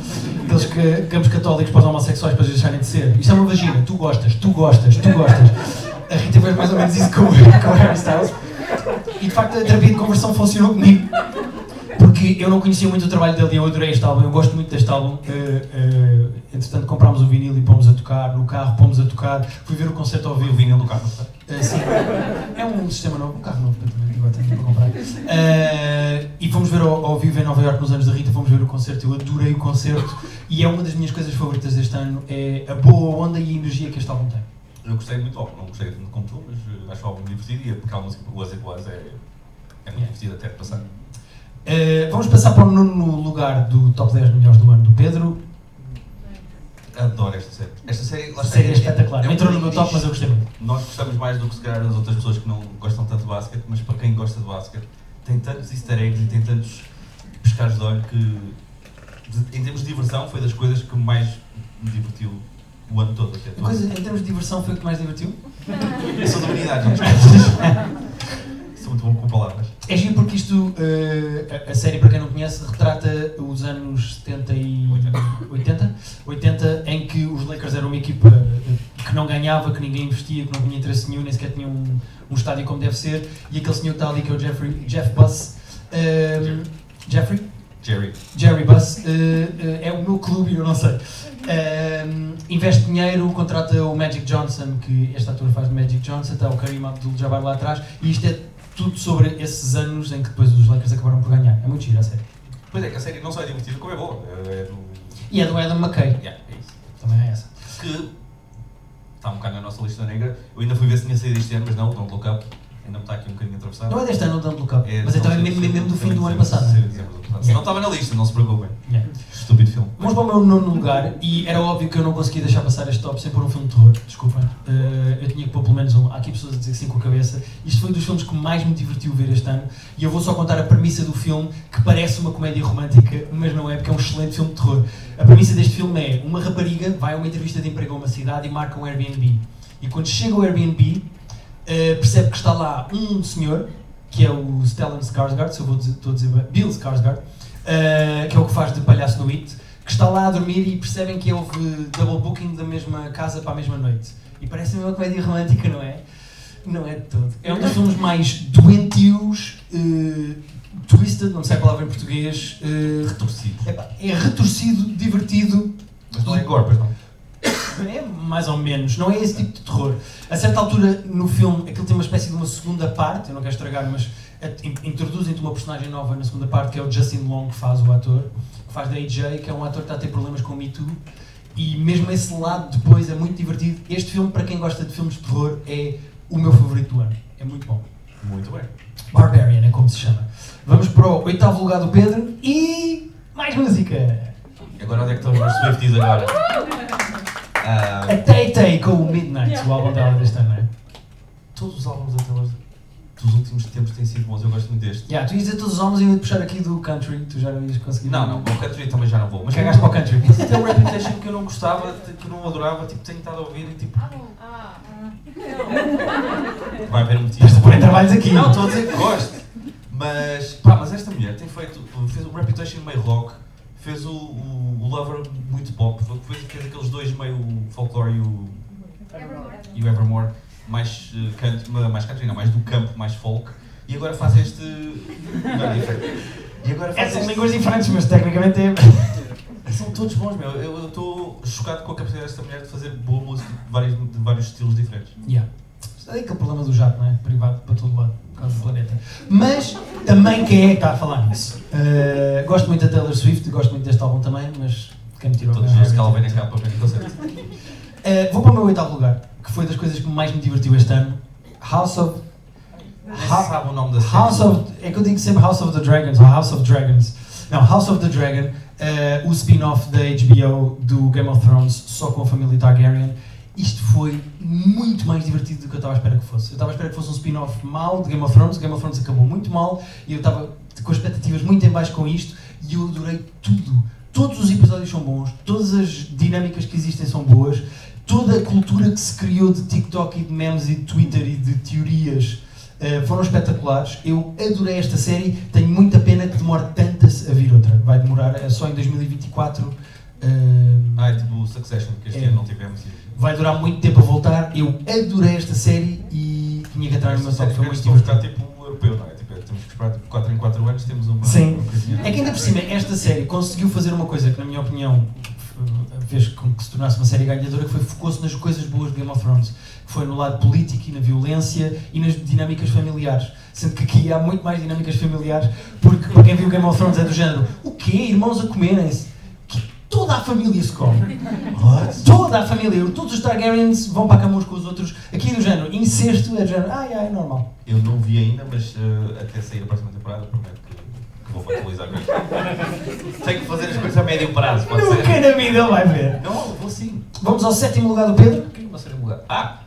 S1: aqueles ca- campos católicos para os homossexuais para eles deixarem de ser. Isto é uma vagina, tu gostas, tu gostas, tu gostas. A Rita fez mais ou menos isso com, com o Harry Styles. E de facto, a terapia de conversão funcionou comigo porque eu não conhecia muito o trabalho dele e eu adorei este álbum, eu gosto muito deste álbum. Eh, eh, entretanto, comprámos o vinil e pomos a tocar, no carro pomos a tocar, fui ver o concerto ao
S2: Vi
S1: vivo.
S2: o vinil do carro.
S1: Eh, sim, é um sistema novo, um carro novo, portanto, agora tenho para comprar. Eh, e fomos ver ao, ao vivo em Nova Iorque nos anos da Rita, fomos ver o concerto, eu adorei o concerto e é uma das minhas coisas favoritas deste ano, é a boa onda e a energia que este álbum tem.
S2: Eu gostei muito do álbum, não gostei tanto como tu, mas eh, acho o álbum divertido e porque a música do Oas e Boas é, é muito divertida até de passar.
S1: Eh, vamos passar para o nono lugar do top 10 melhores do ano do Pedro.
S2: Adoro esta série. Esta série, lá
S1: A
S2: está,
S1: série é espetacular.
S2: é um
S1: Entrou no meu
S2: bocadinho
S1: top, mas eu
S2: nicho.
S1: gostei muito.
S2: Nós gostamos mais do que se calhar as outras pessoas que não gostam tanto de basquete, mas para quem gosta de basquete, tem tantos easter eggs e tem tantos pescados de olho que, de- em termos de diversão, foi das coisas que mais me divertiu o ano todo. Até
S1: A coisa, eh, em termos de diversão, foi o que mais divertiu.
S2: Eu sou de humanidade, não desculpa. Sou muito bom com palavras.
S1: É giro porque isto, eh, a- a série, para quem não conhece, retrata os anos 70 e 80, 80 em que os Lakers eram uma equipa eh, que não ganhava, que ninguém investia, que não tinha interesse nenhum, nem sequer tinha um, um estádio como deve ser, e aquele senhor que está ali que é o Jeffrey, Jeff Buss, eh, Jeffrey?
S2: Jerry.
S1: Jerry Buss eh, eh, é o meu clube, eu não sei. Eh, investe dinheiro, contrata o Magic Johnson, que esta ator faz de Magic Johnson, está o Karim Abdul-Jabbar lá atrás, e isto é tudo sobre esses anos em que depois os Lakers acabaram por ganhar. É muito giro, a sério.
S2: Pois é, que a série não só é divertida, como é boa. É do...
S1: E é do Adam McKay,
S2: Yeah, é isso. tá
S1: também é essa.
S2: que está um bocado na nossa lista negra. Eu ainda fui ver se tinha saído este ano, mas não, Don't Look Up. Ainda me está aqui um bocadinho atravessado.
S1: Não é deste ano, não dando look up.
S2: É,
S1: Mas então
S2: não,
S1: é
S2: sim,
S1: mesmo,
S2: sim,
S1: mesmo do
S2: sim,
S1: fim
S2: sim,
S1: do ano
S2: sim,
S1: passado. é?
S2: sim, sim, sim. Não estava na lista, não se preocupem.
S1: Yeah.
S2: Estúpido filme.
S1: Vamos para o meu nono lugar e era óbvio que eu não conseguia deixar passar este top sem pôr um filme de terror, desculpem. Eh, eu tinha que pôr pelo menos um. Há aqui pessoas a dizer que sim com a cabeça. Isto foi um dos filmes que mais me divertiu ver este ano e eu vou só contar a premissa do filme, que parece uma comédia romântica, mas não é, porque é um excelente filme de terror. A premissa deste filme é uma rapariga vai a uma entrevista de emprego a uma cidade e marca um Airbnb. E quando chega ao Airbnb, eh, percebe que está lá um senhor, que é o Stellan Skarsgård, se eu vou dizer, estou a dizer bem, Bill Skarsgård, eh, que é o que faz de palhaço no IT, que está lá a dormir e percebem que houve double booking da mesma casa para a mesma noite. E parece uma comédia romântica, não é? Não é de todo. É um dos filmes mais doentios, eh, twisted, não sei a palavra em português. eh,
S2: Retorcido.
S1: epá, é retorcido, divertido.
S2: Mas não é gore, pois não.
S1: É mais ou menos, não é esse tipo de terror. A certa altura no filme, aquilo tem uma espécie de uma segunda parte, eu não quero estragar, mas eh, in- introduzem-te uma personagem nova na segunda parte, que é o Justin Long, que faz o ator, que faz da AJ, que é um ator que está a ter problemas com o Me Too, e mesmo esse lado depois é muito divertido. Este filme, para quem gosta de filmes de terror, é o meu favorito do ano. É muito bom.
S2: Muito bem.
S1: Barbarian é como se chama. Vamos para o oitavo lugar do Pedro e mais música.
S2: Agora onde é que estão os meus Swifties agora? Ah,
S1: A Tay Tay com o Midnight, o álbum dela deste ano, não é?
S2: todos os álbuns da Taylor dos últimos tempos têm sido bons, eu gosto muito deste.
S1: Yeah, tu ias dizer todos os homens e eu ia puxar aqui do country, tu já não ias conseguir.
S2: Não, não, o country também já não vou. Mas
S1: Cagaste para o country.
S2: Mas até é o Reputation que eu não gostava, que eu não adorava, tipo, tenho estado a ouvir e tipo,
S10: Ah, bom. Ah.
S2: vai haver um motivo.
S1: Estás a pôr em trabalhos aqui.
S2: Não, estou a dizer que gosto. Mas, pá, mas esta mulher tem feito, fez o Reputation meio rock, fez o, o, o Lover muito pop, fez, fez aqueles dois meio folclore e o,
S10: Evermore.
S2: e o Evermore, mais, eh, canto, ma- mais country, não, mais do campo, mais folk, e agora faz este... Não, é diferente. E agora
S1: É,
S2: faz
S1: são
S2: este...
S1: línguas diferentes, mas tecnicamente é.
S2: São todos bons, meu. Eu eu estou chocado com a capacidade desta mulher de fazer boa música de vários, de vários estilos diferentes.
S1: Yeah. É aquele problema do jato, não é? Privado para todo lado, por causa do planeta. Mas também quem é que está a falar nisso? Uh, gosto muito da Taylor Swift, gosto muito deste álbum também, mas quem me tirou é
S2: Todos
S1: a
S2: os
S1: ganhar-
S2: dias que ela vem na capa, vem no concerto.
S1: Uh, Vou para o meu oitavo lugar, que foi das coisas que mais me divertiu este ano. House of
S2: Nem sabe o nome da série.
S1: House of, é que eu digo sempre House of the Dragons, ou House of Dragons. Não, House of the Dragon, eh, o spin-off da HBO do Game of Thrones, só com a família Targaryen. Isto foi muito mais divertido do que eu estava à espera que fosse. Eu estava à espera que fosse um spin-off mau de Game of Thrones, Game of Thrones acabou muito mal, e eu estava com expectativas muito em baixo com isto, e eu adorei tudo. Todos os episódios são bons, todas as dinâmicas que existem são boas, toda a cultura que se criou de TikTok e de memes e de Twitter e de teorias Uh, foram espetaculares. Eu adorei esta série. Tenho muita pena que demore tanto a a vir outra. Vai demorar é só em 2024. uh,
S2: Ah, é tipo o Succession, que este
S1: É.
S2: ano não tivemos.
S1: vai demorar muito tempo a voltar. Eu adorei esta série e tinha que entrar no meu top. Foi muito
S2: Temos que
S1: divertido.
S2: esperar tipo um europeu, não é? Tipo, é, temos que esperar tipo 4 em 4 anos, temos uma.
S1: Sim.
S2: uma coisinha.
S1: É que ainda por cima, esta série conseguiu fazer uma coisa que, na minha opinião, f- fez com que se tornasse uma série ganhadora, que foi focou-se nas coisas boas de Game of Thrones. Que foi no lado político e na violência e nas dinâmicas familiares. Sendo que aqui há muito mais dinâmicas familiares, porque para quem viu Game of Thrones é do género o quê? Irmãos a comerem-se? Que Toda a família se come. Toda a família. Todos os Targaryens vão para a cama uns com os outros. Aqui é do género incesto é do género. Ai, ai, é normal.
S2: Eu não vi ainda, mas eh, até sair a próxima temporada, prometo que, que vou atualizar. Tenho que fazer as coisas a médio prazo, pode
S1: Nunca
S2: ser.
S1: na vida vai ver.
S2: Não, vou sim.
S1: Vamos ao sétimo lugar do Pedro.
S2: Quem vai ser o lugar? Ah!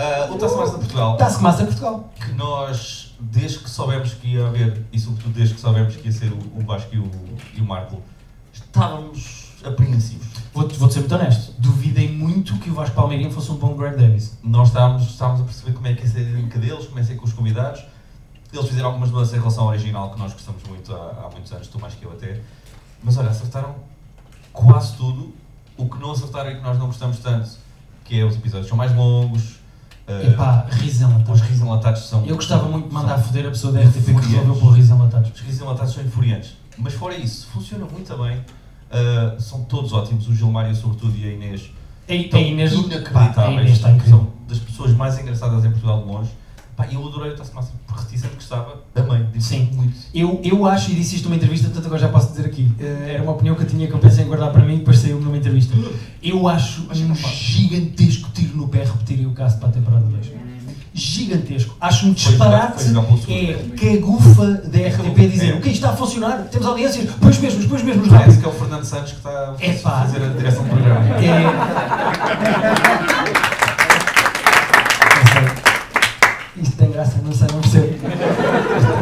S2: ah, o Taskmaster de Portugal.
S1: Taskmaster Portugal.
S2: que nós, desde que soubemos que ia haver, e sobretudo desde que soubemos que ia ser o, o Vasco e o, e o Marco, estávamos apreensivos.
S1: Vou-te vou ser muito honesto. Duvidei muito que o Vasco Palmeirinho fosse um bom Greg Davis.
S2: Nós estávamos, estávamos a perceber como é que ia ser a dinâmica deles, como é que ia ser com os convidados. Eles fizeram algumas mudanças em relação ao original, que nós gostamos muito há, há muitos anos, tu mais que eu até. Mas olha, acertaram quase tudo. O que não acertaram e que nós não gostamos tanto, que é os episódios são mais longos. eh,
S1: Epá, riso enlatado.
S2: os risos enlatados são...
S1: Eu gostava muito de mandar a
S2: são-
S1: foder a pessoa da RTP que
S2: Furias.
S1: resolveu pôr riso enlatados.
S2: Os risos enlatados são infuriantes. Mas fora isso, funcionam muito bem. Ah, são todos ótimos. O Gilmário, sobretudo, e a Inês.
S1: A, a
S2: estão
S1: Inês, pá, a
S2: inacreditáveis.
S1: Inês está incrível.
S2: são das pessoas mais engraçadas em Portugal de longe. Pá, eu adorei o Taskmaster, por reticente que estava, amei. Disse
S1: Sim.
S2: muito.
S1: Eu, eu acho, e disse isto numa entrevista, portanto agora já posso dizer aqui, eh, era uma opinião que eu tinha que eu pensei em guardar para mim e depois saiu-me numa entrevista. Eu é acho um gigantesco tiro no pé repetirem o caso para a temporada 2. Gigantesco. Acho um disparate, é cagufa da RTP dizer o que isto está a funcionar, temos audiências, pois mesmos, pois mesmos,
S2: Parece que é o Fernando Santos que está a
S1: Epá.
S2: fazer a direção do programa.
S1: É.
S2: É.
S1: Isto tem graça, não sei, não percebo.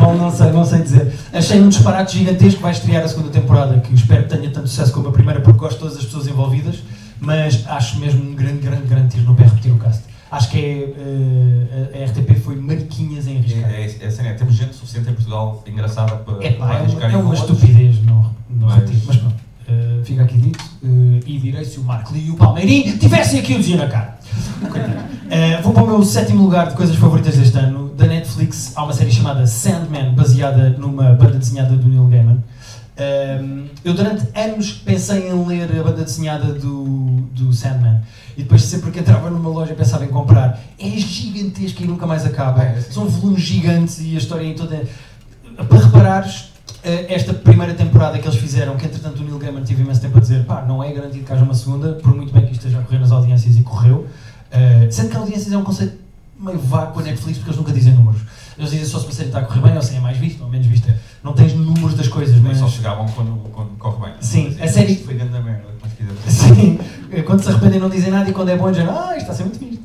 S1: Bom, não sei, não sei dizer. Achei um disparate gigantesco, vai estrear a segunda temporada, que espero que tenha tanto sucesso como a primeira, porque gosto de todas as pessoas envolvidas, mas acho mesmo um grande, grande, grande tiro no pé repetir o cast. Acho que é, eh, a a RTP foi marquinhas em risco.
S2: É, é, é, assim, é, temos gente suficiente em Portugal engraçada para,
S1: É pá,
S2: para
S1: é uma,
S2: arriscar
S1: é
S2: em
S1: uma
S2: rolas.
S1: estupidez não, não
S2: Mas-
S1: retiro, mas pronto. eh, fica aqui dito, eh, e direi se o Marco Lee e o Palmeirinho tivessem aqui o dinheiro na cara. Coitado. Eh, vou para o meu sétimo lugar de coisas favoritas deste ano. Da Netflix há uma série chamada Sandman, baseada numa banda desenhada do Neil Gaiman. Ehm, eu durante anos pensei em ler a banda desenhada do, do Sandman. E depois sempre que entrava numa loja pensava em comprar. É gigantesca e nunca mais acaba. São volumes gigantes e a história é toda para reparares, eh, esta primeira temporada que eles fizeram, que entretanto o Neil Gaiman tive imenso tempo a dizer, pá, não é garantido que haja uma segunda, por muito bem que isto esteja a correr nas audiências e correu. Eh, sendo que audiências é um conceito meio vago com a Netflix, porque eles nunca dizem números. Eles dizem só se uma série está a correr bem, ou se é mais vista ou menos vista. Não tens números das coisas, é mas...
S2: Só chegavam quando, quando corre bem.
S1: Sim,
S2: Mas
S1: a série-
S2: Isto foi grande merda, mas fizemos.
S1: Sim, Eh, quando se arrependem não dizem nada e quando é bom dizem, ah, isto está a ser muito visto.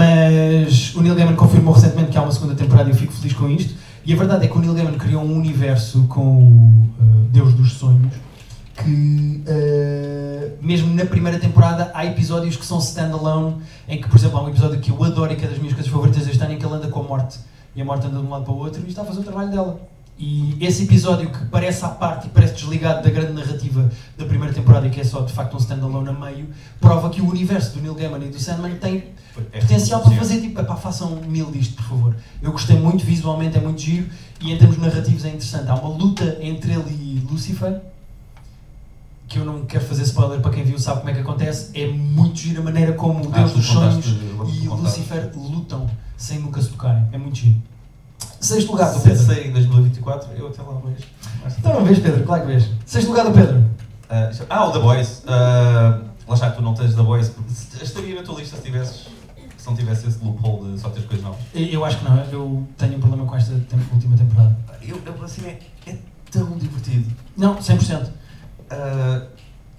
S1: Mas o Neil Gaiman confirmou recentemente que há uma segunda temporada e eu fico feliz com isto. E a verdade é que o Neil Gaiman criou um universo com o eh, Deus dos Sonhos que eh, mesmo na primeira temporada há episódios que são standalone em que, por exemplo, há um episódio que eu adoro e que é das minhas coisas favoritas deste ano em que ele anda com a morte e a morte anda de um lado para o outro e está a fazer o trabalho dela. E esse episódio que parece à parte e parece desligado da grande narrativa da primeira temporada e que é só de facto um standalone a meio, prova que o universo do Neil Gaiman e do Sandman tem
S2: É,
S1: potencial para fazer tipo, pá, façam mil disto, por favor. Eu gostei muito, visualmente é muito giro e em termos narrativos é interessante. Há uma luta entre ele e Lucifer, que eu não quero fazer spoiler para quem viu sabe como é que acontece, é muito giro a maneira como o
S2: Ah,
S1: Deus
S2: tu
S1: dos
S2: contaste,
S1: Sonhos
S2: logo
S1: e
S2: tu contaste.
S1: Lucifer lutam sem nunca se tocarem. É muito giro. Sexto lugar do
S2: Se
S1: Pedro.
S2: sair em 2024, eu até lá vejo.
S1: Então não vês, Pedro, claro que vês. Sexto lugar do Pedro.
S2: Ah, já- ah, o The Boys. Ah, lá está, tu não tens The Boys, porque se- estaria na tua lista se tivesses. Se não tivesse esse loophole de só teres coisas novas.
S1: Eu eu acho que não, eu tenho um problema com esta tem- última temporada.
S2: Eu, eu assim, é, é tão divertido.
S1: Não, 100%.
S2: Ah,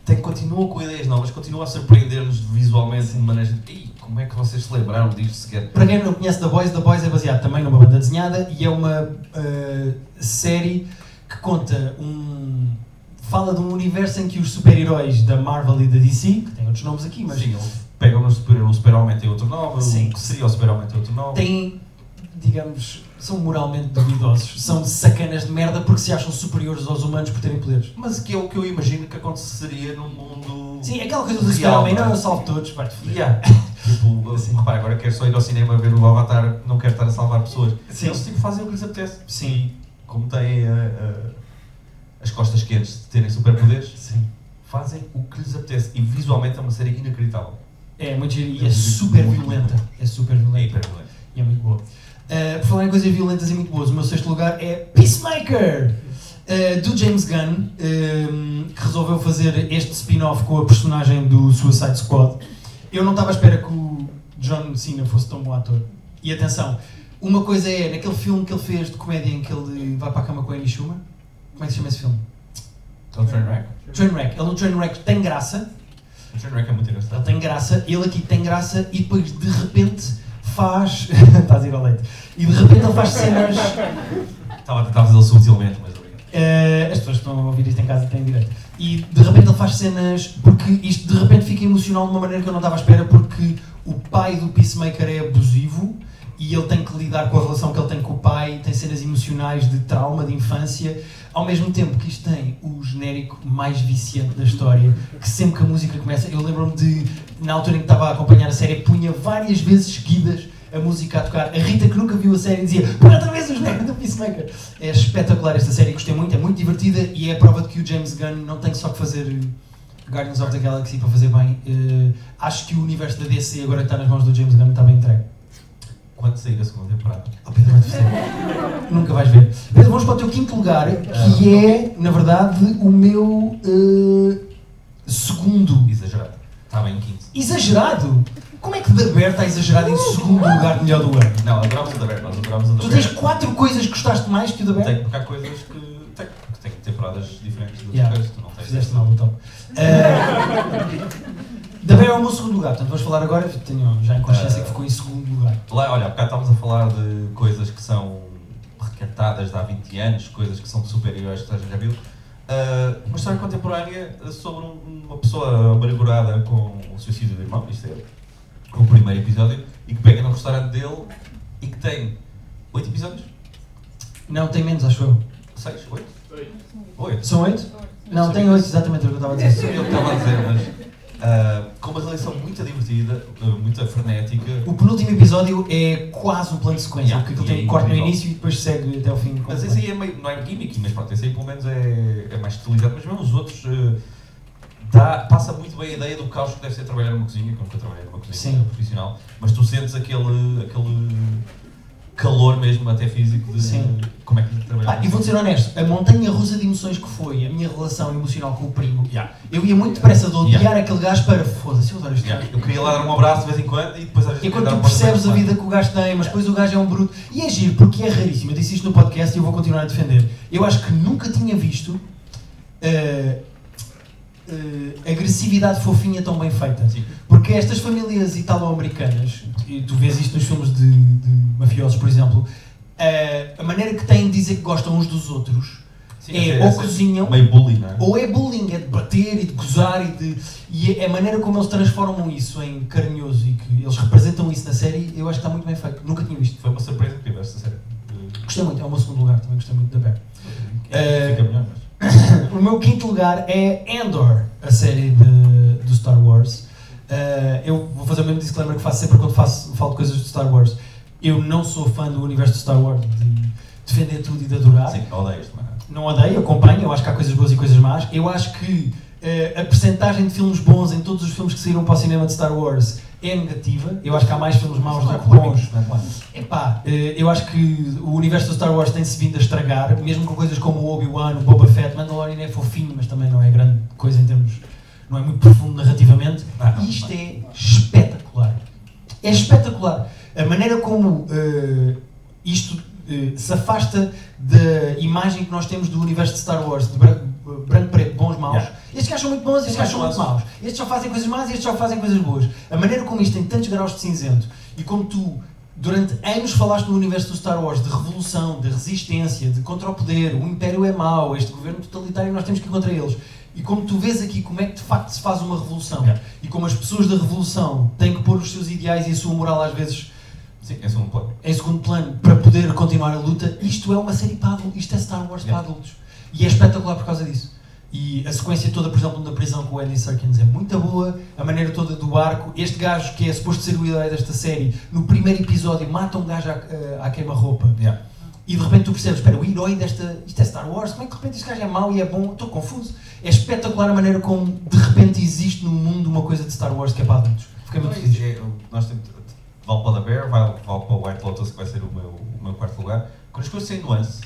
S2: tem, continua com ideias novas, continua a surpreender-nos visualmente de maneira. de- Ih, como é que vocês se lembraram disto sequer?
S1: Para quem não conhece The Boys, The Boys é baseado também numa banda desenhada e é uma eh, série que conta um. fala de um universo em que os super-heróis da Marvel e da DC, que têm outros nomes aqui, mas
S2: Sim, eles pegam no um super, o super-homem tem outro nome,
S1: Sim.
S2: o que seria o super-homem tem outro nome.
S1: têm, digamos, são moralmente duvidosos, são sacanas de merda porque se acham superiores aos humanos por terem poderes.
S2: Mas que é o que eu imagino que aconteceria num mundo.
S1: Sim, aquela coisa do
S2: real,
S1: super-homem, Hum. não,
S2: é?
S1: eu salvo todos, vai-te foder.
S2: Yeah. tipo, assim, repara, agora quero só ir ao cinema ver o Avatar, não quero estar a salvar pessoas.
S1: Sim.
S2: Eles tipo, fazem o que lhes apetece.
S1: Sim,
S2: Como têm ah, ah, as costas quentes de terem superpoderes,
S1: sim.
S2: fazem o que lhes apetece. E visualmente é uma série inacreditável.
S1: É muito giro e é super violenta. É super
S2: É
S1: violenta.
S2: hiperviolenta.
S1: E é muito boa. Uh, por falar em coisas violentas e muito boas, o meu sexto lugar é Peacemaker, uh, do James Gunn, um, que resolveu fazer este spin-off com a personagem do Suicide Squad. Eu não estava à espera que o John Cena fosse tão bom ator. E atenção, uma coisa é, naquele filme que ele fez de comédia em que ele vai para a cama com a Amy Schumer, como é que se chama esse filme?
S2: Então, Trainwreck.
S1: Trainwreck. Ele no Trainwreck tem graça,
S2: O Trainwreck é muito
S1: ele
S2: engraçado.
S1: tem graça, ele aqui tem graça e depois de repente faz. Estás a ir ao leite. E de repente ele faz cenas.
S2: Estava a tentar fazê-lo subtilmente, mas obrigado.
S1: eh, as pessoas que estão a ouvir isto em casa têm direito. E de repente ele faz cenas. Porque isto de repente fica emocional de uma maneira que eu não estava à espera, porque o pai do Peacemaker é abusivo e ele tem que lidar com a relação que ele tem com o pai, tem cenas emocionais de trauma, de infância, ao mesmo tempo que isto tem o genérico mais viciante da história, que sempre que a música começa, eu lembro-me de, na altura em que estava a acompanhar a série, punha várias vezes seguidas a música a tocar. A Rita, que nunca viu a série, dizia, põe outra vez o genérico do Peacemaker. É espetacular esta série, gostei muito, é muito divertida e é a prova de que o James Gunn não tem só que fazer eh, Guardians of the Galaxy para fazer bem. Eh, acho que o universo da DC, agora que está nas mãos do James Gunn, está bem entregue.
S2: Quando sair a segunda temporada?
S1: Oh, Pedro, vai-te foder. Nunca vais ver. Pedro, vamos para o teu quinto lugar, que é, na verdade, o meu eh, segundo.
S2: Exagerado. Estava em 15.
S1: Exagerado! Como é que da Berta é exagerado em segundo lugar de melhor do ano?
S2: Não, adorámos o da Berta, nós adorámos o da
S1: Tu tens
S2: Berta.
S1: quatro coisas que gostaste mais que o da Berta?
S2: Tenho, porque há coisas que tenho, que tenho temporadas diferentes das
S1: Yeah.
S2: outras, tu não tens.
S1: Fizeste mal no top. da Bear é o meu segundo lugar, portanto vamos falar agora, tenho já em consciência
S2: Ah.
S1: que ficou em segundo lugar.
S2: Lá, olha, há bocado estávamos a falar de coisas que são recatadas de há 20 anos, coisas que são de super-heróis que toda a gente já viu. Ah, uma história contemporânea sobre um- uma pessoa amargurada com o suicídio do irmão, isto é o primeiro episódio, e que pega no restaurante dele e que tem 8 episódios?
S1: Não, tem menos, acho eu.
S2: 6? 8? 8.
S1: São oito? Não, tem oito, exatamente é o que eu estava a
S2: Eu sabia É o que
S1: dizer.
S2: estava a dizer, mas ah, com uma relação muito divertida, ah, muito frenética.
S1: O penúltimo episódio é quase um plano de sequência,
S2: Yeah,
S1: porque
S2: e é
S1: ele tem corte no
S2: incrível.
S1: início e depois segue até ao fim.
S2: Mas esse aí é meio, não é gimmick, mas pronto, esse aí pelo menos é, é mais estilizado. Mas mesmo os outros, eh, dá- passa muito bem a ideia do caos que deve ser trabalhar numa cozinha, que eu nunca trabalhei numa cozinha
S1: Sim.
S2: profissional, mas tu sentes aquele, aquele calor mesmo, até físico, de
S1: Sim.
S2: como é que trabalhar.
S1: Ah, e vou ser honesto, a montanha russa de emoções que foi a minha relação emocional com o primo,
S2: Yeah.
S1: eu ia muito depressa de odiar
S2: Yeah.
S1: aquele gajo para foda-se, eu adoro este
S2: Yeah.
S1: gajo.
S2: Eu queria lá dar um abraço de vez em quando e depois às vezes.
S1: E
S2: queria
S1: quando tu
S2: dar um abraço
S1: percebes a
S2: mais
S1: vida que o gajo tem, mas depois o gajo é um bruto. E é giro, porque é raríssimo. Eu disse isto no podcast e eu vou continuar a defender. Eu acho que nunca tinha visto eh, eh, agressividade fofinha tão bem feita.
S2: Sim.
S1: Porque estas famílias italo-americanas, e tu vês isto nos filmes de, de mafiosos, por exemplo, eh, a maneira que têm de dizer que gostam uns dos outros
S2: Sim,
S1: é,
S2: essa-
S1: ou
S2: essa-
S1: cozinham,
S2: Meio bullying, não é?
S1: ou é bullying, é de bater e de gozar e de. E é a maneira como eles transformam isso em carinhoso e que eles representam isso na série, eu acho que está muito bem feito. Nunca tinha visto.
S2: Foi uma surpresa incrível esta série. Eh,
S1: Gostei muito, é o meu segundo lugar, também gostei muito da Bear. Eh,
S2: Fica melhor, mas.
S1: o meu quinto lugar é Andor, a série de, do Star Wars. Eh, eu vou fazer o mesmo disclaimer que faço sempre quando faço, falo de coisas do Star Wars. Eu não sou fã do universo do Star Wars, de defender tudo e de adorar.
S2: Sim, odeio isto, mano.
S1: não odeio, acompanho, eu acho que há coisas boas e coisas más. Eu acho que eh, a percentagem de filmes bons em todos os filmes que saíram para o cinema de Star Wars é negativa. Eu acho que há mais filmes maus do que bons. Epá, eh, eu acho que o universo do Star Wars tem-se vindo a estragar, mesmo com coisas como o Obi-Wan, o Boba Fett, Mandalorian é fofinho, mas também não é grande coisa em termos. não é muito profundo narrativamente.
S2: Ah, não.
S1: E Isto é espetacular. É espetacular. A maneira como eh, isto eh, se afasta da imagem que nós temos do universo de Star Wars, de branco, branco preto, bons, maus.
S2: Yeah.
S1: Estes gajos são muito bons, estes gajos são muito maus. Estes só fazem coisas más e estes só fazem coisas boas. A maneira como isto tem tantos graus de cinzento e como tu, durante anos, falaste no universo do Star Wars de revolução, de resistência, de contra o poder, o império é mau, este governo totalitário nós temos que ir contra eles. E como tu vês aqui como é que de facto se faz uma revolução
S2: Yeah.
S1: e como as pessoas da revolução têm que pôr os seus ideais e a sua moral às vezes
S2: Sim, esse é um plano.
S1: em segundo plano para poder continuar a luta, isto é uma série para adultos, isto é Star Wars para
S2: Yeah.
S1: adultos. E é espetacular por causa disso. E a sequência toda, por exemplo, na prisão com o Andy Serkins é muito boa, a maneira toda do arco. Este gajo que é suposto ser o herói desta série, no primeiro episódio mata um gajo à, à queima-roupa.
S2: Yeah.
S1: E de repente tu percebes, espera, o herói desta. Isto é Star Wars, como é que de repente este gajo é mau e é bom? Estou confuso. É espetacular a maneira como de repente existe no mundo uma coisa de Star Wars que é para adultos. Fiquei muito feliz.
S2: É, eu- nós temos. Vale para o da Bear, vale, vale para o White Lotus, que vai ser o meu, o meu quarto lugar. Quando as coisas têm nuance,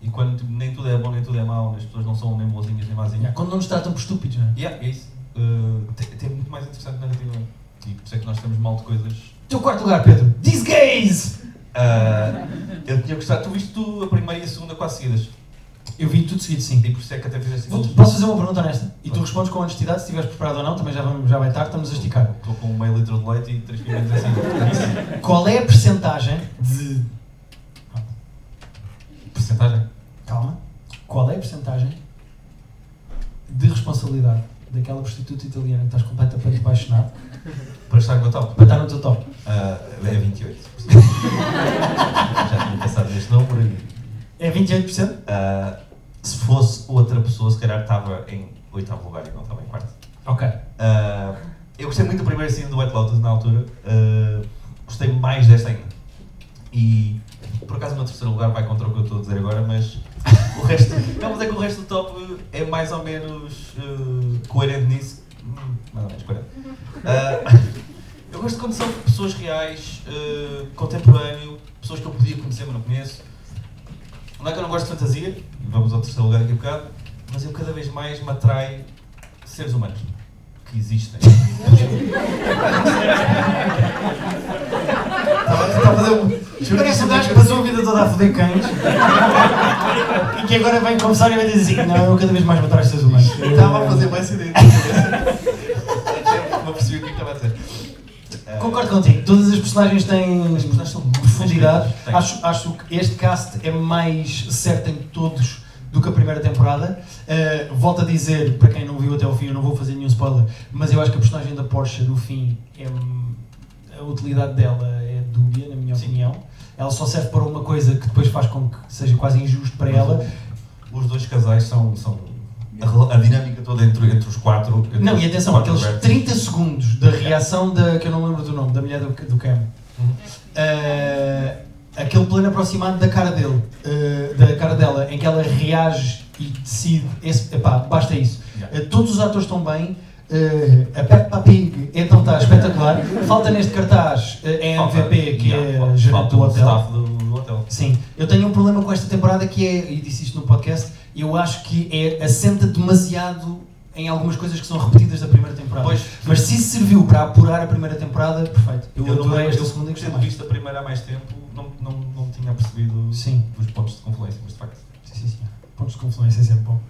S2: e quando tipo, nem tudo é bom, nem tudo é mau, as pessoas não são nem boazinhas nem
S1: Yeah,
S2: mazinhas.
S1: Quando não nos tratam por estúpidos, não é?
S2: Yeah, é isso. Uh, tem, tem muito mais interessante narrativamente. E por isso é que nós temos mal de coisas.
S1: Teu quarto lugar, Pedro. These gays!
S2: Uh, eu tinha gostado. Tu viste tu a primeira e a segunda quase seguidas.
S1: Eu vi tudo seguido, sim.
S2: E por isso é que até fizeste
S1: Vou- Posso fazer uma pergunta honesta? E tu respondes com honestidade, se estiveres preparado ou não, também já, vamos, já vai tarde, estamos a esticar.
S2: Estou com meio litro de leite e três pimentas assim.
S1: Qual é a percentagem de...
S2: Percentagem?
S1: Calma. Qual é a percentagem de responsabilidade daquela prostituta italiana que estás completamente apaixonado
S2: Para estar no tal.
S1: para estar no teu top?
S2: Ah, é 28. Já tinha pensado neste número. e,
S1: É 28%?
S2: ah, se fosse outra pessoa, se calhar estava em oitavo lugar e não estava em quarto.
S1: Ok.
S2: Ah, eu gostei muito da primeira cena do White Lotus na altura. Ah, gostei mais desta ainda. E por acaso o meu terceiro lugar vai contra o que eu estou a dizer agora, mas o resto. Não, mas é que o resto do top é mais ou menos ah, coerente nisso. Hum, Mais ou menos coerente. Ah, eu gosto quando são pessoas reais, ah, contemporâneo, pessoas que eu podia conhecer, mas não conheço. Não é que eu não gosto de fantasia, um e vamos ao terceiro lugar daqui a bocado, mas eu cada vez mais me atrai seres humanos que que existem. Tá,
S1: Parece um gajo que passou a vida toda a foder cães e que agora vem começar e vai dizer assim: não, eu cada vez mais vou matar os seres humanos.
S2: Estava a fazer mais né? sentido. Não percebi o que é que estava a dizer. É,
S1: Concordo contigo, todas as personagens têm É. as personagens são de profundidade. Acho, acho que este cast é mais certo em todos do que a primeira temporada. Uh, volto a dizer, para quem não viu até ao fim, eu não vou fazer nenhum spoiler, mas eu acho que a personagem da Porsche no fim é hum, a utilidade dela é dúbia, na minha opinião. Ela só serve para uma coisa que depois faz com que seja quase injusto para ela.
S2: Os dois casais são. são a, rela- a dinâmica toda entre, entre os quatro. entre
S1: Não,
S2: os
S1: e atenção,
S2: quatro
S1: aqueles
S2: Bertos.
S1: 30 segundos da reação da. que eu não lembro do nome, da mulher do, do Cam.
S2: Uhum.
S1: Ah, aquele plano aproximado da cara dele, ah, da cara dela, em que ela reage e decide. Esse, epá, basta isso.
S2: Yeah.
S1: Ah, todos os atores estão bem. ah, a Peppa Pig, então está espetacular. Falta neste cartaz ah, é a
S2: Falta-
S1: MVP, que
S2: yeah,
S1: é gerente
S2: falta
S1: do
S2: o
S1: hotel.
S2: staff do, do hotel.
S1: Sim, eu tenho um problema com esta temporada que é, e disse isto no podcast, eu acho que é, assenta demasiado em algumas coisas que são repetidas da primeira temporada.
S2: Pois.
S1: Mas se isso serviu para apurar a primeira temporada, perfeito. Eu,
S2: Eu não
S1: adorei esta
S2: eu
S1: segunda e gostei
S2: tendo
S1: mais.
S2: visto a primeira há mais tempo, não, não, não tinha percebido
S1: Sim.
S2: os pontos de confluência, mas de facto.
S1: Sim, sim, sim. Pontos de confluência é sempre bom.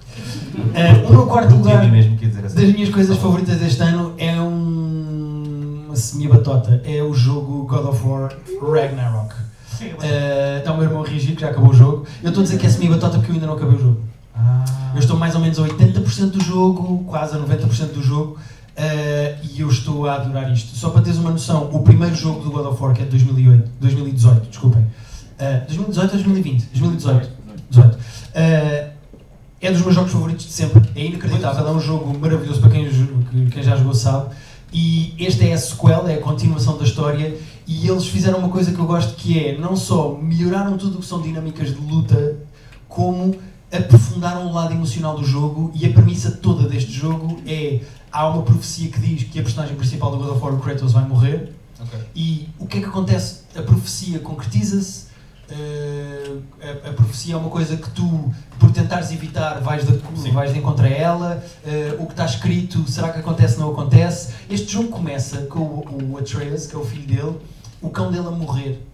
S1: Eh, o meu quarto lugar
S2: Tinha mesmo que ia dizer assim.
S1: das minhas coisas favoritas deste ano é um... uma semi-batota. É o jogo God of War Ragnarok. Eh, Está o meu irmão a reagir que já acabou o jogo. Eu estou a dizer que é semi-batota porque eu ainda não acabei o jogo. Eu estou mais ou menos a 80% do jogo, quase a 90% do jogo, eh, e eu estou a adorar isto. Só para teres uma noção, o primeiro jogo do God of War, que é de 2008, 2018, desculpem. eh, 2018 ou 2020? 2018. 18. Eh, é dos meus jogos favoritos de sempre, é inacreditável, é um jogo maravilhoso para quem, jo- que- quem já jogou sabe. E esta é a sequela, é a continuação da história, e eles fizeram uma coisa que eu gosto que é não só melhoraram tudo o que são dinâmicas de luta, como aprofundaram o lado emocional do jogo e a premissa toda deste jogo é há uma profecia que diz que a personagem principal do God of War, o Kratos, vai morrer
S2: Ok.
S1: e o que é que acontece? A profecia concretiza-se. eh, a, a profecia é uma coisa que tu, por tentares evitar, vais de, vais de encontro a ela. eh, o que está escrito, será que acontece não acontece? Este jogo começa com o, o Atreus, que é o filho dele, o cão dele a morrer.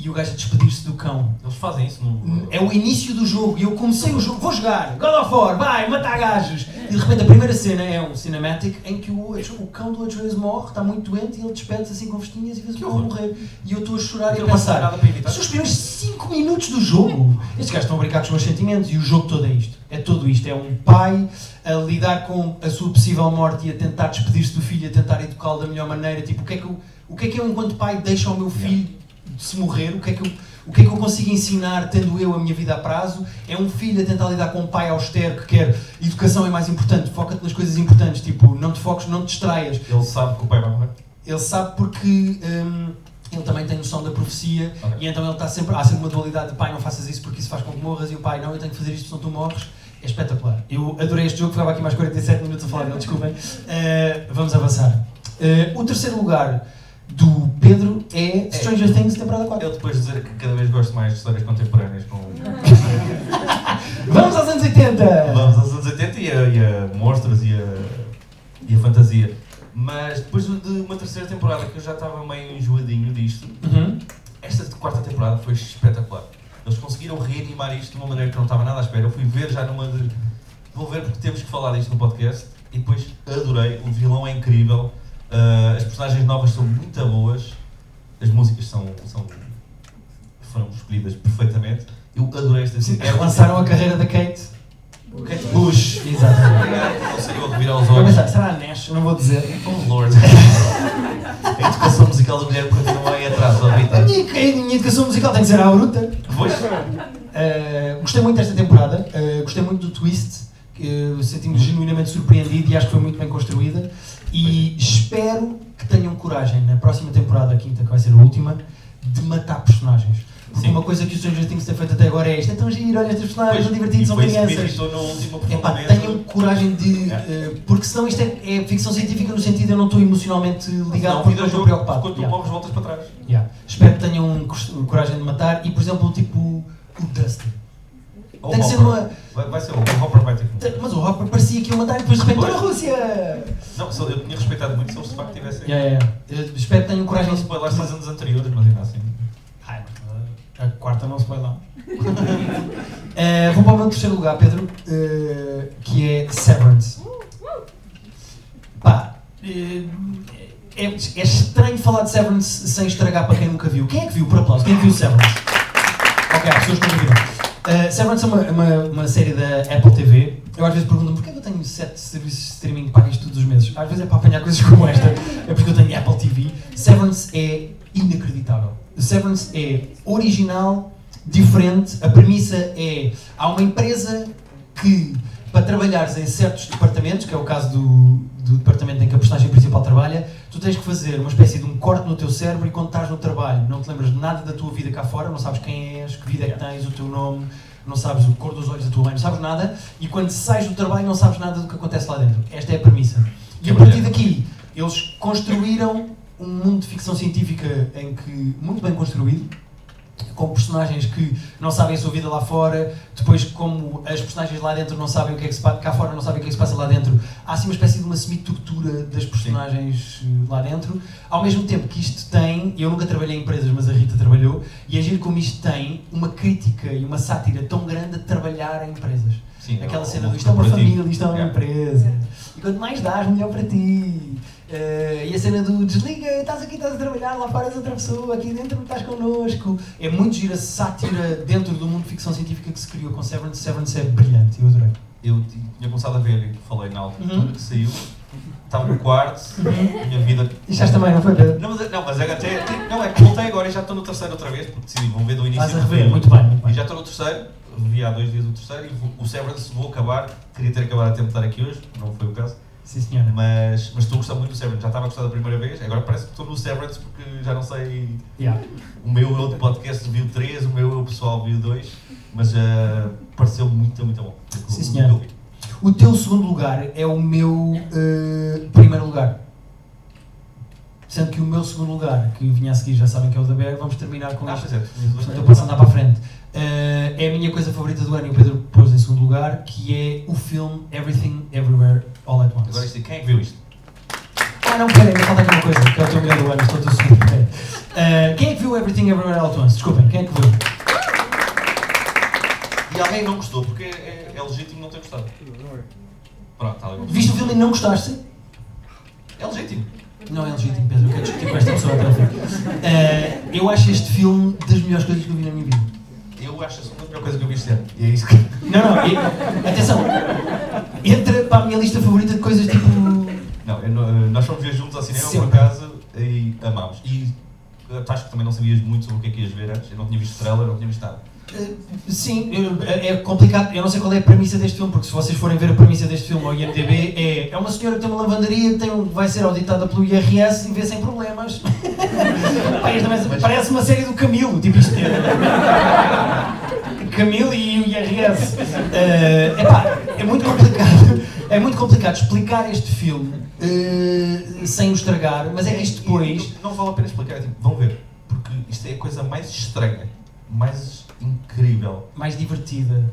S1: E o gajo a despedir-se do cão.
S2: Eles fazem isso no.
S1: É o início do jogo e eu comecei o jogo, vou jogar, God of War, vai, matar gajos. E de repente a primeira cena é um cinematic em que o, o cão do Atreus morre, está muito doente e ele despede-se assim com vestinhas e vê-se vou morrer. E eu estou a chorar e a
S2: Não passa
S1: pensar,
S2: nada para evitar.
S1: são os primeiros 5 minutos do jogo. Estes gajos estão a brincar com os meus sentimentos e o jogo todo é isto. É tudo isto. É um pai a lidar com a sua possível morte e a tentar despedir-se do filho, a tentar educá-lo da melhor maneira. Tipo, o que é que eu, o que é que eu enquanto pai deixo ao meu filho de se morrer? O que é que eu, o que é que eu consigo ensinar tendo eu a minha vida a prazo? É um filho a tentar lidar com um pai austero que quer educação é mais importante, foca-te nas coisas importantes, tipo, não te foques, não te distraias.
S2: Ele sabe que o pai vai morrer.
S1: Ele sabe porque hum, ele também tem noção da profecia
S2: Ok.
S1: e então ele está sempre. Há sempre uma dualidade de pai, não faças isso porque isso faz com que morras e o pai, não, eu tenho que fazer isto senão tu morres. É espetacular. Eu adorei este jogo, ficava aqui mais 47 minutos a falar, não, desculpem. Uh, vamos avançar. Uh, o terceiro lugar do Pedro é Stranger Things, temporada 4.
S2: Eu depois de dizer que cada vez gosto mais de histórias contemporâneas com.
S1: Vamos aos anos 80!
S2: Vamos aos anos 80 e a, e a monstros e a, e a fantasia. Mas depois de uma terceira temporada que eu já estava meio enjoadinho disto,
S1: Uhum.
S2: Esta quarta temporada foi espetacular. Eles conseguiram reanimar isto de uma maneira que eu não estava nada à espera. Eu fui ver já numa de. Vou ver porque temos que falar disto no podcast. E depois adorei. O vilão é incrível. Ah, as personagens novas são muito boas. As músicas são, são- foram escolhidas perfeitamente. Eu adorei esta série.
S1: Lançaram É, a carreira da Kate.
S2: Kate
S1: Bush, exato.
S2: Obrigado. Não sei eu revirar os
S1: Vou
S2: olhos.
S1: pensar, será a Nash? um Não vou dizer.
S2: Oh Lord. A educação musical da mulher continua aí atrás, ó
S1: A
S2: Rita.
S1: minha, a minha educação musical tem que ser à bruta.
S2: Pois?
S1: Uh, gostei muito desta temporada, uh, gostei muito do twist, que, uh, senti-me genuinamente surpreendido e acho que foi muito bem construída.
S2: é.
S1: E espero que tenham coragem na próxima temporada, a quinta, que vai ser a última, de matar personagens. Porque
S2: Sim.
S1: uma coisa que os Stranger Things têm feito até agora é isto: é tão giro, olha, estes personagens são
S2: E
S1: divertidos, são
S2: foi isso que me
S1: crianças.
S2: irritou no último
S1: Epá,
S2: aprofundamento.
S1: tenham coragem de.
S2: É.
S1: uh, porque senão isto é, é ficção científica no sentido eu não estou emocionalmente ligado
S2: Não,
S1: porque
S2: vida
S1: não estou
S2: jogo,
S1: preocupado.
S2: Quando tu
S1: Yeah.
S2: morres, voltas para trás.
S1: Yeah. Espero que tenham cos- coragem de matar e, por exemplo, tipo o Dustin.
S2: Ou
S1: Tem que ser
S2: Hopper.
S1: uma.
S2: Vai, vai ser o o Hopper vai ter que.
S1: Mas o Hopper parecia que ia mandar e depois de repente. "Olha a Rússia!
S2: Não, se- eu tinha respeitado muito se eles de facto tivessem.
S1: Yeah, yeah. Eu espero que tenham coragem
S2: Não
S1: de
S2: se pode lá se anos anteriores, mas ainda assim.
S1: Ai, mas, a quarta não se vai lá. Eh, vou para o meu terceiro lugar, Pedro, eh, que é Severance. Pá, eh, é, é estranho falar de Severance sem estragar para quem nunca viu. Quem é que viu, por aplauso, quem é que viu Severance? Ok, há pessoas que não viram. Eh, Severance é uma, uma, uma série da Apple TV. Eu às vezes pergunto-me porquê é que eu tenho sete serviços de streaming pagos todos os meses. Às vezes é para apanhar coisas como esta, é porque eu tenho Apple TV. Severance é inacreditável. Severance é original, diferente. A premissa é: há uma empresa que, para trabalhares em certos departamentos, que é o caso do, do departamento em que a personagem principal trabalha, tu tens que fazer uma espécie de um corte no teu cérebro e quando estás no trabalho não te lembras de nada da tua vida cá fora, não sabes quem és, que vida é que tens, o teu nome, não sabes a cor dos olhos da tua mãe, não sabes nada, e quando sais do trabalho não sabes nada do que acontece lá dentro. Esta é a premissa. E a partir daqui, eles construíram um mundo de ficção científica em que, muito bem construído, com personagens que não sabem a sua vida lá fora, depois como as personagens lá dentro não sabem o que é que se passa, cá fora não sabem o que é que se passa lá dentro, há assim uma espécie de uma semi-tortura das personagens eh, lá dentro, ao mesmo tempo que isto tem, eu nunca trabalhei em empresas, mas a Rita trabalhou, e agir como isto tem uma crítica e uma sátira tão grande a trabalhar em empresas.
S2: Sim,
S1: Aquela
S2: é um
S1: cena do
S2: mundo
S1: isto é uma
S2: corporativo.
S1: família, isto é uma
S2: Yeah.
S1: empresa. E quanto mais dás, melhor para ti. Eh, e a cena do desliga, estás aqui, estás a trabalhar, lá fora és outra pessoa, aqui dentro não estás connosco. É muito gira sátira dentro do mundo de ficção científica que se criou com Severance. Severance é brilhante, eu adorei.
S2: Eu ti- tinha começado a ver, eu falei na altura
S1: Uhum.
S2: que saiu, estava no quarto, minha vida.
S1: E já também, não foi, Pedro?
S2: Não, mas, é- não, mas é, até, não, é que voltei agora e já estou no terceiro outra vez, porque decidi, vou ver do início.
S1: Estás a
S2: ao fim.
S1: rever, muito bem, muito bem.
S2: E já estou no terceiro, vi há dois dias o terceiro e vou- o Severance vou acabar. Queria ter acabado a tempo de estar aqui hoje, não foi o caso.
S1: Sim, senhora.
S2: Mas, mas estou a gostar muito do Severance, já estava a gostar da primeira vez, agora parece que estou no Severance porque já não sei.
S1: Yeah.
S2: O meu eu de podcast viu 3, o meu eu pessoal viu 2, mas ah, pareceu muito, muito bom.
S1: Sim, senhora. O teu segundo lugar é o meu eh, primeiro lugar. Sendo que o meu segundo lugar, que vinha a seguir, já sabem que é o da BR, vamos terminar com
S2: Ah,
S1: isto.
S2: pois é,
S1: Portanto, eu posso andar então, para a frente. Eh, é a minha coisa favorita do ano e o Pedro pôs em segundo lugar, que é o filme Everything Everywhere All at Once.
S2: Agora isto, quem é que viu isto?
S1: Ah, não, peraí, ainda falta aqui uma coisa, que é o teu melhor do ano, estou a seguir. quem é que viu Everything Everywhere All at Once? Desculpem, quem é que viu?
S2: E alguém não gostou, porque é, é- é legítimo não ter gostado. Pronto, está ali.
S1: Viste o filme e não gostaste?
S2: É legítimo.
S1: Não é legítimo, Pedro, eu quero discutir com esta pessoa até ao fim. Eh, eu acho este filme das melhores coisas que eu vi na minha vida.
S2: Eu acho a segunda melhor coisa que eu vi este ano. E é isso que.
S1: Não, não, e- atenção, entra para a minha lista favorita de coisas tipo.
S2: Não, eu não- nós fomos ver juntos ao cinema,
S1: Sim.
S2: por acaso, e amámos. E eh, acho que também não sabias muito sobre o que é que ias ver antes. Eu não tinha visto trailer, não tinha visto nada.
S1: Eh, Sim, eu- é é complicado. Eu não sei qual é a premissa deste filme, porque se vocês forem ver a premissa deste filme ao IMDB, é, é uma senhora que tem uma lavandaria, tem um- vai ser auditada pelo IRS e vê sem problemas. Pá, isto também- Parece uma série do Camilo, tipo isto. é- Camilo e o IRS. Eh, epá, é muito complicado. É muito complicado explicar este filme eh, sem o estragar, mas é que isto depois.
S2: Não, não vale a pena explicar, é tipo, vão ver. Porque isto é a coisa mais estranha, mais incrível.
S1: Mais divertida.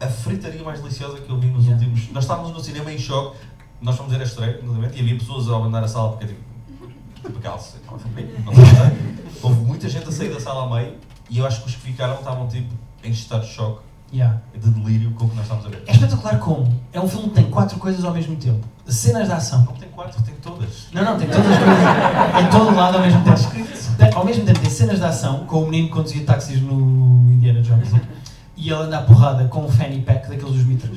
S2: A fritaria mais deliciosa que eu vi nos
S1: Yeah.
S2: últimos. Nós estávamos no cinema em choque, nós fomos ver a estreia, completamente, e havia pessoas a abandonar a sala porque tipo. Tipo aquela cena, não sei, não sei. Houve muita gente a sair da sala a meio e eu acho que os que ficaram estavam tipo em estado de choque,
S1: Yeah.
S2: de delírio com o que nós estávamos a ver.
S1: É espetacular como. É um filme que tem quatro coisas ao mesmo tempo. Cenas de ação.
S2: Não tem quatro, tem todas.
S1: Não, não, tem todas as coisas em todo lado ao mesmo tempo. Tem- Ao mesmo tempo tem cenas de ação, com o menino que conduzia táxis no Indiana Jones. né? E ele anda à porrada com um fanny pack daqueles dos mitras.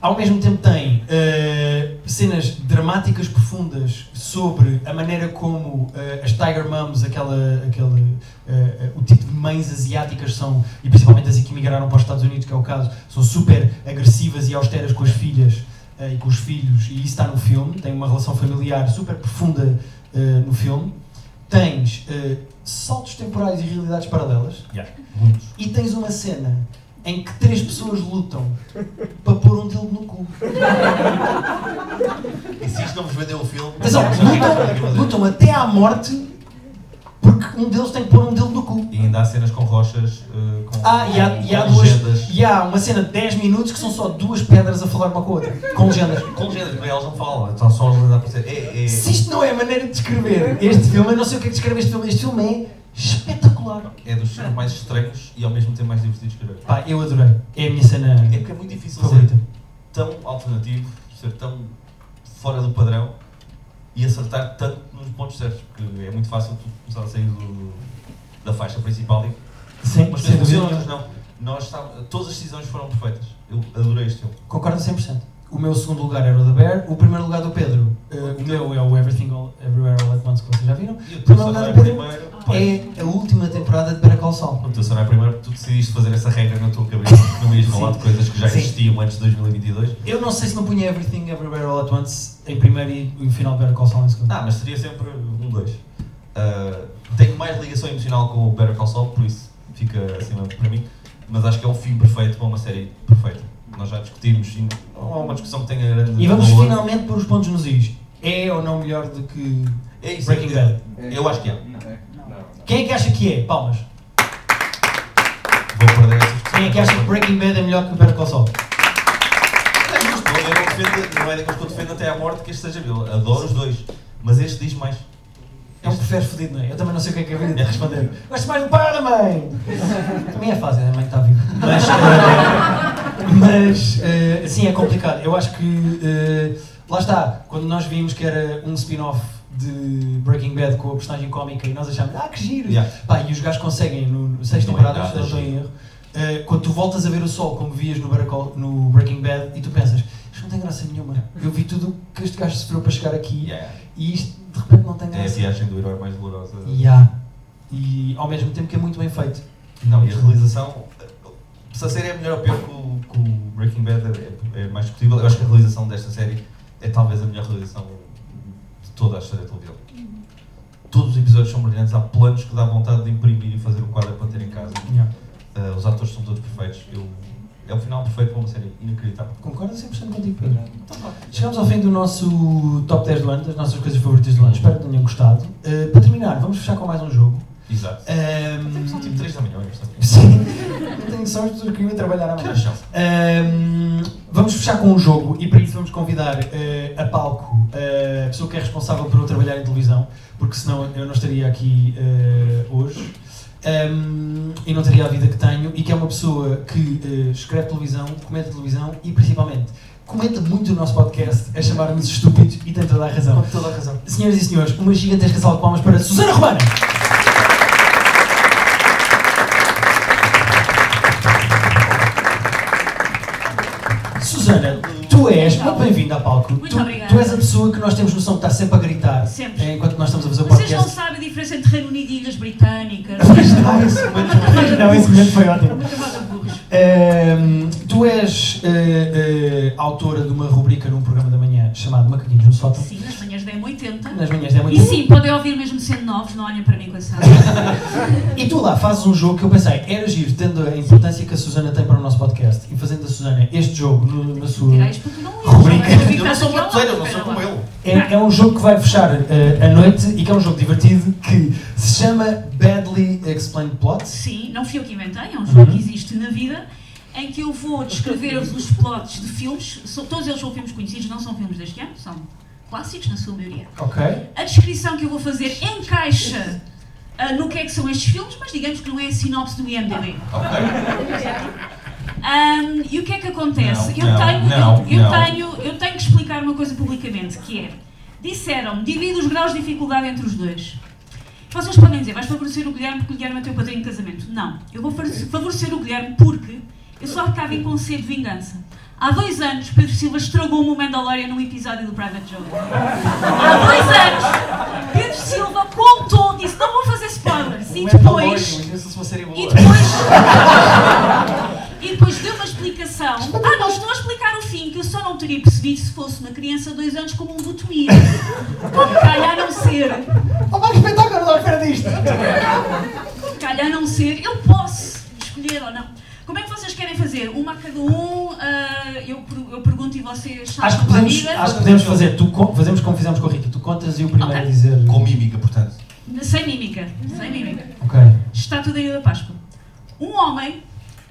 S1: Ao mesmo tempo tem eh, cenas dramáticas profundas sobre a maneira como eh, as Tiger Moms, aquela, aquela, eh, eh, o tipo de mães asiáticas são, e principalmente as que emigraram para os Estados Unidos, que é o caso, são super agressivas e austeras com as filhas eh, e com os filhos, e isso está no filme, tem uma relação familiar super profunda eh, no filme. Tens eh, saltos temporais e realidades paralelas,
S2: Muitos.
S1: e tens uma cena em que três pessoas lutam para pôr um dildo no cu.
S2: E se isto não vos vendeu o filme.
S1: Atenção,
S2: não sei o que é que eu vou
S1: lutam,
S2: fazer.
S1: lutam até à morte Porque um deles tem que pôr um dedo no cu.
S2: E ainda há cenas com rochas, eh, com
S1: Ah, e há, e há
S2: com
S1: duas.
S2: legendas.
S1: E há uma cena de 10 minutos que são só duas pedras a falar uma com a outra. Com legendas.
S2: Com legendas, mas elas não falam, então só as lendas a aparecer. É, é...
S1: Se isto não é a maneira de descrever este filme, eu não sei o que é que descreve este filme. Este filme é espetacular.
S2: É dos filmes mais estranhos e ao mesmo tempo mais divertidos que eu vejo.
S1: Pá, eu adorei. É a minha cena
S2: É porque é muito difícil
S1: favorita.
S2: ser tão alternativo, ser tão fora do padrão e acertar tanto nos pontos certos, porque é muito fácil tu começar a sair do- da faixa principal e
S1: Sim,
S2: mas
S1: sem dúvida.
S2: não, não. Nós estávamos- todas as decisões foram perfeitas. Eu adorei este filme.
S1: Concordo 100%. O meu segundo lugar era o da Bear, o primeiro lugar do Pedro. eh, o meu é o Everything All, Everywhere All at Once, que vocês já viram.
S2: E o teu
S1: O
S2: só
S1: primeiro
S2: não
S1: lugar
S2: é
S1: do Pedro
S2: primeiro.
S1: é a última temporada de Better Call Saul.
S2: O teu sonho é primeiro porque tu decidiste fazer essa regra na tua cabeça, não ias falar de coisas que já
S1: Sim.
S2: existiam antes de 2022.
S1: Eu não sei se não punha Everything Everywhere All at Once em primeiro e o final de Better Call Saul em segundo.
S2: Ah, mas seria sempre um dois. Ah, tenho mais ligação emocional com o Better Call Saul, por isso fica acima para mim. Mas acho que é um fim perfeito para uma série perfeita. Nós já discutimos, e não há uma discussão que tenha grande
S1: E vamos
S2: valor.
S1: finalmente pôr os pontos nos is. É ou não melhor do que
S2: É isso,
S1: Breaking
S2: é-
S1: Bad?
S2: Eu acho que é.
S7: Não, não.
S1: Quem é que acha que é? Palmas.
S2: Vou perder essa discussão.
S1: Quem é que acha que Breaking Bad é melhor que Better Call Saul?
S2: É justo, eu não, defendo, não é daqueles que eu defendo até à morte que este seja meu. Adoro os dois. Mas este diz mais.
S1: É um prefere fodido, não é? Eu também não sei o que é que é de responder. Gosto mais do para, mãe! Também é fácil, a mãe está viva. Mas, eh, mas eh, sim, é complicado. Eu acho que, eh, lá está, quando nós vimos que era um spin-off de Breaking Bad com a personagem cómica e nós achámos, ah, que giro!
S2: Yeah.
S1: Pá, e os gajos conseguem, no, no sexto
S2: Não é
S1: temporada,
S2: nada
S1: se não estou em
S2: giro.
S1: erro, eh, quando tu voltas a ver o sol como vias no, Better Call- no Breaking Bad e tu pensas, isto não tem graça nenhuma. Eu vi tudo o que este gajo sofreu para chegar aqui
S2: Yeah.
S1: e isto de repente não tem
S2: É a
S1: graça.
S2: viagem do herói mais dolorosa.
S1: E há. E ao mesmo tempo que é muito bem feito.
S2: Não, e a realização. Se a série é melhor ou pior que o, que o Breaking Bad, é, é mais discutível. Eu acho que a realização desta série é talvez a melhor realização de toda a história da televisão. Todos os episódios são brilhantes, há planos que dá vontade de imprimir e fazer um quadro para ter em casa. Ah, os atores são todos perfeitos. Eu- é o final perfeito para uma série inacreditável.
S1: Concordo 100% contigo, Pedro. Então, Chegamos ao fim do nosso top 10 do ano, das nossas coisas favoritas
S2: Uhum.
S1: do ano. Espero que tenham gostado. Uh, para terminar, vamos fechar com mais um jogo.
S2: Exato.
S1: Um,
S2: São tipo 3 da manhã, esta
S1: Sim. Eu tenho só as pessoas que iam trabalhar
S2: Que
S1: amanhã.
S2: horas são?
S1: Ahm, vamos fechar com um jogo e para isso vamos convidar eh, a palco eh, a pessoa que é responsável por eu trabalhar em televisão, porque senão eu não estaria aqui eh, hoje Ahm, e não teria a vida que tenho e que é uma pessoa que eh, escreve televisão, comenta televisão e principalmente comenta muito o nosso podcast a chamar-nos estúpidos e tem toda a razão.
S2: Com toda a razão.
S1: Senhoras e senhores, uma gigantesca salva de palmas para Susana Romana! Susana, tu és muito bem-vinda à palco.
S12: Muito
S1: tu,
S12: obrigada.
S1: tu és a pessoa que nós temos noção de estar sempre a gritar
S12: Sempre.
S1: eh, enquanto nós estamos a fazer o
S12: Vocês não
S1: podcast.
S12: sabem a diferença entre Reino Unido e Ilhas Britânicas.
S1: não, esse momento, não, esse momento foi ótimo. Ehm, tu és eh, eh, autora de uma rubrica num programa da manhã chamado Macaquinhos no Sótão.
S12: Sim, nas manhãs da M80.
S1: Nas manhãs é da M80.
S12: E sim, podem ouvir mesmo sendo novos, não olhem para mim com essa
S1: E tu lá fazes um jogo que eu pensei, era giro, tendo a importância que a Susana tem para o nosso podcast e fazendo a Susana este jogo no- na sua
S12: Tirar isto porque não é.
S1: rubrica.
S12: Eu não sou
S2: Sei, eu não sou como ele.
S1: É, é um jogo que vai fechar eh, a noite e que é um jogo divertido que se chama Badly Explained Plots.
S12: Sim, não fui eu que inventei, é um jogo
S1: Uhum.
S12: que existe na vida, em que eu vou descrever-vos os plots de filmes, so- todos eles são filmes conhecidos, não são filmes deste ano, são clássicos na sua maioria.
S1: Ok.
S12: A descrição que eu vou fazer encaixa ah, no que é que são estes filmes, mas digamos que não é a sinopse do IMDB. Ahm, e o que é que acontece?
S2: Não,
S12: eu,
S2: não,
S12: tenho,
S2: não,
S12: eu, eu
S2: não.
S12: tenho, eu tenho que explicar uma coisa publicamente, que é, disseram-me, divide os graus de dificuldade entre os dois. Vocês podem dizer, vais favorecer o Guilherme porque o Guilherme é teu padrinho de casamento. Não, eu vou favore- favorecer o Guilherme porque eu só estava em conceito de vingança. Há dois anos, Pedro Silva estragou-me o Mandalorian num episódio do Private Joke. Há dois anos, Pedro Silva contou, disse, não vou fazer spoilers.
S1: é
S2: é
S12: E depois...
S2: Imagina se uma série é boa.
S12: E depois. e depois deu uma explicação. Ah, não estou a explicar o fim, que eu só não teria percebido se fosse uma criança de dois anos como um botomia. Como calhar não ser.
S1: Oh, vai respeitar que eu não estou à espera disto!
S12: Como calhar não ser. Eu posso escolher ou não. Como é que vocês querem fazer? Uma a cada um. ah, eu, per- eu pergunto e vocês
S1: Acho que
S12: sabem a
S1: podemos,
S12: vida.
S1: acho que podemos fazer, tu, con- fazemos como fizemos com a Rita, tu contas e o primeiro a dizer.
S2: Com mímica, portanto.
S12: Sem mímica. Sem mímica.
S1: Ok.
S12: Estátua da Ilha da Páscoa. Um homem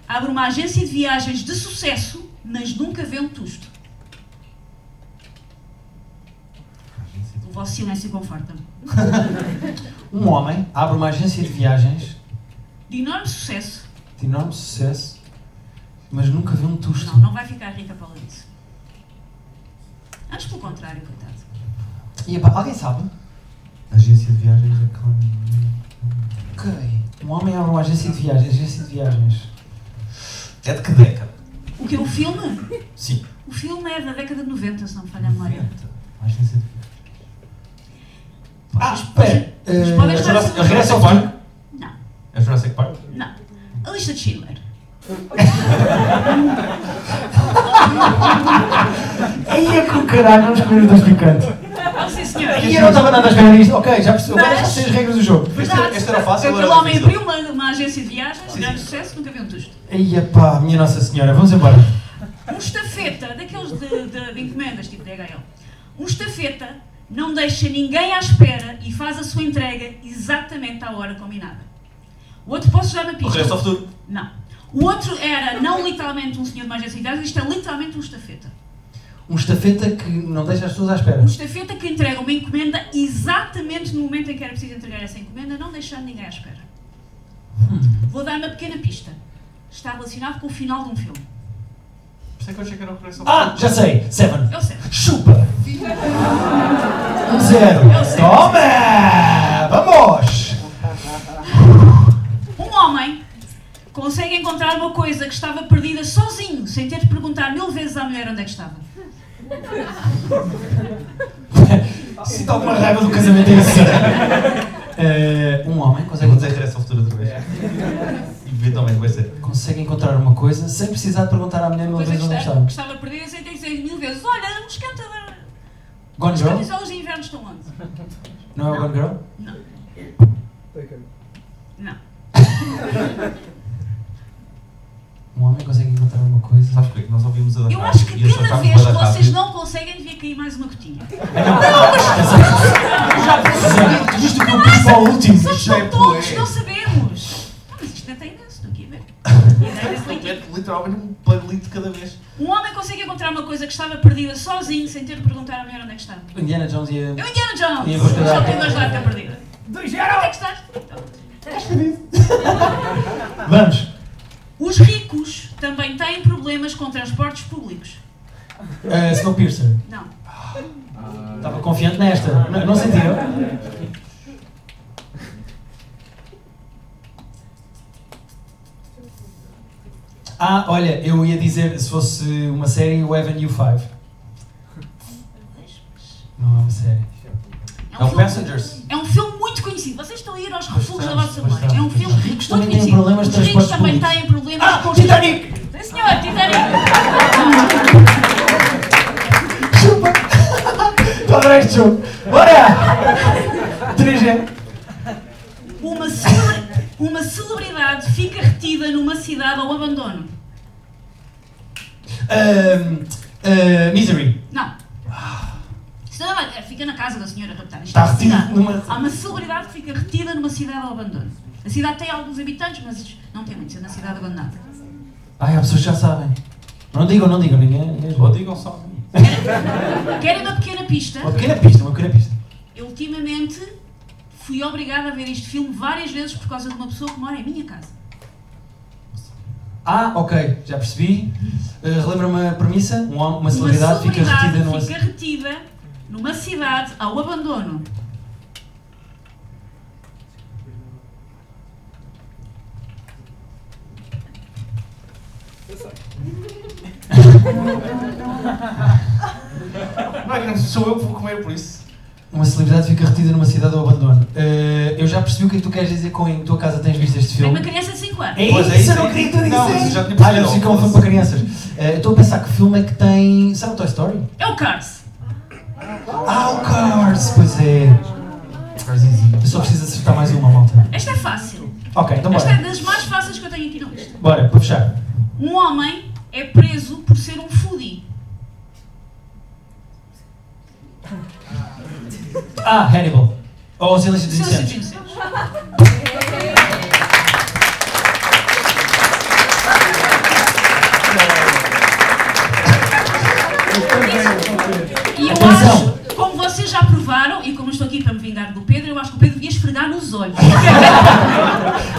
S12: abre uma agência de viagens de sucesso, mas nunca vê um tusto. O vosso silêncio conforta-me.
S1: Um homem abre uma agência de viagens
S12: De enorme sucesso.
S1: de enorme sucesso, mas nunca vê um tusto.
S12: Não, não vai ficar rica para além disso. Antes pelo contrário, coitado.
S1: E epá, alguém sabe?
S2: Agência de viagens é claro.
S1: Ok. Um homem abre uma agência de viagens, agência de viagens.
S2: É de que década?
S12: O que o filme?
S2: Sim.
S12: O filme é da década de 90, se não me falha a memória.
S2: Agência de
S1: Ah, espera.
S12: Mas podem estar-
S1: Eh, Regresso ao banco.
S12: Não,
S2: É Jurassic Park?
S12: não. A lista de Schiller.
S1: Aí é que o caralho, não escolhi o das picante.
S12: Ah, sim, senhor.
S1: E eu não estava nada a esperar isto. Ok, já percebi. Agora já
S12: Mas-
S1: sei as regras do jogo.
S12: Verdade. Aquele homem abriu uma, uma agência de viagens, grande sucesso, nunca viu um tusto.
S1: Aí, pá, minha Nossa Senhora, vamos embora.
S12: Um estafeta, daqueles de, de- de encomendas, tipo DHL. Um estafeta não deixa ninguém à espera e faz a sua entrega exatamente à hora combinada. O outro, posso já na pista?
S2: Regresso ao futuro.
S12: Não. O outro era não literalmente um senhor de uma agência de viagens, isto é literalmente um estafeta.
S1: Um estafeta que não deixa as pessoas à espera.
S12: Um estafeta que entrega uma encomenda exatamente no momento em que era preciso entregar essa encomenda, não deixando ninguém à espera. Vou dar uma pequena pista. Está relacionado com o final de um filme.
S8: Por isso é que eu achei que era o regresso ao
S1: Ah, já sei. Seven.
S12: Eu sei.
S1: Chupa. Um zero. Toma! Vamos!
S12: Um homem consegue encontrar uma coisa que estava perdida sozinho, sem ter de perguntar mil vezes à mulher onde é que estava.
S1: Sinto alguma tá raiva do casamento em si. Eh, um homem consegue
S2: Vou dizer Regresso ao futuro outra vez. Eventualmente vai ser.
S1: consegue encontrar uma coisa sem precisar de perguntar à mulher uma
S12: Coisa
S1: vez
S12: que
S1: onde estava.
S12: estava, que estava perdida sem ter de dizer mil vezes. Olha, nos canta.
S1: Gone
S12: Os
S1: Girl?
S12: camisolas de inverno estão onde?
S1: Não é o Gone Girl?
S12: Não. Não.
S1: Um homem consegue encontrar uma coisa.
S2: Sabes porquê? Nós ouvimos a da
S12: Eu
S2: rádio
S12: acho que
S2: e achamos
S12: cada
S2: que
S12: vez que
S2: estava a
S12: vocês
S2: dar rápido.
S12: não conseguem, devia cair mais uma gotinha.
S1: Tu viste o que eu pus para o último? Já é
S12: Todos
S1: poé.
S12: não sabemos. Ah, mas isto ainda tem imenso, estou aqui a ver. Ainda é desse
S2: Eu
S12: líquido.
S2: meto Literalmente um panelito de cada vez.
S12: Um homem consegue encontrar uma coisa que estava perdida sozinho, sem ter de perguntar à mulher onde é que estava.
S1: Indiana Jones e
S12: É
S1: a.
S12: o Indiana Jones!
S1: E a busca da
S12: Só
S1: arca.
S12: tem dois lados da perdida. Dois euros! Onde é que estás?
S1: Vamos!
S12: Os ricos também têm problemas com transportes públicos.
S1: Eh, Snowpiercer.
S12: Não.
S1: Estava confiante nesta. Não, não sentiram? Ah, olha, eu ia dizer se fosse uma série, o Avenue 5. Não é uma série.
S12: É
S2: É o
S12: filme-
S2: Passengers.
S12: É um filme muito conhecido. Vocês estão a ir aos refúgios da
S1: estamos,
S12: vossa
S1: pois
S12: memória. É um
S1: estamos, pois estamos.
S12: filme muito
S1: Também têm
S12: conhecido.
S1: problemas de
S12: Os ricos
S1: transportes
S12: também
S1: públicos.
S12: têm problemas
S1: Ah,
S12: com os-
S1: Titanic!
S12: Sim, senhor, Titanic!
S1: Chupa! Estou a adorar este jogo. Bora! 3G.
S12: Uma, cele- uma celebridade fica retida numa cidade ao abandono.
S1: Ahm, ah, misery.
S12: Não. Senão ela é, fica na casa da senhora capitã. Isto
S1: Está
S12: é uma
S1: retido
S12: cidade.
S1: Tá numa-
S12: Há uma celebridade que fica retida numa cidade ao abandono. A cidade tem alguns habitantes, mas não tem muitos. É na cidade abandonada.
S1: Ai, há pessoas que já sabem. Não digam, não digam, ninguém. é ninguém
S2: Ou digam só.
S12: Querem uma pequena pista?
S1: Uma pequena pista, uma pequena pista.
S12: Eu, ultimamente, fui obrigada a ver este filme várias vezes por causa de uma pessoa que mora em minha casa.
S1: Ah, ok, já percebi. Uh, Relembra-me a premissa? Um hom- uma celebridade fica
S12: celebridade
S1: retida numa.
S12: fica retida numa cidade ao abandono.
S2: Não é que não sou eu que vou comer por isso.
S1: Uma celebridade fica retida numa cidade ao abandono. Uh, eu já percebi o que é que tu queres dizer com em tua casa tens visto este
S12: Tem
S1: filme.
S12: uma criança de 5 anos.
S1: É
S2: Pois
S1: isso,
S2: é isso,
S1: eu não
S2: é
S1: queria
S2: isso.
S1: te dizer.
S2: Não, mas eu já tinha
S1: ah, já percebi que é um filme para crianças. Uh, eu estou a pensar que filme é que tem. Sabe o Toy Story?
S12: É o Cars.
S1: Ah, o Cars, pois é. Eu só preciso acertar mais uma, malta.
S12: Esta é fácil.
S1: Ok, então
S12: Esta é
S1: bora.
S12: das mais fáceis que eu tenho aqui na lista.
S1: Bora, para fechar.
S12: Um homem é preso por ser um foodie.
S1: Ah, Hannibal. Ou Ou ao silêncio dos
S12: Silêncio dos
S1: inocentes.
S12: E eu acho, como vocês já provaram, e como eu estou aqui para me vingar do Pedro, eu acho que o Pedro devia esfregar nos olhos.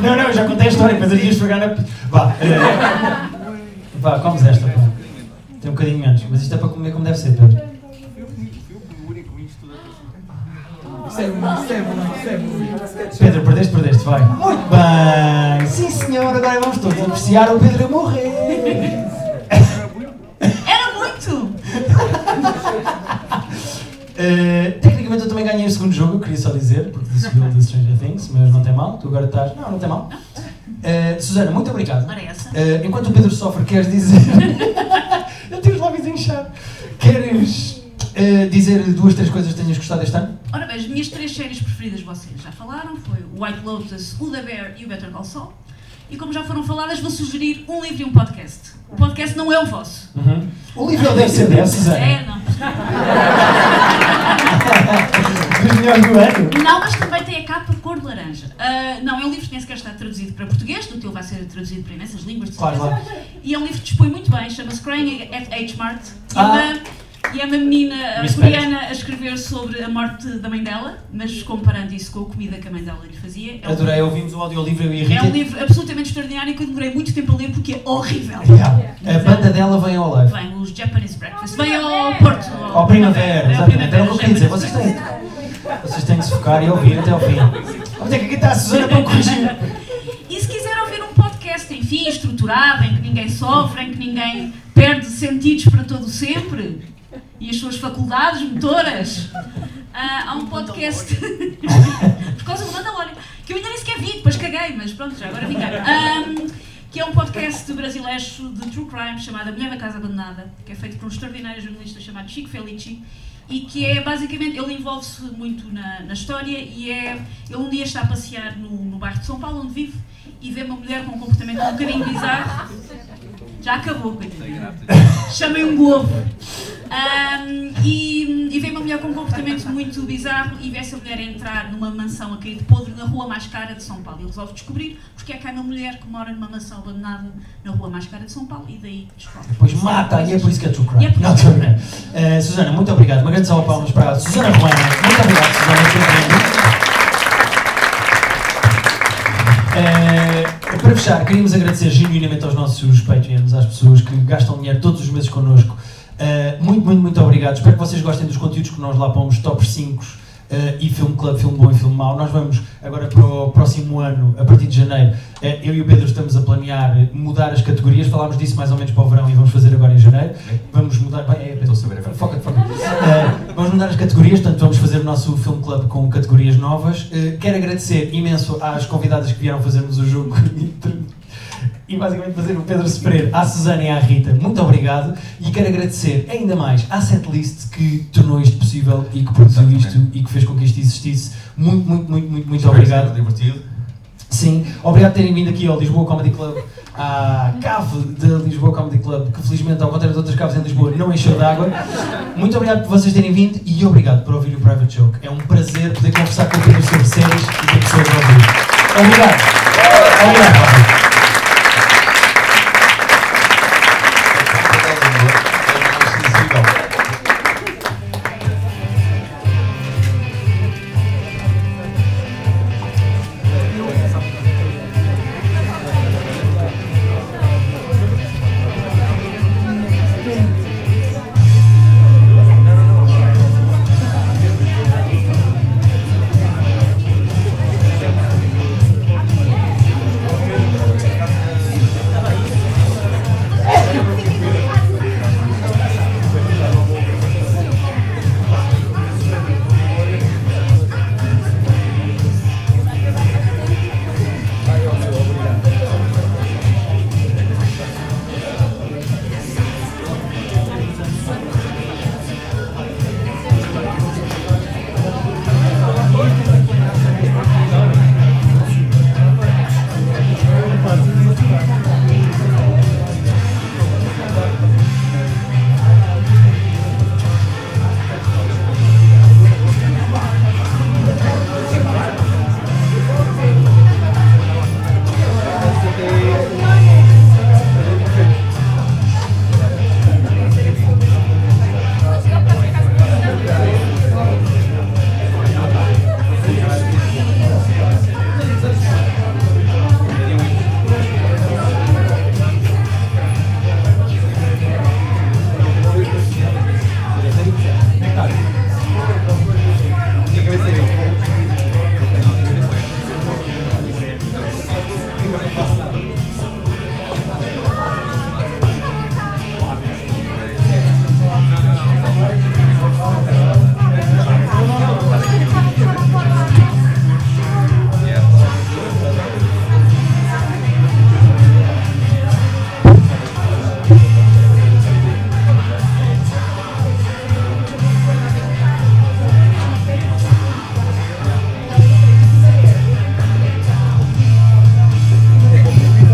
S1: Não, não, eu já contei a história, mas ias pegar na. pi- Vá, eh, vá, comes esta, pá. Tem um bocadinho menos, mas isto é para comer como deve ser, Pedro. Pedro, perdeste, perdeste, vai. Muito bem! Sim, senhor, agora vamos todos apreciar o Pedro a morrer!
S12: Era muito!
S1: Uh, tecnicamente eu também ganhei o segundo jogo, eu queria só dizer, porque disse o de Stranger Things, mas não tem mal, tu agora estás. Não, não tem mal. Uh, Susana, muito obrigado.
S12: Ora, é essa.
S1: Uh, enquanto o Pedro sofre, queres dizer. eu tenho os lábios a inchar. Queres uh, dizer duas, três coisas que tenhas gostado este ano?
S12: Ora bem, as minhas três séries preferidas vocês já falaram, foi o White Lotus, o The Bear e o Better Call Saul. E como já foram faladas, vou sugerir um livro e um podcast. O podcast não é o vosso.
S1: O livro deve ser desse, Susana.
S12: É, não.
S1: Dos melhores do ano.
S12: Não, mas também tem a capa cor de laranja. Ah, não, é um livro que nem sequer está traduzido para português, o teu vai ser traduzido para imensas línguas, de
S1: Claro,
S12: certeza.
S1: claro.
S12: E é um livro que dispõe muito bem, chama-se Crying at H. Mart. E, é
S1: Ah.
S12: uma, e é uma menina ah,
S1: Respeito.
S12: coreana a escrever sobre a morte da mãe dela, mas comparando isso com a comida que a mãe dela lhe fazia. é um-
S1: Adorei, ouvimos o audiolivro, eu e a Rita.
S12: É um livro absolutamente extraordinário que eu demorei muito tempo a ler porque é horrível.
S1: Yeah. É, A banda dela vem ao live.
S12: Vem os Japanese Breakfast, vem ao Porto. É
S1: Ao primavera, exatamente. Era É o que eu queria dizer. Vocês têm, vocês têm que se focar e ouvir até ao fim. Vamos ter que gritar a Susana para me corrigir.
S12: E se quiser ouvir um podcast, enfim, estruturado, em que ninguém sofre, em que ninguém perde sentidos para todo o sempre e as suas faculdades motoras, ah, há um podcast. Por causa do Mandalorian, que eu ainda nem sequer vi, depois caguei, mas pronto, já agora vim cá. Ahm, que é um podcast brasileiro de true crime chamado A Mulher da Casa Abandonada, que é feito por um extraordinário jornalista chamado Chico Felici e que é basicamente, ele envolve-se muito na, na história e é, ele um dia está a passear no, no bairro de São Paulo, onde vive, e vê uma mulher com um comportamento um bocadinho bizarro. Já acabou, coitadinha. Chamei um globo. Ahm, e, e vê uma mulher com um comportamento muito bizarro e vê essa mulher entrar numa mansão a cair de podre na rua mais cara de São Paulo. E resolve descobrir porque é que há uma mulher que mora numa mansão abandonada na rua mais cara de São Paulo e daí descobre.
S1: Pois mata, e é por isso que é true crime. Não, estou a brincar. Eh, Susana, muito obrigado. Uma grande salva de palmas para a Susana Romana. Muito obrigado, Susana. por ter vindo. Eh, para fechar, queríamos agradecer genuinamente aos nossos Patreons, às pessoas que gastam dinheiro todos os meses connosco. Eh, muito, muito, muito obrigado. Espero que vocês gostem dos conteúdos que nós lá pomos, top 5 e filme club, filme bom e filme mau. Nós vamos agora para o próximo ano, a partir de janeiro, eh, eu e o Pedro estamos a planear mudar as categorias. Falámos disso mais ou menos para o verão e vamos fazer agora em janeiro. Vamos mudar. Bem, é, Pedro, Foca, foca. Eh, vamos mudar as categorias, portanto, vamos fazer o nosso filme club com categorias novas. Eh, quero agradecer imenso às convidadas que vieram fazer-nos o jogo e basicamente fazer o Pedro Sepereiro, à Susana e à Rita, muito obrigado. E quero agradecer ainda mais à Setlist que tornou isto possível e que produziu isto e que fez com que isto existisse. Muito, muito, muito, muito, muito obrigado.
S2: divertido.
S1: Sim, obrigado por terem vindo aqui ao Lisboa Comedy Club, à cave da Lisboa Comedy Club, que felizmente, ao contrário de outras caves em Lisboa, não encheu de água. Muito obrigado por vocês terem vindo e obrigado por ouvir o Private Joke. É um prazer poder conversar com o Pedro sobre séries e ter pessoas a ouvir. Obrigado. Obrigado, Pablo.